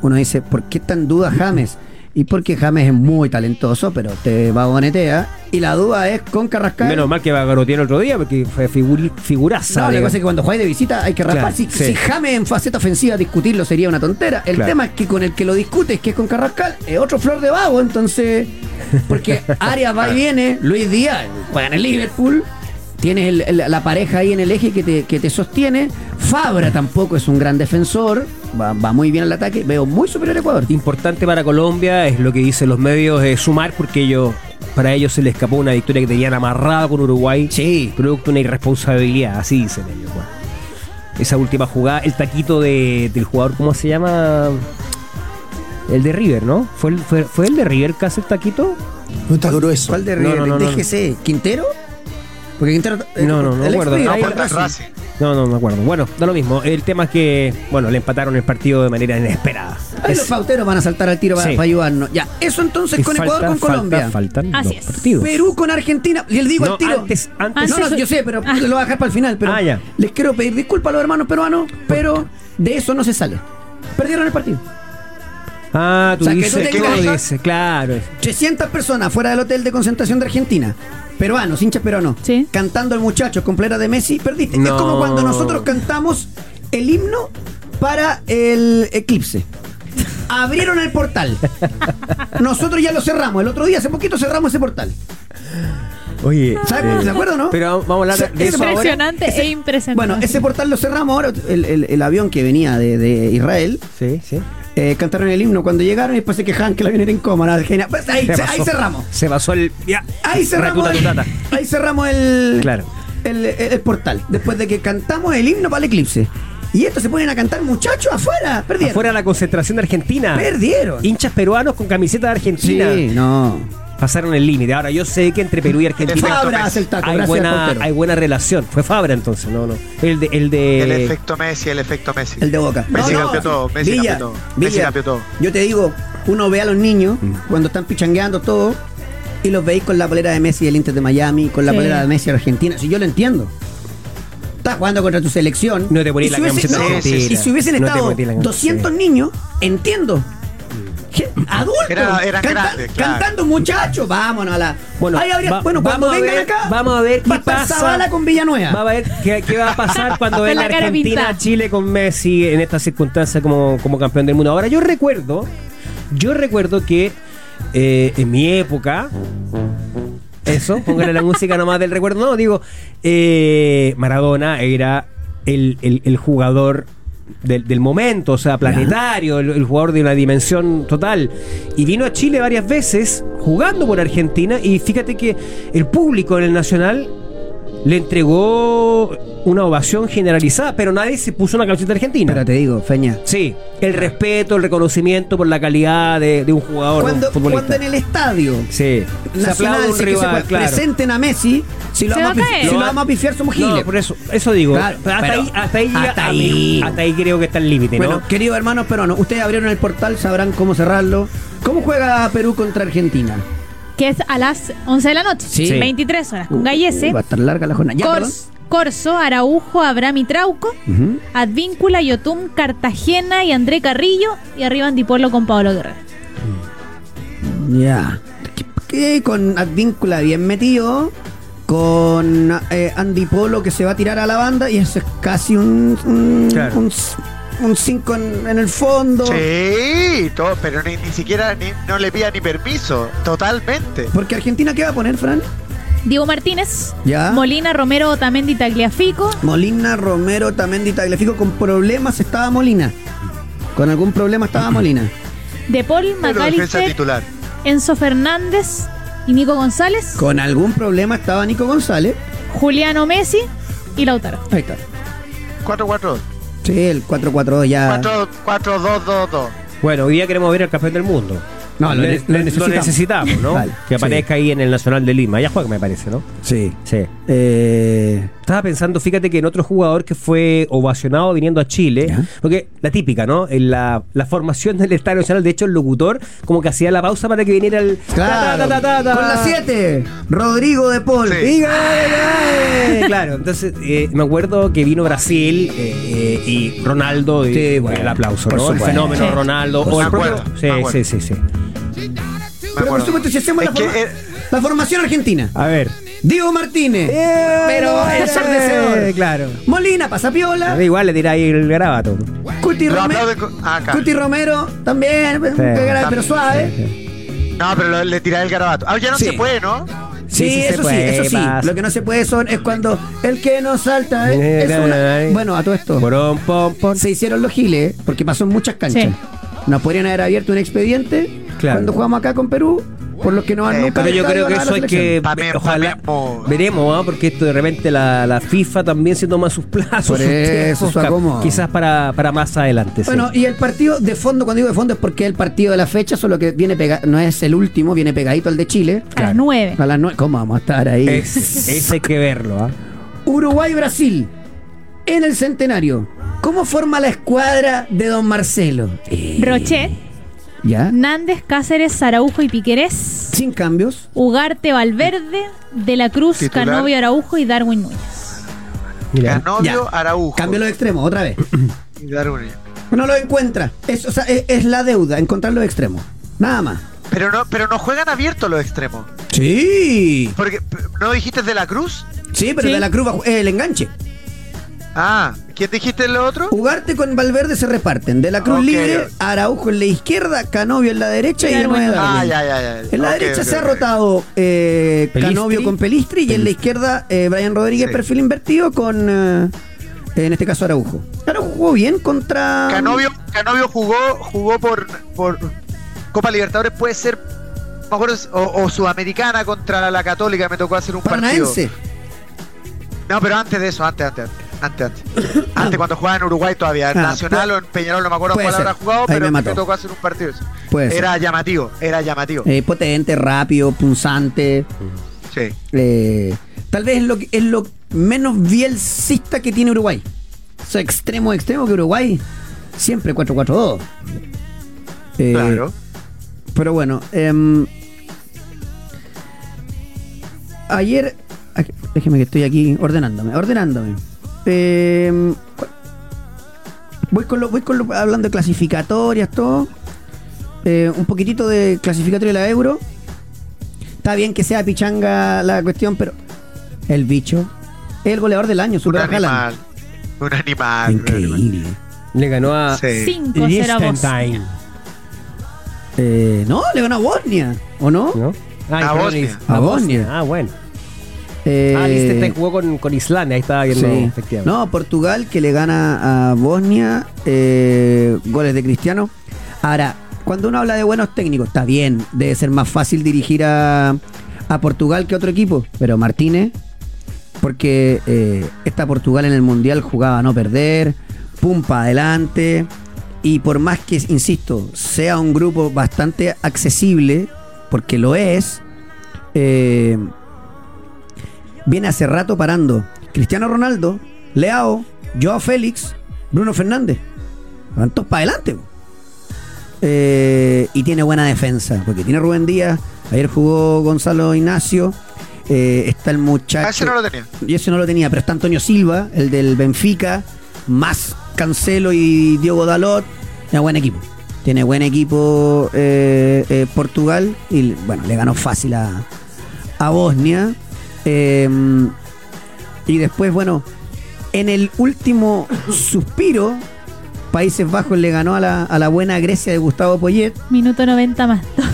Speaker 1: uno dice, ¿por qué tan duda James? Y porque James es muy talentoso, pero te vagonetea. Y la duda es con Carrascal.
Speaker 3: Menos mal que va el otro día porque fue figur- figuraza.
Speaker 1: No, la
Speaker 3: digamos.
Speaker 1: cosa es que cuando jugáis de visita hay que raspar.
Speaker 3: Claro,
Speaker 1: si,
Speaker 3: sí.
Speaker 1: si James en faceta ofensiva discutirlo sería una tontera. El
Speaker 3: Claro.
Speaker 1: tema es que con el que lo discutes, que es con Carrascal, es otro flor de vago. Entonces,
Speaker 3: [laughs]
Speaker 1: porque Arias va y viene, Luis Díaz juega en el Liverpool. Tienes el- el- la pareja ahí en el eje que te, que te sostiene. Fabra tampoco es un gran defensor. Va, va muy bien al ataque. Veo muy superior a Ecuador.
Speaker 3: Importante para Colombia es lo que dicen los medios es sumar porque ellos para ellos se les escapó una victoria que tenían amarrada con Uruguay. Sí. Producto de una irresponsabilidad, así dicen ellos. bueno. Esa última jugada, el taquito de- del jugador, ¿cómo se llama? El de River, ¿no? ¿Fue el, fue, fue el de River que hace el taquito?
Speaker 8: No estás grueso.
Speaker 1: ¿Cuál de
Speaker 3: No, no, no, no, no.
Speaker 1: DGC? ¿Quintero? Porque Quintero.
Speaker 3: No, no, no
Speaker 1: el ex
Speaker 3: acuerdo.
Speaker 1: River,
Speaker 3: No,
Speaker 1: ahí
Speaker 5: nombró.
Speaker 1: el
Speaker 5: Aporta
Speaker 1: Racing.
Speaker 5: Racing.
Speaker 3: No, no me acuerdo. Bueno, da lo mismo. El tema es que, bueno, le empataron el partido de manera inesperada.
Speaker 1: Ahí los pauteros van a saltar al tiro para,
Speaker 3: Sí.
Speaker 1: para ayudarnos. Ya, eso entonces
Speaker 3: Y
Speaker 1: con
Speaker 3: falta-
Speaker 1: Ecuador, con
Speaker 3: falta-
Speaker 1: Colombia.
Speaker 3: Faltan
Speaker 2: Así
Speaker 3: dos
Speaker 2: es.
Speaker 3: partidos.
Speaker 1: Perú con Argentina. Y él digo
Speaker 3: No,
Speaker 1: al tiro.
Speaker 3: antes- antes-
Speaker 1: No, no,
Speaker 2: Antes-
Speaker 1: yo sé, pero
Speaker 2: Ah.
Speaker 1: lo voy a dejar para el final. Pero
Speaker 3: Ah, ya.
Speaker 1: les quiero pedir disculpas a los hermanos peruanos, pero de eso no se sale. Perdieron el partido.
Speaker 3: Ah,
Speaker 1: O
Speaker 3: tú
Speaker 1: sea, que tú
Speaker 3: dices,
Speaker 1: tengas-
Speaker 3: tú dices, claro.
Speaker 1: 300 personas fuera del hotel de concentración de Argentina. Peruanos, hinchas peruanos.
Speaker 2: Sí.
Speaker 1: Cantando el muchacho con plera de Messi, perdiste. Es
Speaker 3: No.
Speaker 1: como cuando nosotros cantamos el himno para el eclipse. Abrieron el portal. Nosotros ya lo cerramos. El otro día, hace poquito, cerramos ese portal.
Speaker 3: Oye, eh,
Speaker 1: ¿Sabes? ¿De acuerdo, no?
Speaker 3: Pero vamos a hablar
Speaker 1: Sí,
Speaker 3: de
Speaker 1: es
Speaker 3: eso ahora.
Speaker 2: Impresionante e impresionante.
Speaker 1: Bueno, ese portal lo cerramos ahora. El, el- el avión que venía de, de Israel
Speaker 3: Sí, sí.
Speaker 1: eh, cantaron el himno cuando llegaron y después se quejaban que el avión era en coma. nada, genial. Pues ahí,
Speaker 3: Se
Speaker 1: se-
Speaker 3: pasó.
Speaker 1: ahí cerramos.
Speaker 3: Se pasó el. ya.
Speaker 1: Ahí cerramos,
Speaker 3: Ratuta,
Speaker 1: el,
Speaker 3: tutata.
Speaker 1: ahí cerramos el,
Speaker 3: Claro.
Speaker 1: el, el- el portal. Después de que cantamos el himno para el eclipse. Y estos se ponen a cantar, muchachos, afuera. Perdieron.
Speaker 3: Afuera la concentración de Argentina.
Speaker 1: Perdieron.
Speaker 3: Hinchas peruanos con camiseta de
Speaker 1: Sí,
Speaker 3: Argentina.
Speaker 1: no.
Speaker 3: Pasaron el límite. Ahora yo sé que entre Perú y Argentina
Speaker 1: Fabra hace el taco,
Speaker 3: hay,
Speaker 1: gracias,
Speaker 3: buena,
Speaker 1: portero.
Speaker 3: hay buena relación. Fue Fabra entonces, no, no. El de, el de
Speaker 5: El efecto Messi, el efecto Messi.
Speaker 1: El de Boca.
Speaker 5: Messi cambió todo, Messi cambió todo, Messi cambió todo. Mm.
Speaker 1: Yo te digo, uno ve a los niños cuando están pichangueando todo y los veis con la polera de Messi del Inter de Miami, con la
Speaker 2: Sí.
Speaker 1: polera de Messi de Argentina. Si yo lo entiendo. Estás jugando contra tu selección.
Speaker 3: No te ponís
Speaker 1: Y
Speaker 3: la
Speaker 1: si hubiese-
Speaker 3: camiseta
Speaker 1: no,
Speaker 3: argentina.
Speaker 1: Y si hubiesen
Speaker 3: No te
Speaker 1: estado
Speaker 3: ponís la camiseta.
Speaker 1: 200 niños, entiendo. Je- Adultos,
Speaker 5: Era- eran
Speaker 1: canta-
Speaker 5: grandes, claro.
Speaker 1: cantando muchachos, vámonos a la.
Speaker 3: Bueno,
Speaker 1: Ahí habría-
Speaker 3: va-
Speaker 1: bueno cuando
Speaker 3: vamos a
Speaker 1: vengan
Speaker 3: ver-
Speaker 1: acá,
Speaker 3: vamos a ver qué
Speaker 1: va a estar
Speaker 3: pasa.
Speaker 1: Zavala con Villanueva.
Speaker 3: Va a ver qué, qué va a pasar
Speaker 2: [laughs]
Speaker 3: cuando
Speaker 2: Con
Speaker 3: venga
Speaker 2: la cara
Speaker 3: Argentina a
Speaker 2: pintada.
Speaker 3: Chile con Messi en esta circunstancia como, como campeón del mundo. Ahora yo recuerdo, yo recuerdo que eh, en mi época, eso, póngale la música nomás del recuerdo. No, digo, eh, Maradona era el, el- el jugador del, del momento, o sea, planetario, el, el jugador de una dimensión total. Y vino a Chile varias veces jugando por Argentina y fíjate que el público en el Nacional le entregó una ovación generalizada, pero nadie se puso una camiseta argentina.
Speaker 1: Pero te digo, Feña,
Speaker 3: Sí, el respeto, el reconocimiento por la calidad de, de un jugador, de un
Speaker 1: cuando,
Speaker 3: futbolista.
Speaker 1: cuando en el estadio
Speaker 3: Sí. Se
Speaker 1: nacional
Speaker 3: aplaude un
Speaker 1: si que se
Speaker 3: rival,
Speaker 1: puede-
Speaker 3: claro.
Speaker 1: presenten a Messi, si lo,
Speaker 2: Se
Speaker 1: vamos a,
Speaker 2: va a
Speaker 1: pifi-
Speaker 2: caer.
Speaker 1: si
Speaker 2: Lo
Speaker 1: lo
Speaker 3: va-
Speaker 1: vamos a pifiar somos
Speaker 3: No,
Speaker 1: giles.
Speaker 3: por eso, eso digo.
Speaker 1: Claro,
Speaker 3: Pero hasta,
Speaker 1: pero-
Speaker 3: ahí, hasta ahí llega-
Speaker 1: hasta
Speaker 3: a
Speaker 1: ahí.
Speaker 3: mí- hasta ahí creo que está el límite,
Speaker 1: bueno,
Speaker 3: ¿no?
Speaker 1: queridos hermanos peruanos, ustedes abrieron el portal, sabrán cómo cerrarlo. ¿Cómo juega Perú contra Argentina?
Speaker 2: Que es a las 11 de la noche.
Speaker 3: Sí.
Speaker 2: 23 horas. Con Gallese,
Speaker 1: Uh, va a estar larga la jornada. Ya, perdón.
Speaker 2: Cors- Corso, Araujo, Abrami Trauco,
Speaker 1: Ujú.
Speaker 2: Advíncula, Yotum, Cartagena y André Carrillo. Y arriba Antipolo con Pablo Guerrero.
Speaker 1: Ya. Que con Advíncula bien metido, con eh, Andy Polo que se va a tirar a la banda y eso es casi un un
Speaker 3: Claro.
Speaker 1: un c- un 5 en, en el fondo.
Speaker 5: Sí, todo, pero ni, ni siquiera ni- no le pida ni permiso, totalmente.
Speaker 1: Porque Argentina qué va a poner, Fran?
Speaker 2: Diego Martínez,
Speaker 1: Ya.
Speaker 2: Molina, Romero, Otamendi, Tagliafico.
Speaker 1: Molina, Romero, Tamendi, Tagliafico, con problemas estaba Molina. Con algún problema estaba Molina.
Speaker 2: De Paul,
Speaker 5: Pero defensa
Speaker 2: Macalister,
Speaker 5: titular.
Speaker 2: Enzo Fernández y Nico González.
Speaker 1: Con algún problema estaba Nico González.
Speaker 2: Juliano Messi y Lautaro.
Speaker 1: Ahí está.
Speaker 5: 4-4-2.
Speaker 1: Sí, el 4-4-2 ya.
Speaker 5: 4-2-2-2.
Speaker 3: Bueno, hoy día queremos ver al campeón del mundo.
Speaker 1: No, lo ne- lo necesitamos.
Speaker 3: necesitamos, ¿no?
Speaker 1: Vale,
Speaker 3: que aparezca ahí en el Nacional de Lima. Ya juega, me parece, ¿no?
Speaker 1: Sí.
Speaker 3: Sí.
Speaker 1: Eh,
Speaker 3: Estaba pensando, fíjate que en otro jugador que fue ovacionado viniendo a Chile,
Speaker 1: Ya.
Speaker 3: porque la típica, ¿no? En la, la formación del Estadio Nacional, de hecho, el locutor como que hacía la pausa para que viniera el.
Speaker 1: claro.
Speaker 3: Ta, ta, ta, ta, ta.
Speaker 1: Con la 7, Rodrigo de Paul.
Speaker 5: Sí.
Speaker 1: Diga, diga,
Speaker 3: Eh, [laughs]
Speaker 1: diga.
Speaker 3: Claro, entonces eh, me acuerdo que vino Brasil eh, eh, y Ronaldo y
Speaker 1: Sí, bueno,
Speaker 3: el aplauso,
Speaker 1: por
Speaker 3: ¿no? El
Speaker 1: supuesto.
Speaker 3: fenómeno
Speaker 1: Sí.
Speaker 3: Ronaldo
Speaker 1: Por
Speaker 3: o el
Speaker 5: supuesto.
Speaker 3: propio-
Speaker 5: Me acuerdo.
Speaker 3: Sí, sí, sí, sí.
Speaker 1: Pero por supuesto, si hacemos la,
Speaker 5: Es que eh,
Speaker 1: forma-
Speaker 5: era-
Speaker 1: la formación argentina.
Speaker 3: A ver.
Speaker 1: Diego Martínez. pero
Speaker 3: eh,
Speaker 1: el sordecedor.
Speaker 3: claro.
Speaker 1: Molina,
Speaker 3: Da
Speaker 1: pasapiola.
Speaker 3: Igual le dirá ahí el garabato.
Speaker 1: Cuti
Speaker 5: Lo
Speaker 1: Romero.
Speaker 5: aplauden con- ah, acá.
Speaker 1: Cuti Romero también. Pero suave.
Speaker 5: No, pero lo- le tiraré el garabato. Ah, ya no
Speaker 1: Sí.
Speaker 5: se puede, ¿no?
Speaker 1: Sí,
Speaker 3: Sí, sí se
Speaker 1: eso
Speaker 3: puede,
Speaker 1: sí, eso sí.
Speaker 3: pasa.
Speaker 1: Lo que no se puede son es cuando el que no salta ¿eh? es una- Bueno, a todo esto.
Speaker 3: Porón, pom, pom.
Speaker 1: Se hicieron los giles, ¿eh? porque pasó en muchas canchas.
Speaker 2: Sí.
Speaker 1: Nos podrían haber abierto un expediente
Speaker 3: Claro.
Speaker 1: cuando jugamos acá con Perú, por los que no van
Speaker 5: Eh,
Speaker 1: nunca
Speaker 3: Pero
Speaker 1: al
Speaker 3: yo
Speaker 1: estadio
Speaker 3: creo que
Speaker 1: a la
Speaker 3: eso hay
Speaker 1: selección.
Speaker 3: que.
Speaker 5: Pa' mí, pa'
Speaker 3: Ojalá.
Speaker 5: mí, po.
Speaker 3: Veremos, ¿ah? Porque esto de repente la, la FIFA también se toma sus plazos.
Speaker 1: Por
Speaker 3: sus
Speaker 1: eso,
Speaker 3: tiempos,
Speaker 1: su acomodo.
Speaker 3: Quizás para, para más adelante. sí.
Speaker 1: Bueno, y el partido de fondo, cuando digo de fondo es porque es el partido de la fecha, solo que viene pega no es el último, viene pegadito al de Chile.
Speaker 2: A las 9.
Speaker 1: A las nueve- ¿Cómo vamos a estar ahí?
Speaker 3: Es- ese hay que verlo, ¿ah?
Speaker 1: Uruguay-Brasil. en el centenario. ¿Cómo forma la escuadra de Don Marcelo? Eh,
Speaker 2: Rochet,
Speaker 1: ¿Ya?
Speaker 2: Nández, Cáceres, Araujo y Piquerés.
Speaker 1: Sin cambios.
Speaker 2: Ugarte, Valverde, De la Cruz,
Speaker 5: Titular.
Speaker 2: Canovio, Araujo y Darwin Núñez.
Speaker 3: Mira,
Speaker 5: Canovio,
Speaker 1: Ya.
Speaker 5: Araujo.
Speaker 1: Cambio los extremos, otra vez.
Speaker 5: Y Darwin.
Speaker 1: No lo encuentra. Es, o sea, es, es la deuda, encontrar los extremos. Nada más.
Speaker 5: Pero no, pero no juegan abiertos los extremos.
Speaker 1: Sí.
Speaker 5: Porque ¿no dijiste de la cruz?
Speaker 1: Sí, pero
Speaker 2: Sí.
Speaker 1: de la cruz bajo- eh, el enganche.
Speaker 5: Ah, ¿quién dijiste lo otro?
Speaker 1: Ugarte con Valverde se reparten. De la cruz
Speaker 5: Ok.
Speaker 1: libre, Araujo en la izquierda, Canovio en la derecha y de nuevo
Speaker 5: Ah,
Speaker 1: Darwin.
Speaker 5: ya, ya, ya.
Speaker 1: En la
Speaker 5: Ok,
Speaker 1: derecha
Speaker 5: ok,
Speaker 1: se ha
Speaker 5: ok.
Speaker 1: rotado eh,
Speaker 3: Pelistri.
Speaker 1: Canovio con Pelistri y en la izquierda eh, Brian Rodríguez,
Speaker 5: Sí.
Speaker 1: perfil invertido con, eh, en este caso, Araujo. Araujo jugó bien contra...
Speaker 5: Canovio, Canovio jugó, jugó por, por Copa Libertadores, puede ser no me acuerdo, o, o Sudamericana contra la, la Católica, me tocó hacer un partido.
Speaker 1: Paranaense.
Speaker 5: No, pero antes de eso, antes, antes, antes, antes.
Speaker 1: [coughs]
Speaker 5: Antes cuando jugaba en Uruguay todavía, en
Speaker 1: Ah,
Speaker 5: Nacional o en Peñarol, no me acuerdo
Speaker 1: puede
Speaker 5: cuál
Speaker 1: ser.
Speaker 5: habrá jugado,
Speaker 1: Ahí
Speaker 5: pero
Speaker 1: me
Speaker 5: me,
Speaker 1: mató.
Speaker 5: tocó hacer un partido. de eso.
Speaker 1: Puede ser.
Speaker 5: Era llamativo, era llamativo.
Speaker 1: Eh, potente, rápido, punzante.
Speaker 5: Sí.
Speaker 1: Eh, tal vez es lo, que- es lo menos bielcista que tiene Uruguay. O sea, extremo, extremo que Uruguay. Siempre 4-4-2. Eh,
Speaker 5: Claro.
Speaker 1: Pero bueno, em, ayer. aquí- Déjeme que estoy aquí ordenándome, ordenándome. Em, cu- voy con lo, voy con lo- hablando de clasificatorias, todo. Eh, un poquitito de clasificatoria de la euro. Está bien que sea pichanga la cuestión, pero el bicho es el goleador del año,
Speaker 5: Un
Speaker 1: super
Speaker 5: animal, un animal. un animal.
Speaker 1: Increíble.
Speaker 3: le ganó a
Speaker 5: Sí.
Speaker 2: 5-0
Speaker 1: este
Speaker 2: a Bosnia.
Speaker 3: Liechtenstein,
Speaker 1: Eh, no, le ganó a Bosnia, ¿o no?
Speaker 3: ¿no? Ah,
Speaker 5: A
Speaker 3: perdón,
Speaker 5: Bosnia.
Speaker 3: es-
Speaker 1: A Bosnia.
Speaker 3: Ah, bueno.
Speaker 1: Eh,
Speaker 3: ah, Liechtenstein jugó con, con Islandia, ahí estaba viendo,
Speaker 1: Sí.
Speaker 3: efectivamente.
Speaker 1: No, Portugal que le gana a Bosnia, eh, goles de Cristiano. Ahora, cuando uno habla de buenos técnicos, está bien, debe ser más fácil dirigir a, a Portugal que a otro equipo, pero Martínez, porque eh, esta Portugal en el Mundial jugaba a no perder, pum pa' adelante, y por más que, insisto, sea un grupo bastante accesible, porque lo es, eh, viene hace rato parando Cristiano Ronaldo, Leao, Joao Félix, Bruno Fernández. Van todos para adelante. po. Eh, y tiene buena defensa, porque tiene Rubén Díaz, ayer jugó Gonzalo Ignacio, eh, está el muchacho...
Speaker 5: Ah, ese no lo tenía.
Speaker 1: Y ese no lo tenía, pero está Antonio Silva, el del Benfica, más Cancelo y Diego Dalot. Tiene buen equipo. Tiene buen equipo eh, eh, Portugal y bueno, le ganó fácil a, a Bosnia. Eh, y después, bueno, en el último suspiro, Países Bajos le ganó a la, a la buena Grecia de Gustavo Poyet.
Speaker 2: Minuto 90 más 2.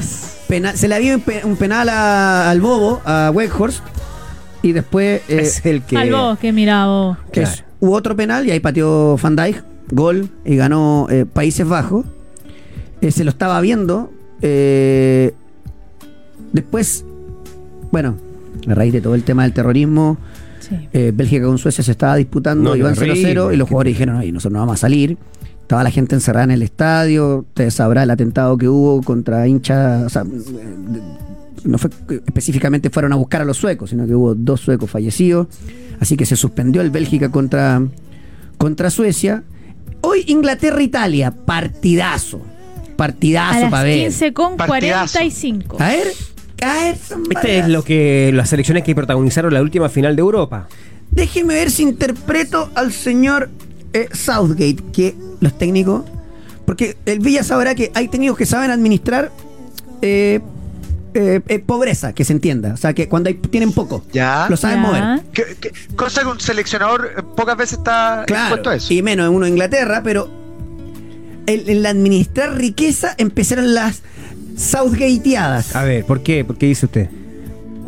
Speaker 1: Pena- se le había un, pe- un penal a- al bobo, a Weghorst. Y después... eh,
Speaker 3: es el que.
Speaker 2: Salvo que miraba vos.
Speaker 1: que es- hubo otro penal y ahí pateó Van Dijk, gol y ganó eh, Países Bajos. Eh, se lo estaba viendo. eh, después, bueno, a raíz de todo el tema del terrorismo,
Speaker 2: Sí.
Speaker 1: eh, Bélgica con Suecia se estaba disputando,
Speaker 3: No, qué
Speaker 1: iban 0-0
Speaker 3: horrible.
Speaker 1: y los jugadores dijeron, ay, nosotros no vamos a salir. Estaba la gente encerrada en el estadio, ustedes sabrán el atentado que hubo contra hinchas, o sea, eh, de- no fue que específicamente fueron a buscar a los suecos, sino que hubo dos suecos fallecidos, así que se suspendió el Bélgica contra, contra Suecia. Hoy Inglaterra-Italia, partidazo,
Speaker 2: A
Speaker 1: partidazo
Speaker 2: las
Speaker 1: para ver.
Speaker 2: 15 con
Speaker 5: Partidazo.
Speaker 2: 45.
Speaker 1: A ver, a ver,
Speaker 3: Este es lo que las selecciones que protagonizaron la última final de Europa.
Speaker 1: Déjeme ver si interpreto al señor eh, Southgate, que los técnicos. Porque el Villa sabrá que hay técnicos que saben administrar eh, eh, eh, pobreza, que se entienda. O sea, que cuando hay- tienen poco,
Speaker 5: Ya.
Speaker 1: lo saben
Speaker 2: Ya.
Speaker 1: mover.
Speaker 5: Que- que- cosa que un seleccionador eh, pocas veces está
Speaker 1: Claro.
Speaker 5: expuesto a eso.
Speaker 1: Y menos en uno en Inglaterra, pero el, el administrar riqueza empezaron las Southgateadas.
Speaker 3: A ver, ¿por qué? ¿Por qué dice usted?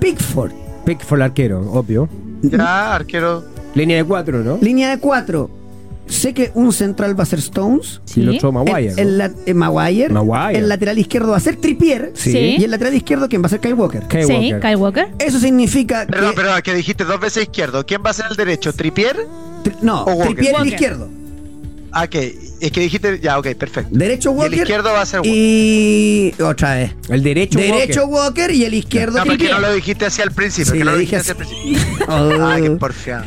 Speaker 1: Pickford,
Speaker 3: Pickford arquero, obvio.
Speaker 5: Ya, arquero.
Speaker 3: Línea de cuatro, ¿no?
Speaker 1: línea de cuatro. Sé que un central va a ser Stones.
Speaker 3: Y el
Speaker 2: Sí.
Speaker 3: otro Maguire.
Speaker 1: El, el
Speaker 3: ¿no?
Speaker 1: la- eh, Maguire,
Speaker 3: Maguire.
Speaker 1: El lateral izquierdo va a ser Tripier.
Speaker 3: Sí.
Speaker 2: Sí.
Speaker 1: Y el lateral izquierdo, ¿quién va a ser Kyle Walker?
Speaker 3: Kyle
Speaker 2: Sí,
Speaker 3: Walker.
Speaker 2: Kyle Walker.
Speaker 1: Eso significa
Speaker 5: Perdón,
Speaker 1: que...
Speaker 5: perdón, que dijiste dos veces izquierdo. ¿Quién va a ser el derecho? ¿Tripier?
Speaker 1: tri- no,
Speaker 5: o Walker.
Speaker 1: Tripier el
Speaker 2: Walker.
Speaker 1: izquierdo.
Speaker 5: Ah, ok. Es que dijiste. Ya, ok, perfecto.
Speaker 1: Derecho
Speaker 5: Y
Speaker 1: Walker.
Speaker 5: el izquierdo va a ser Walker.
Speaker 1: Y... Otra vez.
Speaker 3: El derecho.
Speaker 1: Derecho Walker, y el izquierdo
Speaker 5: No, Ah,
Speaker 1: [laughs]
Speaker 5: porque
Speaker 1: Trippier. Oh,
Speaker 5: no lo dijiste así al principio.
Speaker 1: Sí,
Speaker 5: que no
Speaker 1: le
Speaker 5: lo
Speaker 1: dije
Speaker 5: dijiste
Speaker 1: así.
Speaker 5: así al principio. Ay, qué porfiado.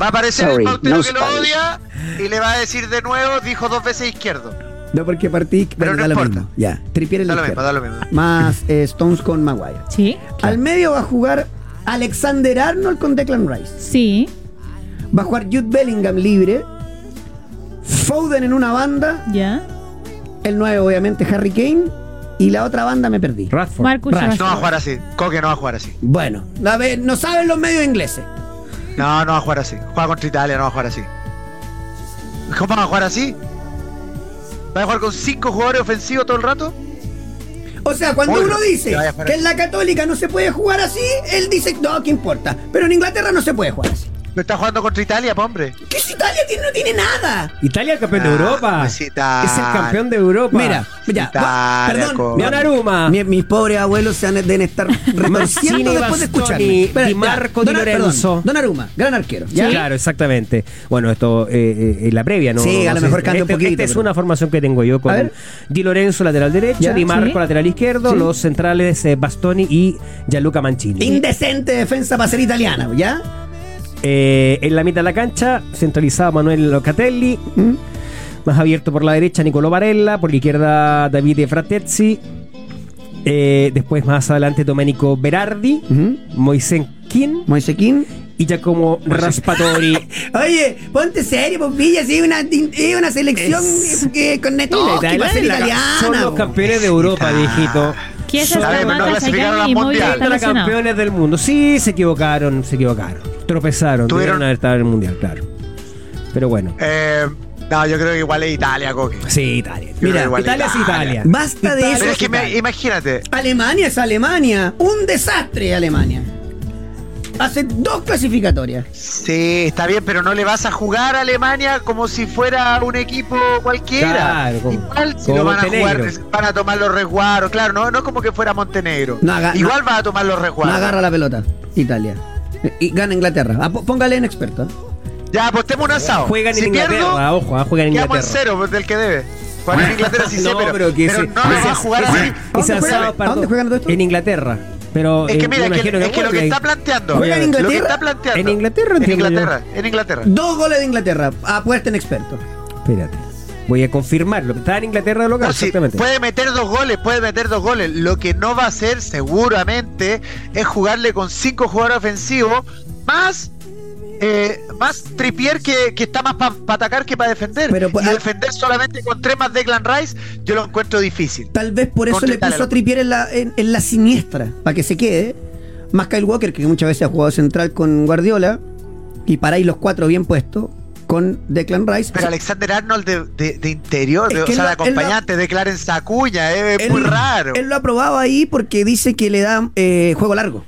Speaker 5: Va a aparecer
Speaker 9: Sorry,
Speaker 5: el Pautero
Speaker 9: no
Speaker 5: que lo
Speaker 9: Spanish.
Speaker 5: odia y le va a decir de nuevo, dijo dos veces izquierdo.
Speaker 1: No porque partí,
Speaker 5: Pero
Speaker 1: bueno,
Speaker 5: no
Speaker 1: da lo
Speaker 5: importa.
Speaker 1: mismo. Ya, Trippier en
Speaker 5: Da
Speaker 1: la
Speaker 5: lo mismo, da
Speaker 1: izquierda.
Speaker 5: lo mismo.
Speaker 1: Más eh, Stones con Maguire.
Speaker 2: Sí,
Speaker 1: Al medio va a jugar Alexander Arnold con Declan Rice.
Speaker 2: sí,
Speaker 1: Va a jugar Jude Bellingham libre. Foden en una banda.
Speaker 2: ya.
Speaker 1: El 9, obviamente, Harry Kane. Y la otra banda me perdí.
Speaker 3: Radford.
Speaker 2: Marcus
Speaker 1: Rashford.
Speaker 5: No va a
Speaker 2: Rashford.
Speaker 5: jugar así. Coque no va a jugar así.
Speaker 1: Bueno, a ver, no saben los medios ingleses.
Speaker 5: No, no va a jugar así. Juega contra Italia, no va a jugar así. ¿Cómo va a jugar así? ¿Va a jugar con cinco jugadores ofensivos todo el rato?
Speaker 1: O sea, cuando
Speaker 5: Muy
Speaker 1: uno
Speaker 5: bien.
Speaker 1: dice
Speaker 5: Te vaya para-
Speaker 1: que en la católica no se puede jugar así, él dice, no, ¿qué importa? Pero en Inglaterra no se puede jugar así.
Speaker 5: ¿No está jugando contra Italia, po, hombre?
Speaker 1: ¿Qué si Italia tiene- no tiene nada?
Speaker 3: Italia es campeón de
Speaker 5: Ah,
Speaker 3: Europa.
Speaker 5: pues
Speaker 3: Es
Speaker 5: sí,
Speaker 3: el
Speaker 5: Italia.
Speaker 3: campeón de Europa.
Speaker 1: Mira, ya, va-
Speaker 5: Italia,
Speaker 1: perdón.
Speaker 5: co-
Speaker 1: mi-
Speaker 3: Donnarumma.
Speaker 1: mi- mis pobres abuelos se han, deben estar retorciendo
Speaker 3: [laughs] Mancini,
Speaker 1: después de
Speaker 3: Bastoni,
Speaker 1: escucharme. Espera,
Speaker 3: Di
Speaker 1: ya,
Speaker 3: Marco, Di
Speaker 1: Dona- perdón,
Speaker 3: Lorenzo.
Speaker 1: Donnarumma, gran arquero.
Speaker 3: Sí, Claro, exactamente. Bueno, esto eh, eh, la previa, ¿no?
Speaker 1: Sí, a lo
Speaker 3: No sé,
Speaker 1: mejor cambia un
Speaker 3: este-
Speaker 1: poquito,
Speaker 3: Esta es
Speaker 1: pero-
Speaker 3: una formación que tengo yo
Speaker 1: A
Speaker 3: con
Speaker 1: ver.
Speaker 3: Di Lorenzo, lateral derecho,
Speaker 1: Ya,
Speaker 3: Di Marco,
Speaker 2: sí.
Speaker 3: lateral izquierdo,
Speaker 1: Sí.
Speaker 3: los centrales eh, Bastoni y Gianluca Mancini.
Speaker 1: Indecente defensa para ser italiana, ¿ya?
Speaker 3: Eh, en la mitad de la cancha, centralizado Manuel Locatelli.
Speaker 1: Mm.
Speaker 3: Más abierto por la derecha, Nicolò Varella. Por la izquierda, Davide Fratezzi. Eh, después, más adelante, Domenico Berardi.
Speaker 1: Mm.
Speaker 3: Moisés Kin
Speaker 1: Moisequín.
Speaker 3: y Giacomo Raspatori.
Speaker 1: [laughs] Oye, ponte serio, pues Villa, si es una, es una selección eh,
Speaker 3: Es-
Speaker 1: que con
Speaker 3: Y la
Speaker 1: neto que va a ser
Speaker 3: Italia,
Speaker 1: italiana. pues.
Speaker 3: Son los
Speaker 1: po.
Speaker 3: campeones de Europa, viejito.
Speaker 2: ¿Qué es esa
Speaker 5: Sabemos, no
Speaker 2: banda
Speaker 5: clasificaron
Speaker 2: Chayanne
Speaker 5: al
Speaker 2: y Móvil
Speaker 5: Mundial.
Speaker 2: está
Speaker 3: Son los
Speaker 2: lesionado?
Speaker 3: campeones del mundo. Sí, se equivocaron, se equivocaron. Tropezaron,
Speaker 5: Tuvieron-
Speaker 3: tuvieron haber estado en el mundial, claro. Pero bueno.
Speaker 5: Eh, no, yo creo que igual es Italia, Coque.
Speaker 3: Sí, Italia.
Speaker 5: Yo
Speaker 3: Mira,
Speaker 5: creo que
Speaker 3: Italia es
Speaker 5: igual
Speaker 3: Italia.
Speaker 1: Basta de eso.
Speaker 5: Pero es que me- imagínate,
Speaker 1: Alemania es Alemania. Un desastre Alemania. Hace dos clasificatorias.
Speaker 5: Sí, está bien, pero no le vas a jugar a Alemania como si fuera un equipo cualquiera.
Speaker 3: Claro, como-
Speaker 5: Igual si
Speaker 3: como
Speaker 5: lo van a
Speaker 3: Montenegro.
Speaker 5: jugar, van a tomar los resguardos. Claro, no, no es como que fuera Montenegro.
Speaker 1: No haga-
Speaker 5: Igual va a tomar los
Speaker 1: No
Speaker 5: resguardos.
Speaker 1: agarra la pelota. Italia. Y gana Inglaterra. Ah, po- póngale en experto. ¿eh?
Speaker 5: Ya, apostemos un asado.
Speaker 3: Juegan en
Speaker 5: si
Speaker 3: Inglaterra,
Speaker 5: pierdo,
Speaker 3: ojo, ah, juegan en
Speaker 5: quedamos en
Speaker 3: Inglaterra.
Speaker 5: cero pues, del que debe. Juegan en Inglaterra
Speaker 1: [laughs]
Speaker 5: sí sé,
Speaker 3: No,
Speaker 5: pero,
Speaker 3: que
Speaker 5: pero
Speaker 3: ese-
Speaker 5: no lo
Speaker 3: ese-
Speaker 5: va a jugar
Speaker 3: ese-
Speaker 5: así.
Speaker 1: ¿A dónde
Speaker 3: ese
Speaker 1: juegan?
Speaker 3: asado,
Speaker 1: ¿A
Speaker 3: perdón,
Speaker 1: dónde juegan todo esto?
Speaker 3: En Inglaterra. Pero
Speaker 5: Es
Speaker 3: eh,
Speaker 5: que mira,
Speaker 3: me
Speaker 5: es que,
Speaker 3: imagino
Speaker 5: es que lo que
Speaker 3: vuelve.
Speaker 5: está planteando,
Speaker 1: ¿Juega en
Speaker 5: lo que
Speaker 1: Inglaterra?
Speaker 5: está planteando,
Speaker 3: En Inglaterra,
Speaker 5: en
Speaker 3: entiendo yo.
Speaker 5: Inglaterra, en Inglaterra.
Speaker 1: Dos goles de Inglaterra. Apuesta en experto.
Speaker 3: Espérate. Voy a confirmarlo. Está en Inglaterra de local,
Speaker 5: No, sí,
Speaker 3: exactamente.
Speaker 5: puede meter dos goles, puede meter dos goles. Lo que no va a hacer seguramente es jugarle con cinco jugadores ofensivos más eh, más Tripier que, que está más para atacar que para defender.
Speaker 1: Pero, pues,
Speaker 5: y
Speaker 1: al-
Speaker 5: defender solamente con tres más Declan Rice, yo lo encuentro difícil.
Speaker 1: Tal vez por eso
Speaker 5: Contra
Speaker 1: le puso
Speaker 5: Italia.
Speaker 1: a Tripier en la, en, en la siniestra, para que se quede. Más Kyle Walker, que muchas veces ha jugado central con Guardiola, y para ahí los cuatro bien puestos, con Declan Rice.
Speaker 5: Pero Alexander Arnold de, de- de interior,
Speaker 1: Es
Speaker 5: de- o
Speaker 1: que
Speaker 5: sea,
Speaker 1: él
Speaker 5: de
Speaker 1: lo- él lo-
Speaker 5: acompañante de Clarence Acuña, eh, es
Speaker 1: Él-
Speaker 5: muy raro.
Speaker 1: Él lo ha probado ahí porque dice que le da eh, juego largo.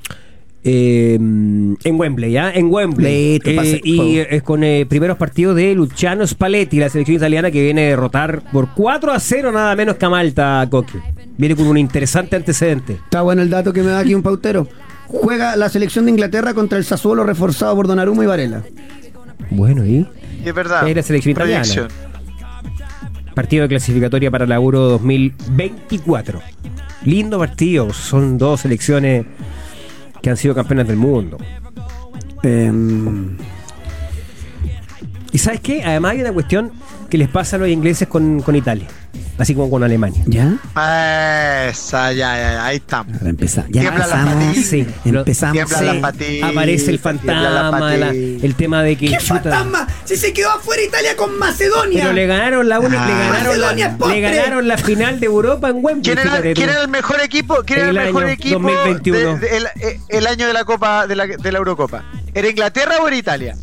Speaker 3: Eh, en Wembley, ¿ya? En Wembley.
Speaker 1: Listo,
Speaker 3: Eh,
Speaker 1: pase,
Speaker 3: y
Speaker 1: juego.
Speaker 3: eh, es con eh, primeros partidos de Luciano Spalletti, la selección italiana que viene a derrotar por 4 a 0 nada menos que a Malta, Coque. Viene con un interesante antecedente.
Speaker 1: Está bueno el dato que me da aquí un pautero. Juega la selección de Inglaterra contra el Sassuolo reforzado por Donnarumma y Varela.
Speaker 3: Bueno, ¿y?
Speaker 5: Y es verdad.
Speaker 3: es la selección
Speaker 5: Ah,
Speaker 3: italiana.
Speaker 5: Proyección.
Speaker 3: Partido de clasificatoria para la Euro 2024. Lindo partido. Son dos selecciones que han sido campeonas del mundo.
Speaker 1: Em,
Speaker 3: ¿Y sabes qué? Además hay una cuestión que les pasa a los ingleses con, con Italia, así como con Alemania.
Speaker 1: ¿Ya?
Speaker 5: Esa, ya, ya, ya, ahí estamos.
Speaker 1: Ahora empezamos. Ya
Speaker 5: Tiembla la
Speaker 1: empezamos.
Speaker 5: patilla.
Speaker 3: Sí.
Speaker 1: empezamos.
Speaker 5: Tiembla
Speaker 3: Sí,
Speaker 5: las patitas,
Speaker 3: aparece el
Speaker 5: tiembla las
Speaker 3: fantasma, la-
Speaker 5: patitas.
Speaker 3: el tema de que.
Speaker 1: ¡Qué
Speaker 3: chuta,
Speaker 1: fantasma! Si se quedó afuera Italia con Macedonia.
Speaker 3: Pero le ganaron la única, le
Speaker 5: Ah.
Speaker 3: ganaron
Speaker 1: Macedonia es
Speaker 3: la,
Speaker 1: postre.
Speaker 3: le ganaron la final de Europa en Wembley.
Speaker 5: ¿Quién era,
Speaker 3: fíjate tú.
Speaker 5: quién era el mejor equipo? ¿Quién era el
Speaker 3: El
Speaker 5: mejor
Speaker 3: año
Speaker 5: equipo
Speaker 3: 2021?
Speaker 5: de- de- el, eh, el año de la Copa de la, de la Eurocopa? ¿Era Inglaterra o era Italia?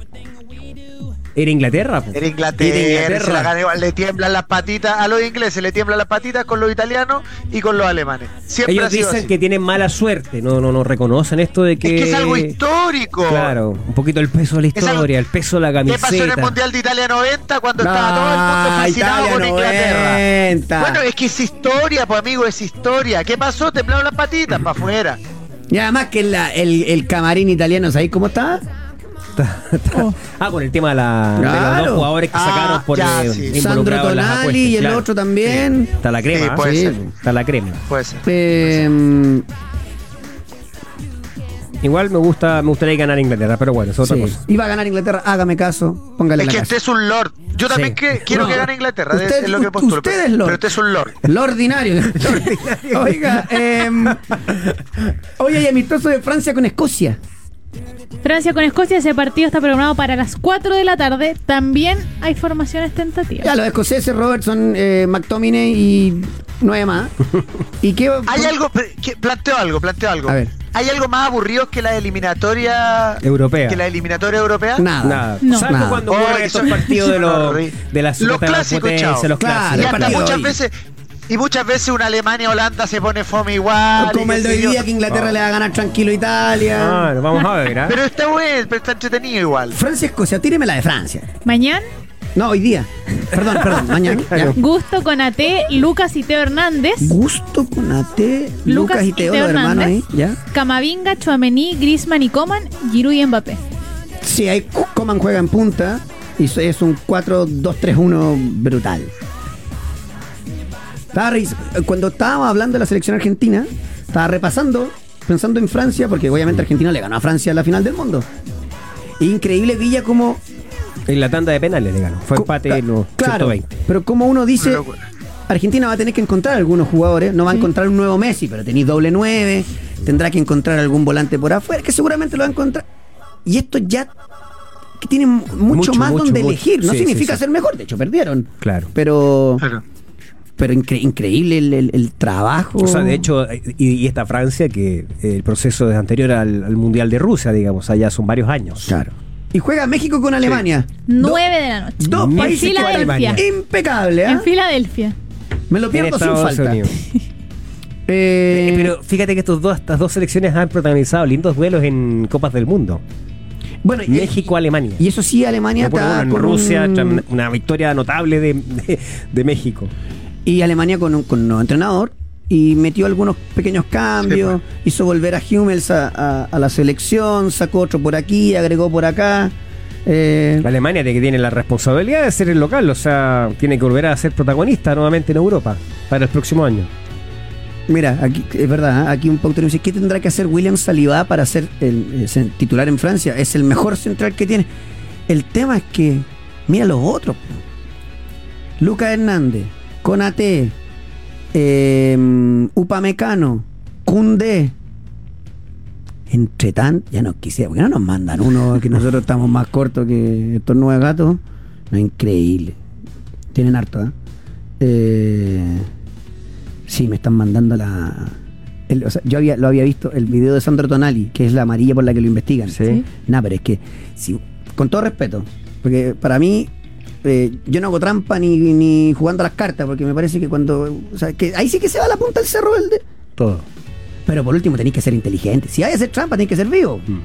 Speaker 3: Era Inglaterra. po.
Speaker 5: Era Inglaterra.
Speaker 3: Era
Speaker 5: se la
Speaker 3: Inglaterra.
Speaker 5: gana igual, le tiemblan las patitas a los ingleses, le tiemblan las patitas con los italianos y con los alemanes. Siempre ha
Speaker 3: Ellos
Speaker 5: sido
Speaker 3: dicen
Speaker 5: así.
Speaker 3: que tienen mala suerte. No, no, no reconocen esto de que.
Speaker 5: es que es algo histórico.
Speaker 3: Claro, un poquito el peso de la
Speaker 5: Es algo-
Speaker 3: historia, el peso de la
Speaker 5: ¿Qué
Speaker 3: camiseta.
Speaker 5: pasó en el Mundial de Italia 90 cuando estaba todo el mundo
Speaker 1: Ah,
Speaker 5: fascinado
Speaker 1: Italia
Speaker 5: con Inglaterra?
Speaker 1: 90.
Speaker 5: Bueno, es que es historia, pues amigo, es historia. ¿Qué pasó? Temblaron las patitas para afuera.
Speaker 1: Y además que la- el, el camarín italiano, ¿sabéis cómo está?
Speaker 3: Ah, con el tema de, la- de los
Speaker 1: Claro.
Speaker 3: dos jugadores que
Speaker 5: Ah,
Speaker 3: sacaron por
Speaker 5: ya,
Speaker 3: eh,
Speaker 5: sí.
Speaker 1: Sandro
Speaker 3: involucrados en las
Speaker 1: Tonali
Speaker 3: apuestas,
Speaker 1: y el
Speaker 3: claro.
Speaker 1: otro también.
Speaker 3: Está la crema.
Speaker 5: Sí, puede
Speaker 3: ¿eh?
Speaker 5: ser.
Speaker 3: Está la crema.
Speaker 5: Puede ser.
Speaker 1: Em,
Speaker 3: Igual me gusta, me gustaría ganar Inglaterra, pero bueno, es otra
Speaker 1: Sí.
Speaker 3: cosa.
Speaker 1: Iba a ganar Inglaterra, hágame caso, póngale
Speaker 5: Es
Speaker 1: la
Speaker 5: que
Speaker 1: casa.
Speaker 5: este usted es un lord. Yo también
Speaker 3: Sí.
Speaker 5: que- quiero
Speaker 1: No.
Speaker 5: que gane Inglaterra. de-
Speaker 1: Usted-
Speaker 5: es lo que
Speaker 1: u-
Speaker 5: posturo,
Speaker 1: usted
Speaker 5: pero-
Speaker 1: es lord.
Speaker 5: Pero usted es un lord.
Speaker 1: Lo ordinario. [laughs] Lo ordinario. Oiga, em, hoy hay amistoso de Francia con Escocia.
Speaker 2: Francia con Escocia, ese partido está programado para las 4 de la tarde. También hay formaciones tentativas.
Speaker 1: Ya, los escoceses, Robertson, eh, McTominay y nueve más. ¿Y qué?
Speaker 5: Hay algo, pre- que- planteo algo, planteo algo.
Speaker 1: A ver.
Speaker 5: ¿Hay algo más aburrido que la eliminatoria
Speaker 3: Europea.
Speaker 5: Que la eliminatoria europea?
Speaker 1: Nada.
Speaker 3: Nada.
Speaker 2: No.
Speaker 3: Salvo
Speaker 1: Nada.
Speaker 3: cuando
Speaker 5: Oh,
Speaker 3: juegan
Speaker 5: que
Speaker 3: estos
Speaker 5: son-
Speaker 3: partidos
Speaker 5: [laughs]
Speaker 3: de, los, de las
Speaker 5: Los
Speaker 3: supuestas
Speaker 5: clásicos,
Speaker 3: potencias,
Speaker 5: chao.
Speaker 3: los
Speaker 1: Claro,
Speaker 3: clásicos.
Speaker 5: Y
Speaker 1: el
Speaker 5: hasta
Speaker 1: partido
Speaker 5: muchas
Speaker 1: hoy.
Speaker 5: veces y muchas veces una Alemania Holanda se pone fome igual.
Speaker 1: Como
Speaker 5: y
Speaker 1: el
Speaker 5: qué
Speaker 1: de hoy
Speaker 5: sé yo.
Speaker 1: día que Inglaterra
Speaker 3: Ah.
Speaker 1: le va a ganar tranquilo a Italia.
Speaker 3: Ah, lo vamos a ver, ¿ah?
Speaker 5: eh, Pero está bueno, pero está entretenido igual.
Speaker 1: Francia-Escocia, tíreme la de Francia.
Speaker 2: Mañana,
Speaker 1: No, hoy día. Perdón, perdón, mañana. ya.
Speaker 2: gusto con AT, Lucas y Teo Hernández.
Speaker 1: Gusto con AT, Lucas, y Teo, los hermanos ahí, ¿ya?
Speaker 2: Camavinga, Chuamení, Grisman y Coman, Giroud y Mbappé.
Speaker 1: Sí, ahí Coman juega en punta y so- es un 4-2-3-1 brutal. Estaba revis- cuando estábamos hablando de la selección argentina, estaba repasando, pensando en Francia, porque obviamente Argentina le ganó a Francia en la final del mundo. Increíble Villa como...
Speaker 3: En la tanda de penales le ganó. Fue empate en los
Speaker 1: claro,
Speaker 3: 120.
Speaker 1: pero como uno dice,
Speaker 5: Una locura.
Speaker 1: Argentina va a tener que encontrar algunos jugadores, no va a encontrar un nuevo Messi, pero tenéis doble 9, tendrá que encontrar algún volante por afuera, que seguramente lo va a encontrar. Y esto ya que tiene mucho,
Speaker 3: Mucho,
Speaker 1: más
Speaker 3: mucho,
Speaker 1: donde
Speaker 3: mucho.
Speaker 1: elegir, no
Speaker 3: Sí, sí,
Speaker 1: significa
Speaker 3: sí.
Speaker 1: ser mejor, de hecho perdieron.
Speaker 3: Claro.
Speaker 1: Pero
Speaker 5: Claro.
Speaker 1: pero incre- increíble el, el- el trabajo.
Speaker 3: O sea, de hecho, eh, y, y esta Francia que eh, el proceso es anterior al, al Mundial de Rusia, digamos, allá son varios años.
Speaker 1: Claro. Y juega México con Alemania.
Speaker 2: 9 de la noche.
Speaker 1: Do- Dos
Speaker 3: En
Speaker 1: países
Speaker 2: Filadelfia.
Speaker 3: con Alemania.
Speaker 1: Impecable, ¿ah?
Speaker 2: En Filadelfia.
Speaker 1: Me lo
Speaker 3: En
Speaker 1: pierdo sin
Speaker 3: Estados
Speaker 1: falta.
Speaker 3: Unidos.
Speaker 1: Eh,
Speaker 3: Eh, Pero fíjate que estos dos, estas dos selecciones han protagonizado lindos duelos en Copas del Mundo.
Speaker 1: bueno, y-
Speaker 3: México-Alemania.
Speaker 1: Eh, Y eso sí, Alemania
Speaker 3: Bueno,
Speaker 1: está
Speaker 3: en
Speaker 1: con
Speaker 3: Rusia,
Speaker 1: un-
Speaker 3: tra- una victoria notable de, de- de México.
Speaker 1: Y Alemania con un, con un nuevo entrenador y metió algunos pequeños cambios,
Speaker 3: pues.
Speaker 1: hizo volver a Hummels a, a- a la selección, sacó otro por aquí, agregó por acá. eh,
Speaker 3: La Alemania de que tiene la responsabilidad de ser el local, o sea, tiene que volver a ser protagonista nuevamente en Europa para el próximo año.
Speaker 1: mira, aquí es verdad, ¿eh? aquí un pautor dice, ¿qué tendrá que hacer William Salivá para ser el, eh, cen- titular en Francia? Es el mejor central que tiene. El tema es que, mira los otros. po. Lucas Hernández, Conate, eh, Upamecano, Cundé. Entre tan, ya nos quisiera, porque no nos mandan uno que nosotros estamos más cortos que estos nueve gatos. No, increíble. Tienen harto, ¿eh? Eh, Sí, me están mandando la. el- o sea, yo había, lo había visto el video de Sandro Tonali, que es la amarilla por la que lo investigan.
Speaker 3: Sí. Sí.
Speaker 1: Nah, pero es que, si, con todo respeto, porque para mí, eh, yo no hago trampa ni, ni jugando a las cartas, porque me parece que cuando. o sea, que ahí sí que se va la punta del cerro del. de-
Speaker 3: Todo.
Speaker 1: pero por último tenéis que ser inteligente. Si hay que hacer trampa, tenéis que ser vivo.
Speaker 3: Hmm.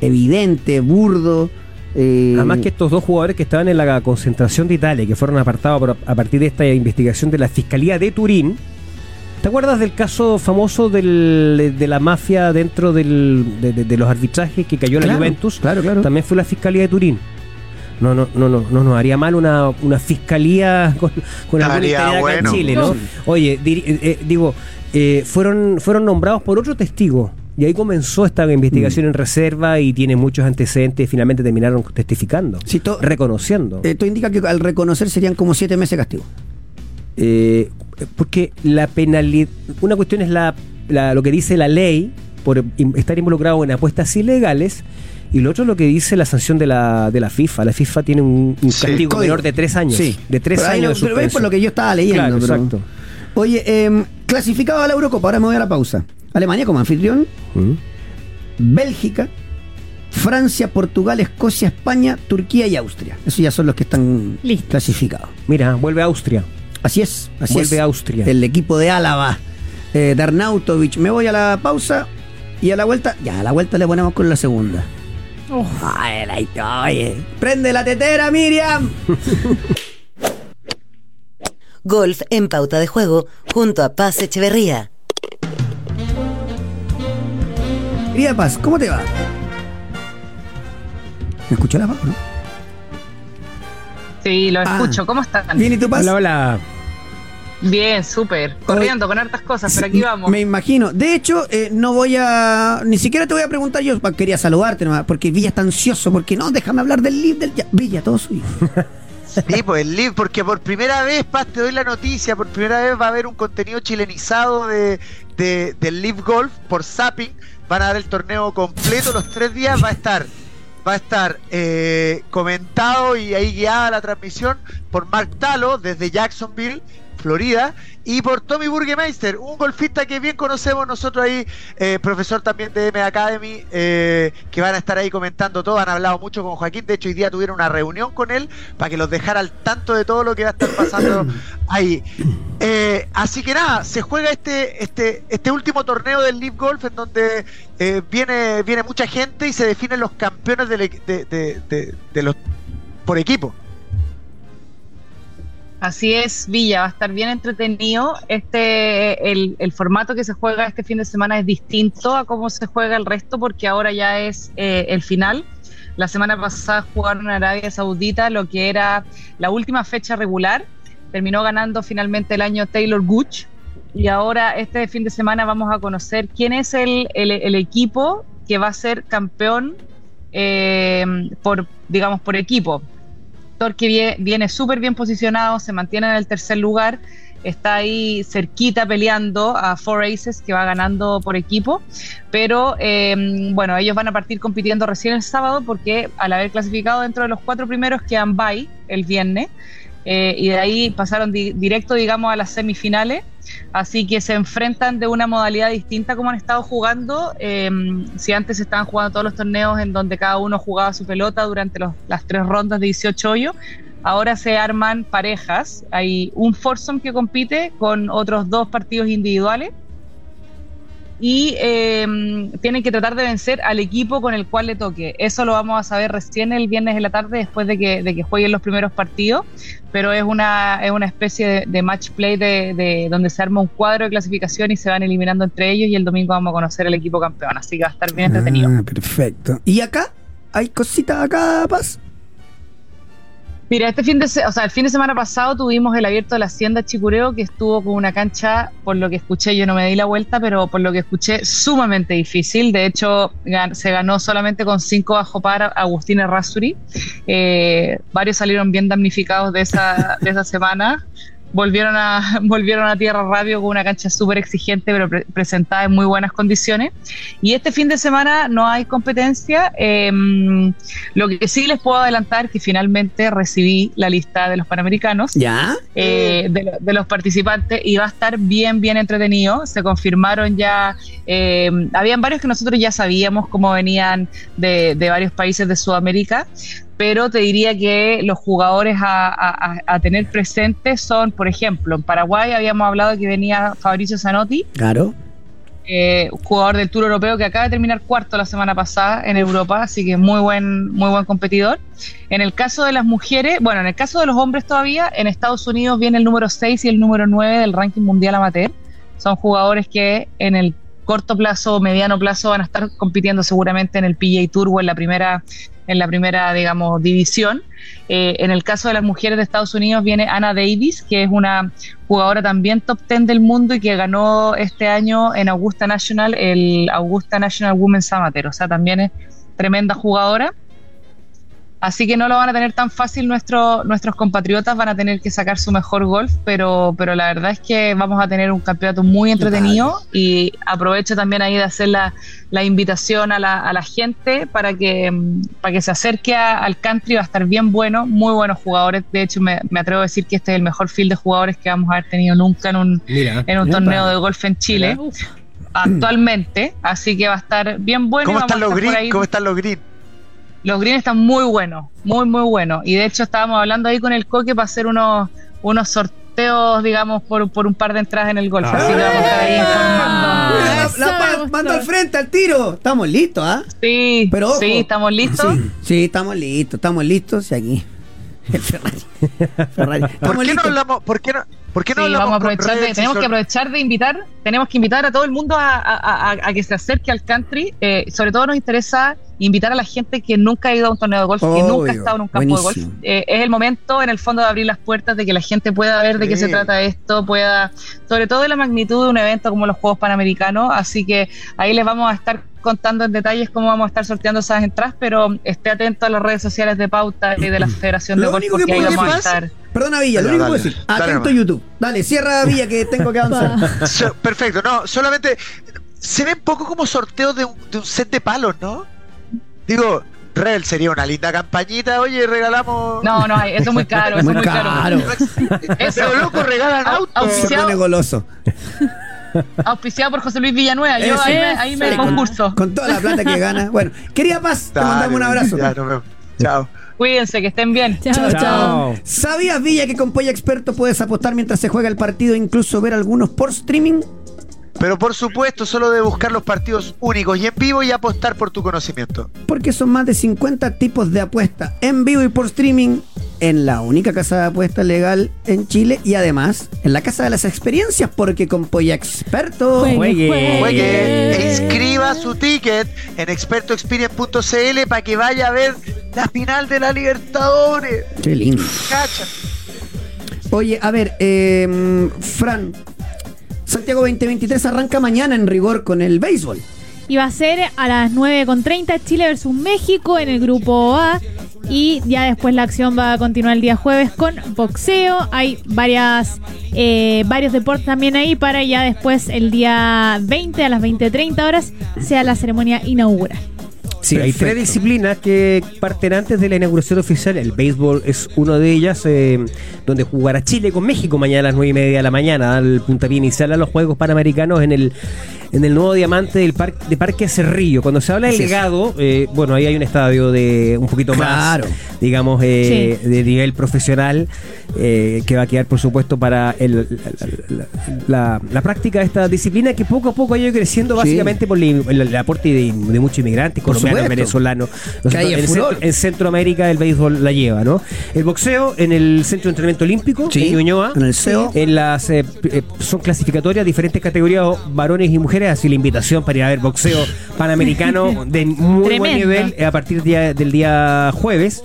Speaker 1: Evidente, burdo. eh,
Speaker 3: Además que estos dos jugadores que estaban en la concentración de Italia, que fueron apartados por- a partir de esta investigación de la Fiscalía de Turín, ¿te acuerdas del caso famoso del- de la mafia dentro del- de, de- de los arbitrajes que cayó la
Speaker 1: Claro,
Speaker 3: Juventus?
Speaker 1: claro, claro.
Speaker 3: También fue la Fiscalía de Turín. No, no, no, no, no nos haría mal una, una fiscalía [laughs] con, con alguna
Speaker 5: Estaría
Speaker 3: historia de acá
Speaker 5: bueno.
Speaker 3: en Chile, ¿no?
Speaker 2: Sí.
Speaker 3: Oye, diri- eh, eh, digo, eh, fueron, fueron nombrados por otro testigo. Y ahí comenzó esta
Speaker 1: Mm.
Speaker 3: investigación en reserva y tiene muchos antecedentes. Finalmente terminaron testificando,
Speaker 1: Sí, to-
Speaker 3: reconociendo.
Speaker 1: Esto indica que al reconocer serían como siete meses de castigo.
Speaker 3: Eh, porque la penalidad. Una cuestión es la, la- lo que dice la ley por in- estar involucrado en apuestas ilegales. Y lo otro es lo que dice la sanción de la, de la FIFA. La FIFA tiene un, un
Speaker 5: Sí.
Speaker 3: castigo
Speaker 1: Código.
Speaker 3: menor de tres años.
Speaker 1: Sí.
Speaker 3: De tres
Speaker 1: Pero ahí
Speaker 3: años.
Speaker 1: no- pero es
Speaker 3: de
Speaker 1: por
Speaker 3: suspenso.
Speaker 1: lo que yo estaba leyendo.
Speaker 3: Claro,
Speaker 1: pero-
Speaker 3: exacto.
Speaker 1: Oye, em, clasificado a la Eurocopa, ahora me voy a la pausa. Alemania como anfitrión,
Speaker 3: Mm.
Speaker 1: Bélgica, Francia, Portugal, Escocia, España, Turquía y Austria. Esos ya son los que están
Speaker 2: Listo.
Speaker 1: clasificados.
Speaker 3: Mira, vuelve a Austria.
Speaker 1: Así es, así
Speaker 3: Vuelve
Speaker 1: es.
Speaker 3: Austria.
Speaker 1: El equipo de Álava, eh, de Arnautovic. Me voy a la pausa y a la vuelta. Ya, a la vuelta le ponemos con la segunda. Ay, la hito- oye. Prende la tetera, Miriam.
Speaker 7: Golf en pauta de juego junto a Paz Echeverría.
Speaker 1: Querida Paz, ¿cómo te va? ¿Me escuchó la Paz, no?
Speaker 9: Sí, lo
Speaker 1: Ah.
Speaker 9: escucho. ¿Cómo están?
Speaker 1: Bien, ¿y tú, Paz?
Speaker 3: Hola, hola.
Speaker 9: Bien, súper. Corriendo con hartas cosas, pero aquí vamos.
Speaker 1: Me imagino. De hecho, eh, no voy a. Ni siquiera te voy a preguntar yo. pa- Quería saludarte nomás, porque Villa está ansioso. Porque no, déjame hablar del libro del. ya- Villa, todo suyo.
Speaker 5: Sí, pues el libro, porque por primera vez, Paz, te doy la noticia, por primera vez va a haber un contenido chilenizado de, de- del Live Golf por Zapping. Van a dar el torneo completo, los tres días va a estar, va a estar eh, comentado y ahí guiada la transmisión por Mark Talo desde Jacksonville, Florida, y por Tommy Burgemeister, un golfista que bien conocemos nosotros ahí, eh, profesor también de M Academy, eh, que van a estar ahí comentando todo, han hablado mucho con Joaquín, de hecho hoy día tuvieron una reunión con él para que los dejara al tanto de todo lo que va a estar pasando ahí. Eh, así que nada, se juega este, este, este último torneo del Live Golf en donde eh, viene, viene mucha gente y se definen los campeones del equ- de, de- de- de los por equipo.
Speaker 9: Así es, Villa, va a estar bien entretenido. Este, el, el formato que se juega este fin de semana es distinto a cómo se juega el resto, porque ahora ya es eh, el final. La semana pasada jugaron en Arabia Saudita lo que era la última fecha regular. Terminó ganando finalmente el año Taylor Gooch. Y ahora este fin de semana vamos a conocer quién es el, el- el equipo que va a ser campeón eh, por, digamos, por equipo. Torque vie- viene súper bien posicionado, se mantiene en el tercer lugar, está ahí cerquita peleando a Four Aces que va ganando por equipo, pero eh, bueno, ellos van a partir compitiendo recién el sábado porque al haber clasificado dentro de los cuatro primeros quedan bye el viernes eh, y de ahí pasaron di- directo, digamos, a las semifinales. Así que se enfrentan de una modalidad distinta como han estado jugando. eh, si antes estaban jugando todos los torneos en donde cada uno jugaba su pelota durante los- las tres rondas de 18 hoyos, ahora se arman parejas. Hay un foursome que compite con otros dos partidos individuales. Y eh, tienen que tratar de vencer al equipo con el cual le toque. Eso lo vamos a saber recién el viernes de la tarde, después de que, de que jueguen los primeros partidos pero es una, es una especie de, de match play de, de donde se arma un cuadro de clasificación y se van eliminando entre ellos y el domingo vamos a conocer el equipo campeón, así que va a estar bien entretenido.
Speaker 1: Ah, perfecto. ¿Y acá? ¿Hay cositas acá, Paz?
Speaker 9: Mira, este fin de, se- o sea, el fin de semana pasado tuvimos el abierto de la Hacienda Chicureo que estuvo con una cancha, por lo que escuché, yo no me di la vuelta, pero por lo que escuché, sumamente difícil. De hecho, gan- se ganó solamente con cinco bajo par Agustín Errázuri. Eh, varios salieron bien damnificados de esa, de esa semana. Volvieron a, [laughs] volvieron a tierra rápido con una cancha súper exigente, pero pre- presentada en muy buenas condiciones. Y este fin de semana no hay competencia. em, lo que sí les puedo adelantar que finalmente recibí la lista de los Panamericanos,
Speaker 1: ¿Ya?
Speaker 9: eh, de, lo- de los participantes, y va a estar bien, bien entretenido. Se confirmaron ya, eh, habían varios que nosotros ya sabíamos cómo venían de, de varios países de Sudamérica, pero te diría que los jugadores a, a- a- a tener presentes son, por ejemplo, en Paraguay habíamos hablado que venía Fabricio Zanotti,
Speaker 1: Claro.
Speaker 9: eh, jugador del Tour Europeo que acaba de terminar cuarto la semana pasada en Europa, así que muy buen, muy buen competidor. En el caso de las mujeres, bueno, en el caso de los hombres todavía, en Estados Unidos viene el número 6 y el número 9 del ranking mundial amateur. Son jugadores que en el corto plazo o mediano plazo van a estar compitiendo seguramente en el PGA Tour o en la primera, en la primera digamos, división. Eh, en el caso de las mujeres de Estados Unidos viene Anna Davis, que es una jugadora también top 10 del mundo y que ganó este año en Augusta National el Augusta National Women's Amateur. O sea, también es tremenda jugadora. Así que no lo van a tener tan fácil nuestro- nuestros compatriotas, van a tener que sacar su mejor golf, pero, pero la verdad es que vamos a tener un campeonato muy entretenido y aprovecho también ahí de hacer la, la invitación a la, a la gente para que, mm, para que se acerque a- al country, va a estar bien bueno, muy buenos jugadores, de hecho me, me atrevo a decir que este es el mejor field de jugadores que vamos a haber tenido nunca en un,
Speaker 3: Mira.
Speaker 9: en un
Speaker 1: Epa.
Speaker 9: torneo de golf en Chile
Speaker 2: Uf,
Speaker 9: actualmente, así que va a estar bien bueno. y
Speaker 5: ¿Cómo
Speaker 9: vamos
Speaker 5: están
Speaker 9: a
Speaker 5: los
Speaker 9: estar por ahí-
Speaker 5: green? ¿Cómo están los green?
Speaker 9: los greens están muy buenos, muy, muy buenos. Y de hecho estábamos hablando ahí con el coque para hacer unos, unos sorteos, digamos, por, por un par de entradas en el golf. Así que vamos a estar ahí informando.
Speaker 1: Ah,
Speaker 2: eso
Speaker 1: la
Speaker 2: me
Speaker 1: Paz
Speaker 2: gustó.
Speaker 1: manda al frente, al tiro. Estamos listos, ¿ah?
Speaker 9: Sí,
Speaker 1: Pero ojo.
Speaker 9: sí, estamos listos.
Speaker 1: Sí, sí, estamos listos, estamos listos. Y aquí. [laughs] El Ferrari. Ferrari. Estamos
Speaker 5: ¿Por qué no
Speaker 1: listos.
Speaker 5: hablamos? ¿Por qué no? ¿Por qué no
Speaker 9: Sí,
Speaker 5: hablamos
Speaker 9: vamos a
Speaker 5: con
Speaker 9: aprovechar de-
Speaker 5: Reyes y
Speaker 9: tenemos que
Speaker 5: Sol-
Speaker 9: aprovechar de invitar, tenemos que invitar a todo el mundo a, a- a- a que se acerque al country. Eh, sobre todo nos interesa invitar a la gente que nunca ha ido a un torneo de golf, que nunca ha
Speaker 1: Obvio,
Speaker 9: estado en un campo de
Speaker 1: buenísimo.
Speaker 9: golf. Eh, es el momento, en el fondo, de abrir las puertas, de que la gente pueda ver de qué
Speaker 5: Sí.
Speaker 9: se trata esto, pueda, sobre todo de la magnitud de un evento como los Juegos Panamericanos. Así que ahí les vamos a estar contando en detalles cómo vamos a estar sorteando esas entradas, pero esté atento a las redes sociales de Pauta y
Speaker 1: [clears throat]
Speaker 9: de la Federación de
Speaker 1: Lo
Speaker 9: Golf,
Speaker 1: único que
Speaker 9: porque ahí
Speaker 1: puede
Speaker 9: vamos a
Speaker 1: pasar.
Speaker 9: estar.
Speaker 1: Perdona, Villa, lo
Speaker 5: Dale,
Speaker 1: único que puedo
Speaker 5: dale.
Speaker 1: decir.
Speaker 5: Dale
Speaker 1: Atento
Speaker 5: nomás.
Speaker 1: YouTube. Dale, cierra Villa que tengo que avanzar.
Speaker 5: So- perfecto, no, solamente se ven poco como sorteos de un, de un set de palos, ¿no? Digo, Rebel sería una linda campañita, oye, regalamos.
Speaker 9: No, no, eso es
Speaker 1: [laughs]
Speaker 9: muy caro, eso es muy caro. [laughs] Eso.
Speaker 5: Pero loco, regalan
Speaker 9: Au-
Speaker 5: auto.
Speaker 1: Se
Speaker 9: Auspiciado.
Speaker 1: pone goloso.
Speaker 9: Auspiciado por José Luis Villanueva, yo
Speaker 1: Eso.
Speaker 9: ahí me, ahí me
Speaker 1: Eh, Sí, con-
Speaker 9: concurso.
Speaker 1: Con toda la plata que gana. Bueno, quería Paz, te
Speaker 5: Dale,
Speaker 1: mandamos un abrazo.
Speaker 5: ya, nos vemos. Chao.
Speaker 9: Cuídense, que estén bien.
Speaker 2: Chao, chao.
Speaker 1: ¿Sabías, Villa, que con Polla Experto puedes apostar mientras se juega el partido e incluso ver algunos por streaming?
Speaker 5: Pero por supuesto, solo de buscar los partidos únicos y en vivo y apostar por tu conocimiento.
Speaker 1: Porque son más de 50 tipos de apuestas en vivo y por streaming en la única casa de apuestas legal en Chile y además en la casa de las experiencias porque con Polla Experto...
Speaker 2: Juegue,
Speaker 3: Juegue.
Speaker 5: Juegue
Speaker 2: juegue.
Speaker 5: e inscriba su ticket en expertoexperience.cl para que vaya a ver la final de la Libertadores.
Speaker 1: Qué lindo.
Speaker 5: Cacha.
Speaker 1: Oye, a ver, eh, Fran, Santiago 2023 arranca mañana en rigor con el béisbol.
Speaker 2: Y va a ser a las 9.30 Chile versus México en el grupo A. Y ya después la acción va a continuar el día jueves con boxeo. Hay varias eh, varios deportes también ahí para ya después el día 20 a las 20.30 horas sea la ceremonia inaugural.
Speaker 3: Sí, hay tres
Speaker 1: Perfecto.
Speaker 3: disciplinas que parten antes de la inauguración oficial. El béisbol es una de ellas, eh, donde jugará Chile con México mañana a las nueve y media de la mañana. Dar el puntapié inicial a los Juegos Panamericanos en el en el nuevo diamante del parque, de Parque Cerrillo. Cuando se habla de
Speaker 1: Así es.
Speaker 3: legado, eh, bueno, ahí hay un estadio de un poquito
Speaker 1: Claro.
Speaker 3: más, digamos, eh, de nivel profesional, eh, que va a quedar, por supuesto, para el- la, la- la- la práctica de esta disciplina que poco a poco ha ido creciendo,
Speaker 1: Sí.
Speaker 3: básicamente por el, el- el aporte de, de muchos inmigrantes
Speaker 1: Por
Speaker 3: colombiano,
Speaker 1: supuesto.
Speaker 3: venezolano.
Speaker 1: Que ahí es
Speaker 3: en,
Speaker 1: furor.
Speaker 3: Centro- en Centroamérica el béisbol la lleva, ¿no? El boxeo en el Centro de Entrenamiento Olímpico,
Speaker 1: Sí,
Speaker 3: en Ñuñoa.
Speaker 1: en el CEO.
Speaker 3: En las, eh, p- eh, son clasificatorias, diferentes categorías, o- varones y mujeres, así la invitación para ir a
Speaker 1: [laughs]
Speaker 3: ver boxeo panamericano de muy buen
Speaker 2: Tremendo.
Speaker 3: nivel eh, a partir día- del día jueves.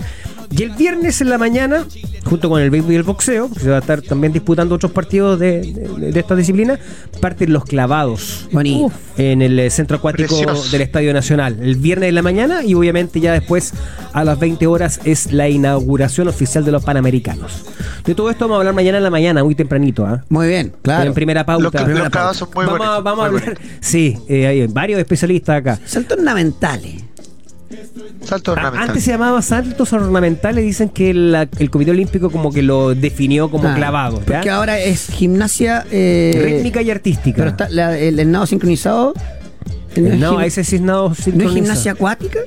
Speaker 3: Y el viernes en la mañana, junto con el béisbol y el boxeo, que se va a estar también disputando otros partidos de, de- de esta disciplina, parten los clavados
Speaker 1: Bonito.
Speaker 3: en el eh, centro acuático
Speaker 5: Precioso.
Speaker 3: del Estadio Nacional el viernes de la mañana y obviamente ya después a las 20 horas es la inauguración oficial de los Panamericanos. De todo esto vamos a hablar mañana en la mañana, muy tempranito, ¿ah?
Speaker 1: Muy bien, claro.
Speaker 3: En primera
Speaker 5: Los
Speaker 3: pauta.
Speaker 5: ca-
Speaker 3: Primera
Speaker 5: los
Speaker 3: pauta.
Speaker 5: clavados son muy
Speaker 3: vamos, a-
Speaker 5: bonitos,
Speaker 3: vamos a
Speaker 5: muy
Speaker 3: hablar. Sí, eh, hay varios especialistas acá.
Speaker 1: Son ornamentales.
Speaker 5: Salto
Speaker 3: Ah,
Speaker 5: ornamental.
Speaker 3: Antes se llamaba saltos ornamentales, dicen que la- el Comité Olímpico como que lo definió como
Speaker 1: Ah,
Speaker 3: clavado. ¿ya?
Speaker 1: Porque ahora es gimnasia. eh,
Speaker 3: Rítmica y artística.
Speaker 1: Pero está la- el, el nado sincronizado. el
Speaker 3: no,
Speaker 1: gim-
Speaker 3: ese sí es nado
Speaker 1: ¿No es
Speaker 3: sincronizado.
Speaker 1: gimnasia acuática?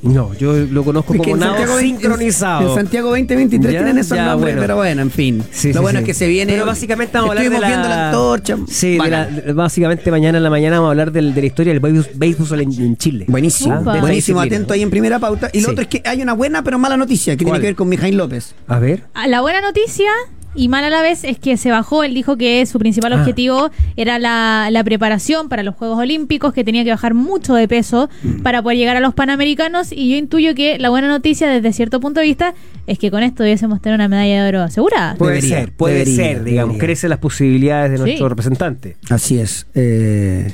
Speaker 3: No, yo lo conozco
Speaker 1: Es que
Speaker 3: como
Speaker 1: en
Speaker 3: nado
Speaker 1: Santiago-
Speaker 3: sincronizado.
Speaker 1: En, en Santiago 2023
Speaker 3: Ya,
Speaker 1: tienen esos
Speaker 3: ya,
Speaker 1: nombres,
Speaker 3: bueno.
Speaker 1: pero bueno, en fin.
Speaker 3: Sí,
Speaker 1: Lo
Speaker 3: sí,
Speaker 1: bueno
Speaker 3: sí.
Speaker 1: es que se viene.
Speaker 3: Pero básicamente vamos a hablar de
Speaker 1: Estuvimos
Speaker 3: la...
Speaker 1: viendo la antorcha.
Speaker 3: Sí, de la-
Speaker 1: Bacán.
Speaker 3: básicamente mañana en la mañana vamos a hablar del- de la historia del béis- béisbol en, en Chile.
Speaker 1: Buenísimo,
Speaker 3: ¿Ah? De esta
Speaker 1: buenísimo,
Speaker 3: disciplina.
Speaker 1: atento ahí en primera pauta. Y lo
Speaker 3: Sí.
Speaker 1: otro es que hay una buena pero mala noticia que
Speaker 3: ¿Cuál?
Speaker 1: tiene que ver con Mijail López.
Speaker 3: A ver.
Speaker 2: Ah, La buena noticia y mala a la vez es que se bajó. Él dijo que su principal
Speaker 3: Ah.
Speaker 2: objetivo era la, la preparación para los Juegos Olímpicos, que tenía que bajar mucho de peso para poder llegar a los Panamericanos. Y yo intuyo que la buena noticia, desde cierto punto de vista, es que con esto debiésemos tener una medalla de oro asegurada.
Speaker 3: Puede
Speaker 1: Debería,
Speaker 3: ser, puede
Speaker 1: debería,
Speaker 3: ser, digamos.
Speaker 1: debería.
Speaker 3: Crecen las posibilidades de
Speaker 2: Sí.
Speaker 3: nuestro representante.
Speaker 1: Así es. eh,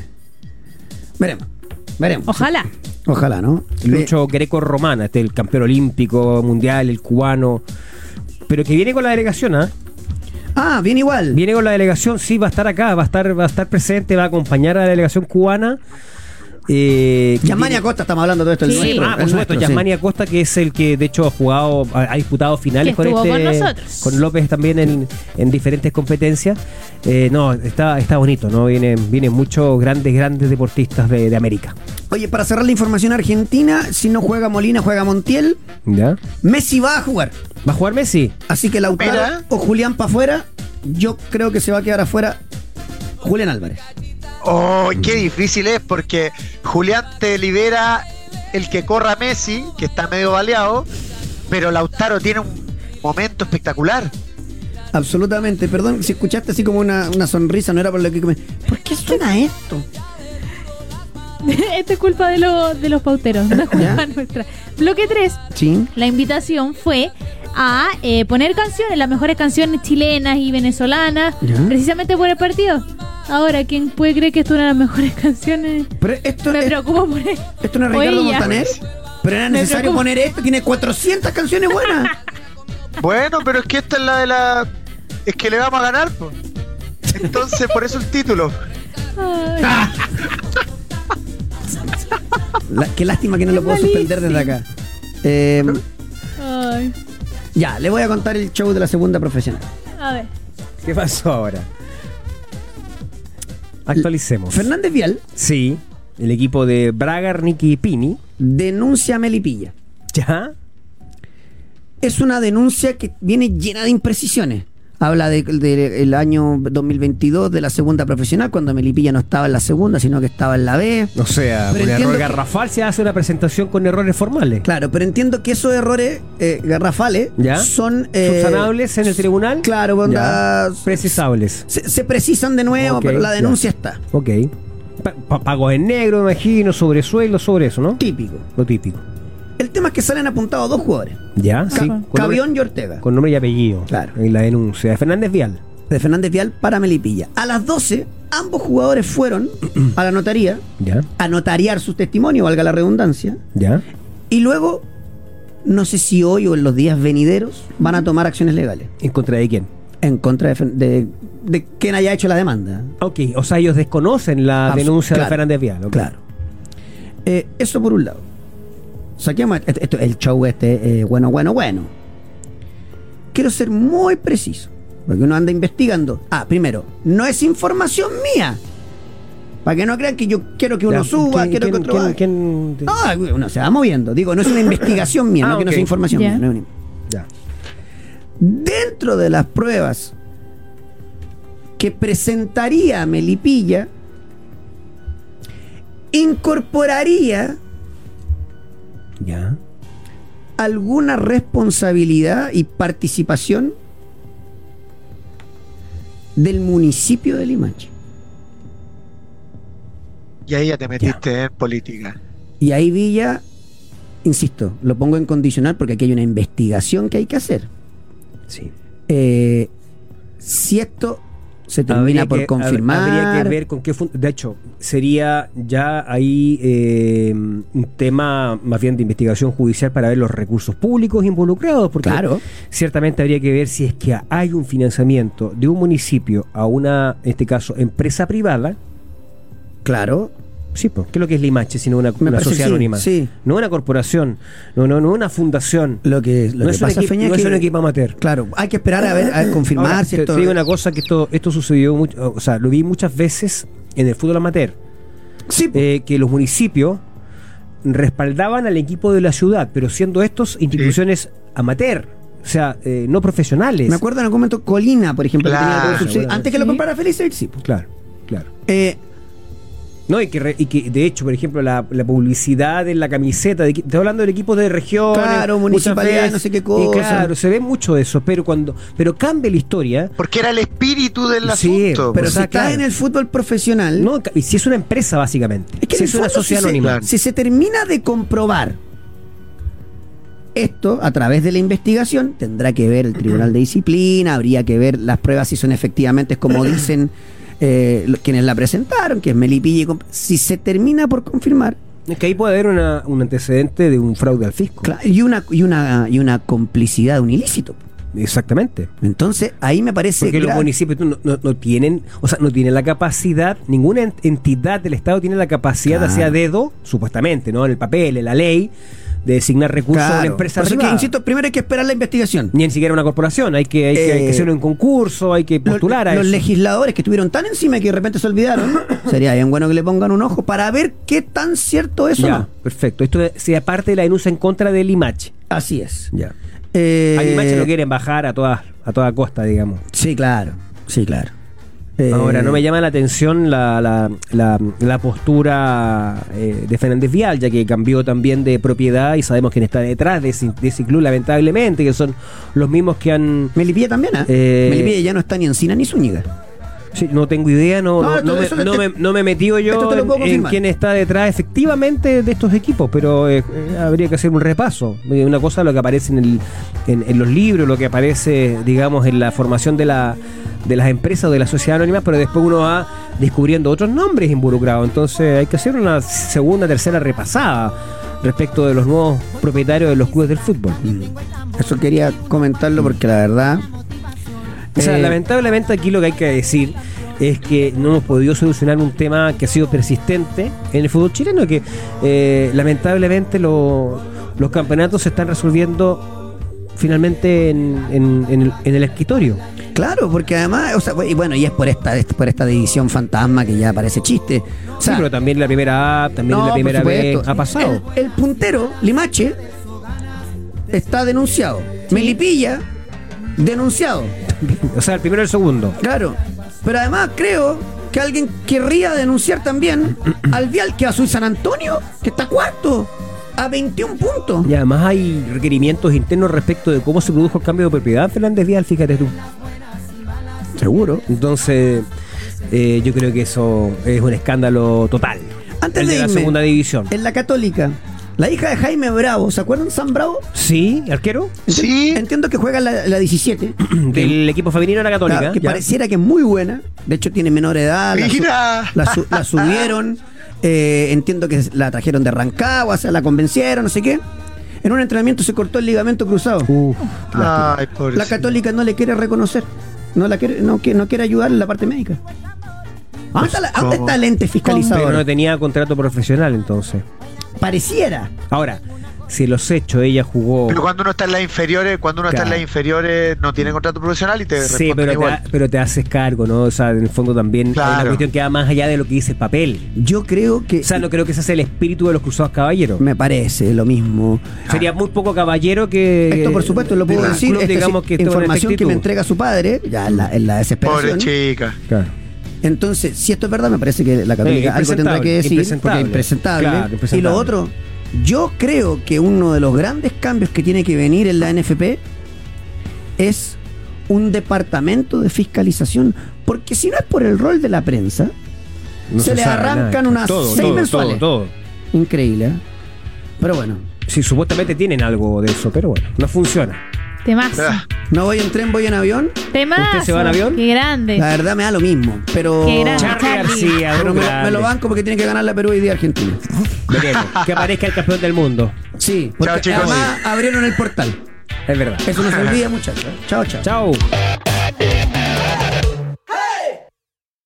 Speaker 1: veremos, veremos.
Speaker 2: Ojalá.
Speaker 1: Ojalá, ¿no?
Speaker 3: Lucho greco-romana, este, el campeón olímpico, mundial, el cubano. Pero que viene con la delegación, ¿ah?
Speaker 1: Ah, bien igual.
Speaker 3: Viene con la delegación, sí, va a estar acá, va a estar, va a estar presente, va a acompañar a la delegación cubana. Eh, que
Speaker 1: Yasmani
Speaker 3: tiene-
Speaker 1: Acosta estamos hablando de esto.
Speaker 2: Sí.
Speaker 1: nuestro,
Speaker 3: Ah, por
Speaker 1: el
Speaker 3: supuesto,
Speaker 1: nuestro, sí.
Speaker 3: Yasmani Acosta, que es el que de hecho ha jugado, ha ha disputado finales
Speaker 2: Que
Speaker 3: con
Speaker 2: estuvo
Speaker 3: este,
Speaker 2: con nosotros.
Speaker 3: con López también en, en diferentes competencias. Eh, no, está, está bonito, ¿no? Vienen, vienen muchos grandes, grandes deportistas de, de América.
Speaker 1: Oye, para cerrar la información argentina, si no juega Molina, juega Montiel.
Speaker 3: ¿Ya?
Speaker 1: Messi va a jugar.
Speaker 3: ¿Va a jugar Messi?
Speaker 1: Así que Lautaro
Speaker 5: Mira.
Speaker 1: o Julián para afuera, yo creo que se va a quedar afuera Julián Álvarez.
Speaker 5: Oh, qué difícil es porque Julián te libera el que corra Messi, que está medio baleado, pero Lautaro tiene un momento espectacular.
Speaker 1: Absolutamente. Perdón, si escuchaste así como una, una sonrisa, no era por lo que... come- ¿Por qué suena esto?
Speaker 2: Esto es culpa de, lo- de los pauteros, no es culpa nuestra. Bloque 3,
Speaker 1: Sí.
Speaker 2: la invitación fue a eh, poner canciones, las mejores canciones chilenas y venezolanas,
Speaker 1: Ya.
Speaker 2: precisamente por el partido. Ahora, ¿quién puede creer que esto es una de las mejores canciones?
Speaker 1: Pero esto,
Speaker 2: Me
Speaker 1: es-
Speaker 2: preocupo por él.
Speaker 1: esto no es Ricardo
Speaker 2: Oye, ya.
Speaker 1: Montaner. Pero era
Speaker 2: Me
Speaker 1: necesario
Speaker 2: preocupa.
Speaker 1: poner esto. Tiene 400 canciones buenas.
Speaker 5: Bueno, pero es que esta es la de la. Es que le vamos a ganar, po. Entonces, por eso el título.
Speaker 1: Ah.
Speaker 2: Ay,
Speaker 1: La- qué lástima que no
Speaker 2: Qué
Speaker 1: lo puedo suspender desde
Speaker 2: malísimo.
Speaker 1: acá. Eh,
Speaker 2: ay.
Speaker 1: ya, le voy a contar el show de la segunda profesional.
Speaker 2: A ver.
Speaker 3: ¿Qué pasó ahora? Actualicemos.
Speaker 1: Fernández Vial
Speaker 3: Sí, el equipo de Braga, Nicky y Pini.
Speaker 1: denuncia a Melipilla.
Speaker 3: Ya.
Speaker 1: Es una denuncia que viene llena de imprecisiones. Habla de- del año 2022 de la segunda profesional, cuando Melipilla no estaba en la segunda, sino que estaba en la B.
Speaker 3: O sea,
Speaker 1: Pero
Speaker 3: un
Speaker 1: entiendo
Speaker 3: error
Speaker 1: que-
Speaker 3: garrafal se hace una presentación con errores formales.
Speaker 1: Claro, pero entiendo que esos errores eh, garrafales
Speaker 3: ¿Ya?
Speaker 1: son... eh,
Speaker 3: Subsanables en el tribunal.
Speaker 1: Claro, onda-
Speaker 3: Ya. Precisables.
Speaker 1: Se, se precisan de nuevo,
Speaker 3: Ok,
Speaker 1: pero la
Speaker 3: ya.
Speaker 1: denuncia está.
Speaker 3: Ok. Pa- pa- pagos en negro, me imagino, sobre sueldo, sobre eso, ¿no?
Speaker 1: Típico.
Speaker 3: Lo típico.
Speaker 1: El tema es que salen apuntados dos jugadores.
Speaker 3: Ya, sí.
Speaker 1: Ca-
Speaker 3: Con nombre,
Speaker 1: Cavión y Ortega.
Speaker 3: con nombre y apellido.
Speaker 1: Claro.
Speaker 3: En la denuncia. de Fernández Vial.
Speaker 1: de Fernández Vial para Melipilla. A las 12, ambos jugadores fueron a la notaría
Speaker 3: Ya.
Speaker 1: a notariar su testimonio, valga la redundancia,
Speaker 3: Ya.
Speaker 1: y luego, no sé si hoy o en los días venideros, van a tomar acciones legales
Speaker 3: ¿En contra de quién?
Speaker 1: en contra de, Fer- de- de quien haya hecho la demanda.
Speaker 3: Ok, o sea, ellos desconocen la
Speaker 1: Abs-
Speaker 3: denuncia de
Speaker 1: claro,
Speaker 3: Fernández Vial. ok.
Speaker 1: Claro. Eh, eso por un lado. Saquemos esto- esto- el show este, eh, bueno, bueno, bueno. Quiero ser muy preciso, porque uno anda investigando. Ah, primero, no es información mía. Para que no crean que yo quiero que uno
Speaker 3: Ya,
Speaker 1: suba,
Speaker 3: ¿quién-
Speaker 1: quiero que Ah.
Speaker 3: quién-
Speaker 1: otro
Speaker 3: quién-
Speaker 1: baje.
Speaker 3: quién-
Speaker 1: No, uno se va moviendo. Digo, no es una investigación mía,
Speaker 3: Ah,
Speaker 1: no que no
Speaker 3: ok.
Speaker 1: es información
Speaker 2: Ya.
Speaker 1: mía. no es una-
Speaker 3: Ya.
Speaker 1: Dentro de las pruebas que presentaría Melipilla, incorporaría
Speaker 3: Ya.
Speaker 1: alguna responsabilidad y participación del municipio de Limache.
Speaker 5: Y ahí ya te metiste en política.
Speaker 1: Y ahí Villa, insisto, lo pongo en condicional porque aquí hay una investigación que hay que hacer.
Speaker 3: Sí.
Speaker 1: Eh, si esto se termina
Speaker 3: Habría
Speaker 1: por
Speaker 3: que-
Speaker 1: confirmar,
Speaker 3: Habría que ver con qué. fun- De hecho, sería ya ahí eh, un tema más bien de investigación judicial para ver los recursos públicos involucrados, porque
Speaker 1: claro,
Speaker 3: ciertamente habría que ver si es que hay un financiamiento de un municipio a una, en este caso, empresa privada.
Speaker 1: claro,
Speaker 3: Sí, pues, ¿qué es lo que es Limache? Sino una, una
Speaker 1: parece
Speaker 3: sociedad
Speaker 1: sí,
Speaker 3: anónima.
Speaker 1: sí.
Speaker 3: No una corporación, no, no, no una fundación.
Speaker 1: lo que, lo
Speaker 3: no
Speaker 1: que
Speaker 3: es un
Speaker 1: pasa,
Speaker 3: equipo-
Speaker 1: Feña,
Speaker 3: no
Speaker 1: que-
Speaker 3: es un equipo amateur.
Speaker 1: claro, hay que esperar a ver, a confirmar
Speaker 3: Ahora,
Speaker 1: si
Speaker 3: te,
Speaker 1: esto-
Speaker 3: te digo una cosa que esto, esto sucedió mucho, o sea, lo vi muchas veces en el fútbol amateur,
Speaker 1: Sí, po.
Speaker 3: eh, que los municipios respaldaban al equipo de la ciudad, pero siendo estos instituciones amateur, o sea, eh, no profesionales.
Speaker 1: me acuerdo en algún momento Colina, por ejemplo, que tenía
Speaker 5: Claro,
Speaker 1: algún subsidio.
Speaker 3: bueno.
Speaker 1: antes que lo
Speaker 2: Sí.
Speaker 1: comprara Felice, sí, po.
Speaker 3: Claro, claro.
Speaker 1: Eh,
Speaker 3: No, y que, re- y que de hecho, por ejemplo, la, la publicidad en la camiseta, de, equi- estoy hablando del equipo de región,
Speaker 1: Claro, municipalidad, no sé qué cosa.
Speaker 3: claro, se ve mucho eso, pero cuando pero cambia la historia,
Speaker 5: Porque era el espíritu del
Speaker 3: Pues Sí,
Speaker 5: asunto. pues,
Speaker 1: pero
Speaker 3: O sea,
Speaker 1: si estás
Speaker 3: claro.
Speaker 1: en el fútbol profesional,
Speaker 3: no, ca- y si es una empresa básicamente,
Speaker 1: Es que en
Speaker 3: si
Speaker 1: el
Speaker 3: es una
Speaker 1: fondo,
Speaker 3: sociedad
Speaker 1: si se-
Speaker 3: anónima.
Speaker 1: si se termina de comprobar esto a través de la investigación, tendrá que ver el Tribunal de Disciplina, habría que ver las pruebas si son efectivamente como dicen eh, lo- quienes la presentaron, que es Melipilla. y comp- Si se termina por confirmar,
Speaker 3: Es que ahí puede haber una- un antecedente de un fraude al fisco.
Speaker 1: cla- y una, y una, y una complicidad, un ilícito.
Speaker 3: Exactamente.
Speaker 1: Entonces, ahí me parece
Speaker 3: Porque los
Speaker 1: grave.
Speaker 3: municipios no, no- no tienen, o sea, no tienen la capacidad, ninguna ent- entidad del Estado tiene la capacidad
Speaker 1: Claro.
Speaker 3: de hacer a dedo, supuestamente, ¿no? En el papel, en la ley, de designar recursos a una
Speaker 1: Claro.
Speaker 3: empresa
Speaker 1: Por eso que,
Speaker 3: privada.
Speaker 1: insisto, primero hay que esperar la investigación.
Speaker 3: Ni en siquiera una corporación, hay que, hay que, hay que
Speaker 1: Eh,
Speaker 3: hacer un concurso, hay que
Speaker 1: Los,
Speaker 3: postular a
Speaker 1: los
Speaker 3: eso.
Speaker 1: legisladores que estuvieron tan encima que de repente se
Speaker 3: [coughs]
Speaker 1: olvidaron, sería bien bueno que le pongan un ojo para ver qué tan cierto es o
Speaker 3: Ya,
Speaker 1: no.
Speaker 3: perfecto. Esto se aparte de la denuncia en contra de Limache.
Speaker 1: Así es.
Speaker 3: Ya.
Speaker 1: Eh,
Speaker 3: A Limache lo quieren bajar a toda, a toda costa, digamos.
Speaker 1: Sí, claro. Sí, claro.
Speaker 3: Ahora,
Speaker 1: Eh,
Speaker 3: no me llama la atención la, la- la- la postura eh, de Fernández Vial, ya que cambió también de propiedad y sabemos quién está detrás de ese, de ese club, lamentablemente, que son los mismos que han...
Speaker 1: Melipilla también, ¿ah?
Speaker 3: Eh,
Speaker 1: Melipilla ya no está ni Encina ni Zúñiga.
Speaker 3: Sí, no tengo idea, no,
Speaker 1: No, esto-
Speaker 3: no, no
Speaker 1: eso-
Speaker 3: me, no,
Speaker 1: este-
Speaker 3: me, no me he metido
Speaker 1: esto
Speaker 3: yo
Speaker 1: te lo
Speaker 3: en,
Speaker 1: puedo
Speaker 3: en
Speaker 1: confirmar.
Speaker 3: quién está detrás efectivamente de estos equipos, pero eh, eh, habría que hacer un repaso. Eh, Una cosa es lo que aparece en, el, en, en los libros, lo que aparece, digamos, en la formación de, la, de las empresas o de las sociedades anónimas, pero después uno va descubriendo otros nombres involucrados. Entonces hay que hacer una segunda, tercera repasada respecto de los nuevos propietarios de los clubes del fútbol.
Speaker 1: Eso quería comentarlo porque la verdad.
Speaker 3: O sea,
Speaker 1: eh,
Speaker 3: lamentablemente aquí lo que hay que decir es que no hemos podido solucionar un tema que ha sido persistente en el fútbol chileno, que eh, lamentablemente lo- los campeonatos se están resolviendo finalmente en, en- en el, en el escritorio.
Speaker 1: Claro, porque además, o sea, y bueno, y es por esta, es por esta división fantasma que ya parece chiste. O
Speaker 3: Sí,
Speaker 1: sea,
Speaker 3: pero también la primera A, también
Speaker 1: no,
Speaker 3: la
Speaker 1: por
Speaker 3: primera B,
Speaker 1: supuesto. Eh,
Speaker 3: ha pasado.
Speaker 1: El, el puntero, Limache, está denunciado. Melipilla, denunciado.
Speaker 3: [laughs] O sea, el primero y el segundo.
Speaker 1: Claro. Pero además creo que alguien querría denunciar
Speaker 3: [clears throat]
Speaker 1: también al Vial que a su San Antonio, que está cuarto, a 21 puntos.
Speaker 3: Y además hay requerimientos internos respecto de cómo se produjo el cambio de propiedad, Fernández Vial, fíjate tú.
Speaker 1: Seguro.
Speaker 3: Entonces, eh, yo creo que eso es un escándalo total.
Speaker 1: Antes
Speaker 3: El
Speaker 1: de
Speaker 3: de la
Speaker 1: irme.
Speaker 3: segunda división.
Speaker 1: En la Católica, la hija de Jaime Bravo, ¿se acuerdan San Bravo?
Speaker 3: Sí, arquero
Speaker 5: Sí,
Speaker 1: Entiendo que juega la, la
Speaker 3: [clears throat]
Speaker 1: 17,
Speaker 3: del equipo femenino de la Católica.
Speaker 1: la- Ah, que
Speaker 3: ya.
Speaker 1: pareciera que es muy buena. De hecho, tiene menor edad. La, su-
Speaker 5: Mira.
Speaker 1: la su- la
Speaker 5: [laughs]
Speaker 1: subieron. eh, entiendo que la trajeron de Rancagua, o sea, la convencieron, no sé qué. En un entrenamiento se cortó el ligamento cruzado.
Speaker 3: Uf, lástima.
Speaker 5: Ay,
Speaker 1: La
Speaker 5: pobrecito.
Speaker 1: católica no le quiere reconocer. No la quiere, no, qui- no quiere ayudar en la parte médica. ¿Dónde está, la-
Speaker 5: ¿cómo?
Speaker 1: dónde está el ente
Speaker 3: pero
Speaker 1: fiscalizador?
Speaker 3: no tenía contrato profesional entonces.
Speaker 1: Pareciera.
Speaker 3: Ahora, si los hechos ella jugó.
Speaker 5: Pero cuando uno está en las inferiores, cuando uno está
Speaker 3: Claro.
Speaker 5: en las inferiores, no tiene contrato profesional y te
Speaker 3: Sí,
Speaker 5: responden
Speaker 3: pero
Speaker 5: igual.
Speaker 3: te, pero te haces cargo, ¿no? O sea, en el fondo también hay una
Speaker 5: Claro.
Speaker 3: cuestión que va más allá de lo que dice el papel.
Speaker 1: Yo creo que.
Speaker 3: O sea, no creo que ese sea el espíritu de los cruzados caballeros.
Speaker 1: Me parece lo mismo.
Speaker 3: Sería muy poco caballero que.
Speaker 1: Esto, por supuesto, lo puedo
Speaker 3: del
Speaker 1: decir.
Speaker 3: club,
Speaker 1: esta es
Speaker 3: digamos que estuvo en
Speaker 1: información
Speaker 3: esta
Speaker 1: que me
Speaker 3: actitud.
Speaker 1: entrega su padre, ya en la, en la
Speaker 5: Pobre
Speaker 1: desesperación.
Speaker 5: chica.
Speaker 3: Claro.
Speaker 1: Entonces, si esto es verdad, me parece que la Católica
Speaker 3: Sí,
Speaker 1: algo tendrá que decir
Speaker 3: impresentable,
Speaker 1: porque es impresentable.
Speaker 3: claro,
Speaker 1: Y
Speaker 3: impresentable.
Speaker 1: lo otro, yo creo que uno de los grandes cambios que tiene que venir en la NFP es un departamento de fiscalización. Porque si no es por el rol de la prensa,
Speaker 3: No
Speaker 1: Se le
Speaker 3: sabe
Speaker 1: arrancan
Speaker 3: nada.
Speaker 1: unas seis mensuales.
Speaker 3: Todo, todo.
Speaker 1: increíble. ¿eh? Pero bueno,
Speaker 3: Sí, supuestamente tienen algo de eso, pero bueno, no funciona.
Speaker 2: Temazo.
Speaker 5: Ah,
Speaker 1: no voy en tren, voy en avión.
Speaker 2: Temazo.
Speaker 3: ¿Usted se va en avión?
Speaker 2: Qué grande.
Speaker 1: La verdad me da lo mismo. Pero,
Speaker 2: Qué grande.
Speaker 3: Charlie
Speaker 2: Charlie.
Speaker 3: García,
Speaker 1: pero
Speaker 3: un
Speaker 1: me, me
Speaker 3: grande.
Speaker 1: lo banco porque tiene que ganar la Perú y día Argentina.
Speaker 3: Veremos. Que aparezca el campeón del mundo.
Speaker 1: Sí, porque
Speaker 5: Chao, chicos.
Speaker 1: además abrieron el portal. [laughs]
Speaker 3: Es verdad. [laughs]
Speaker 1: Eso no se olvida, muchachos. ¿eh? Chao, chao.
Speaker 3: Chao.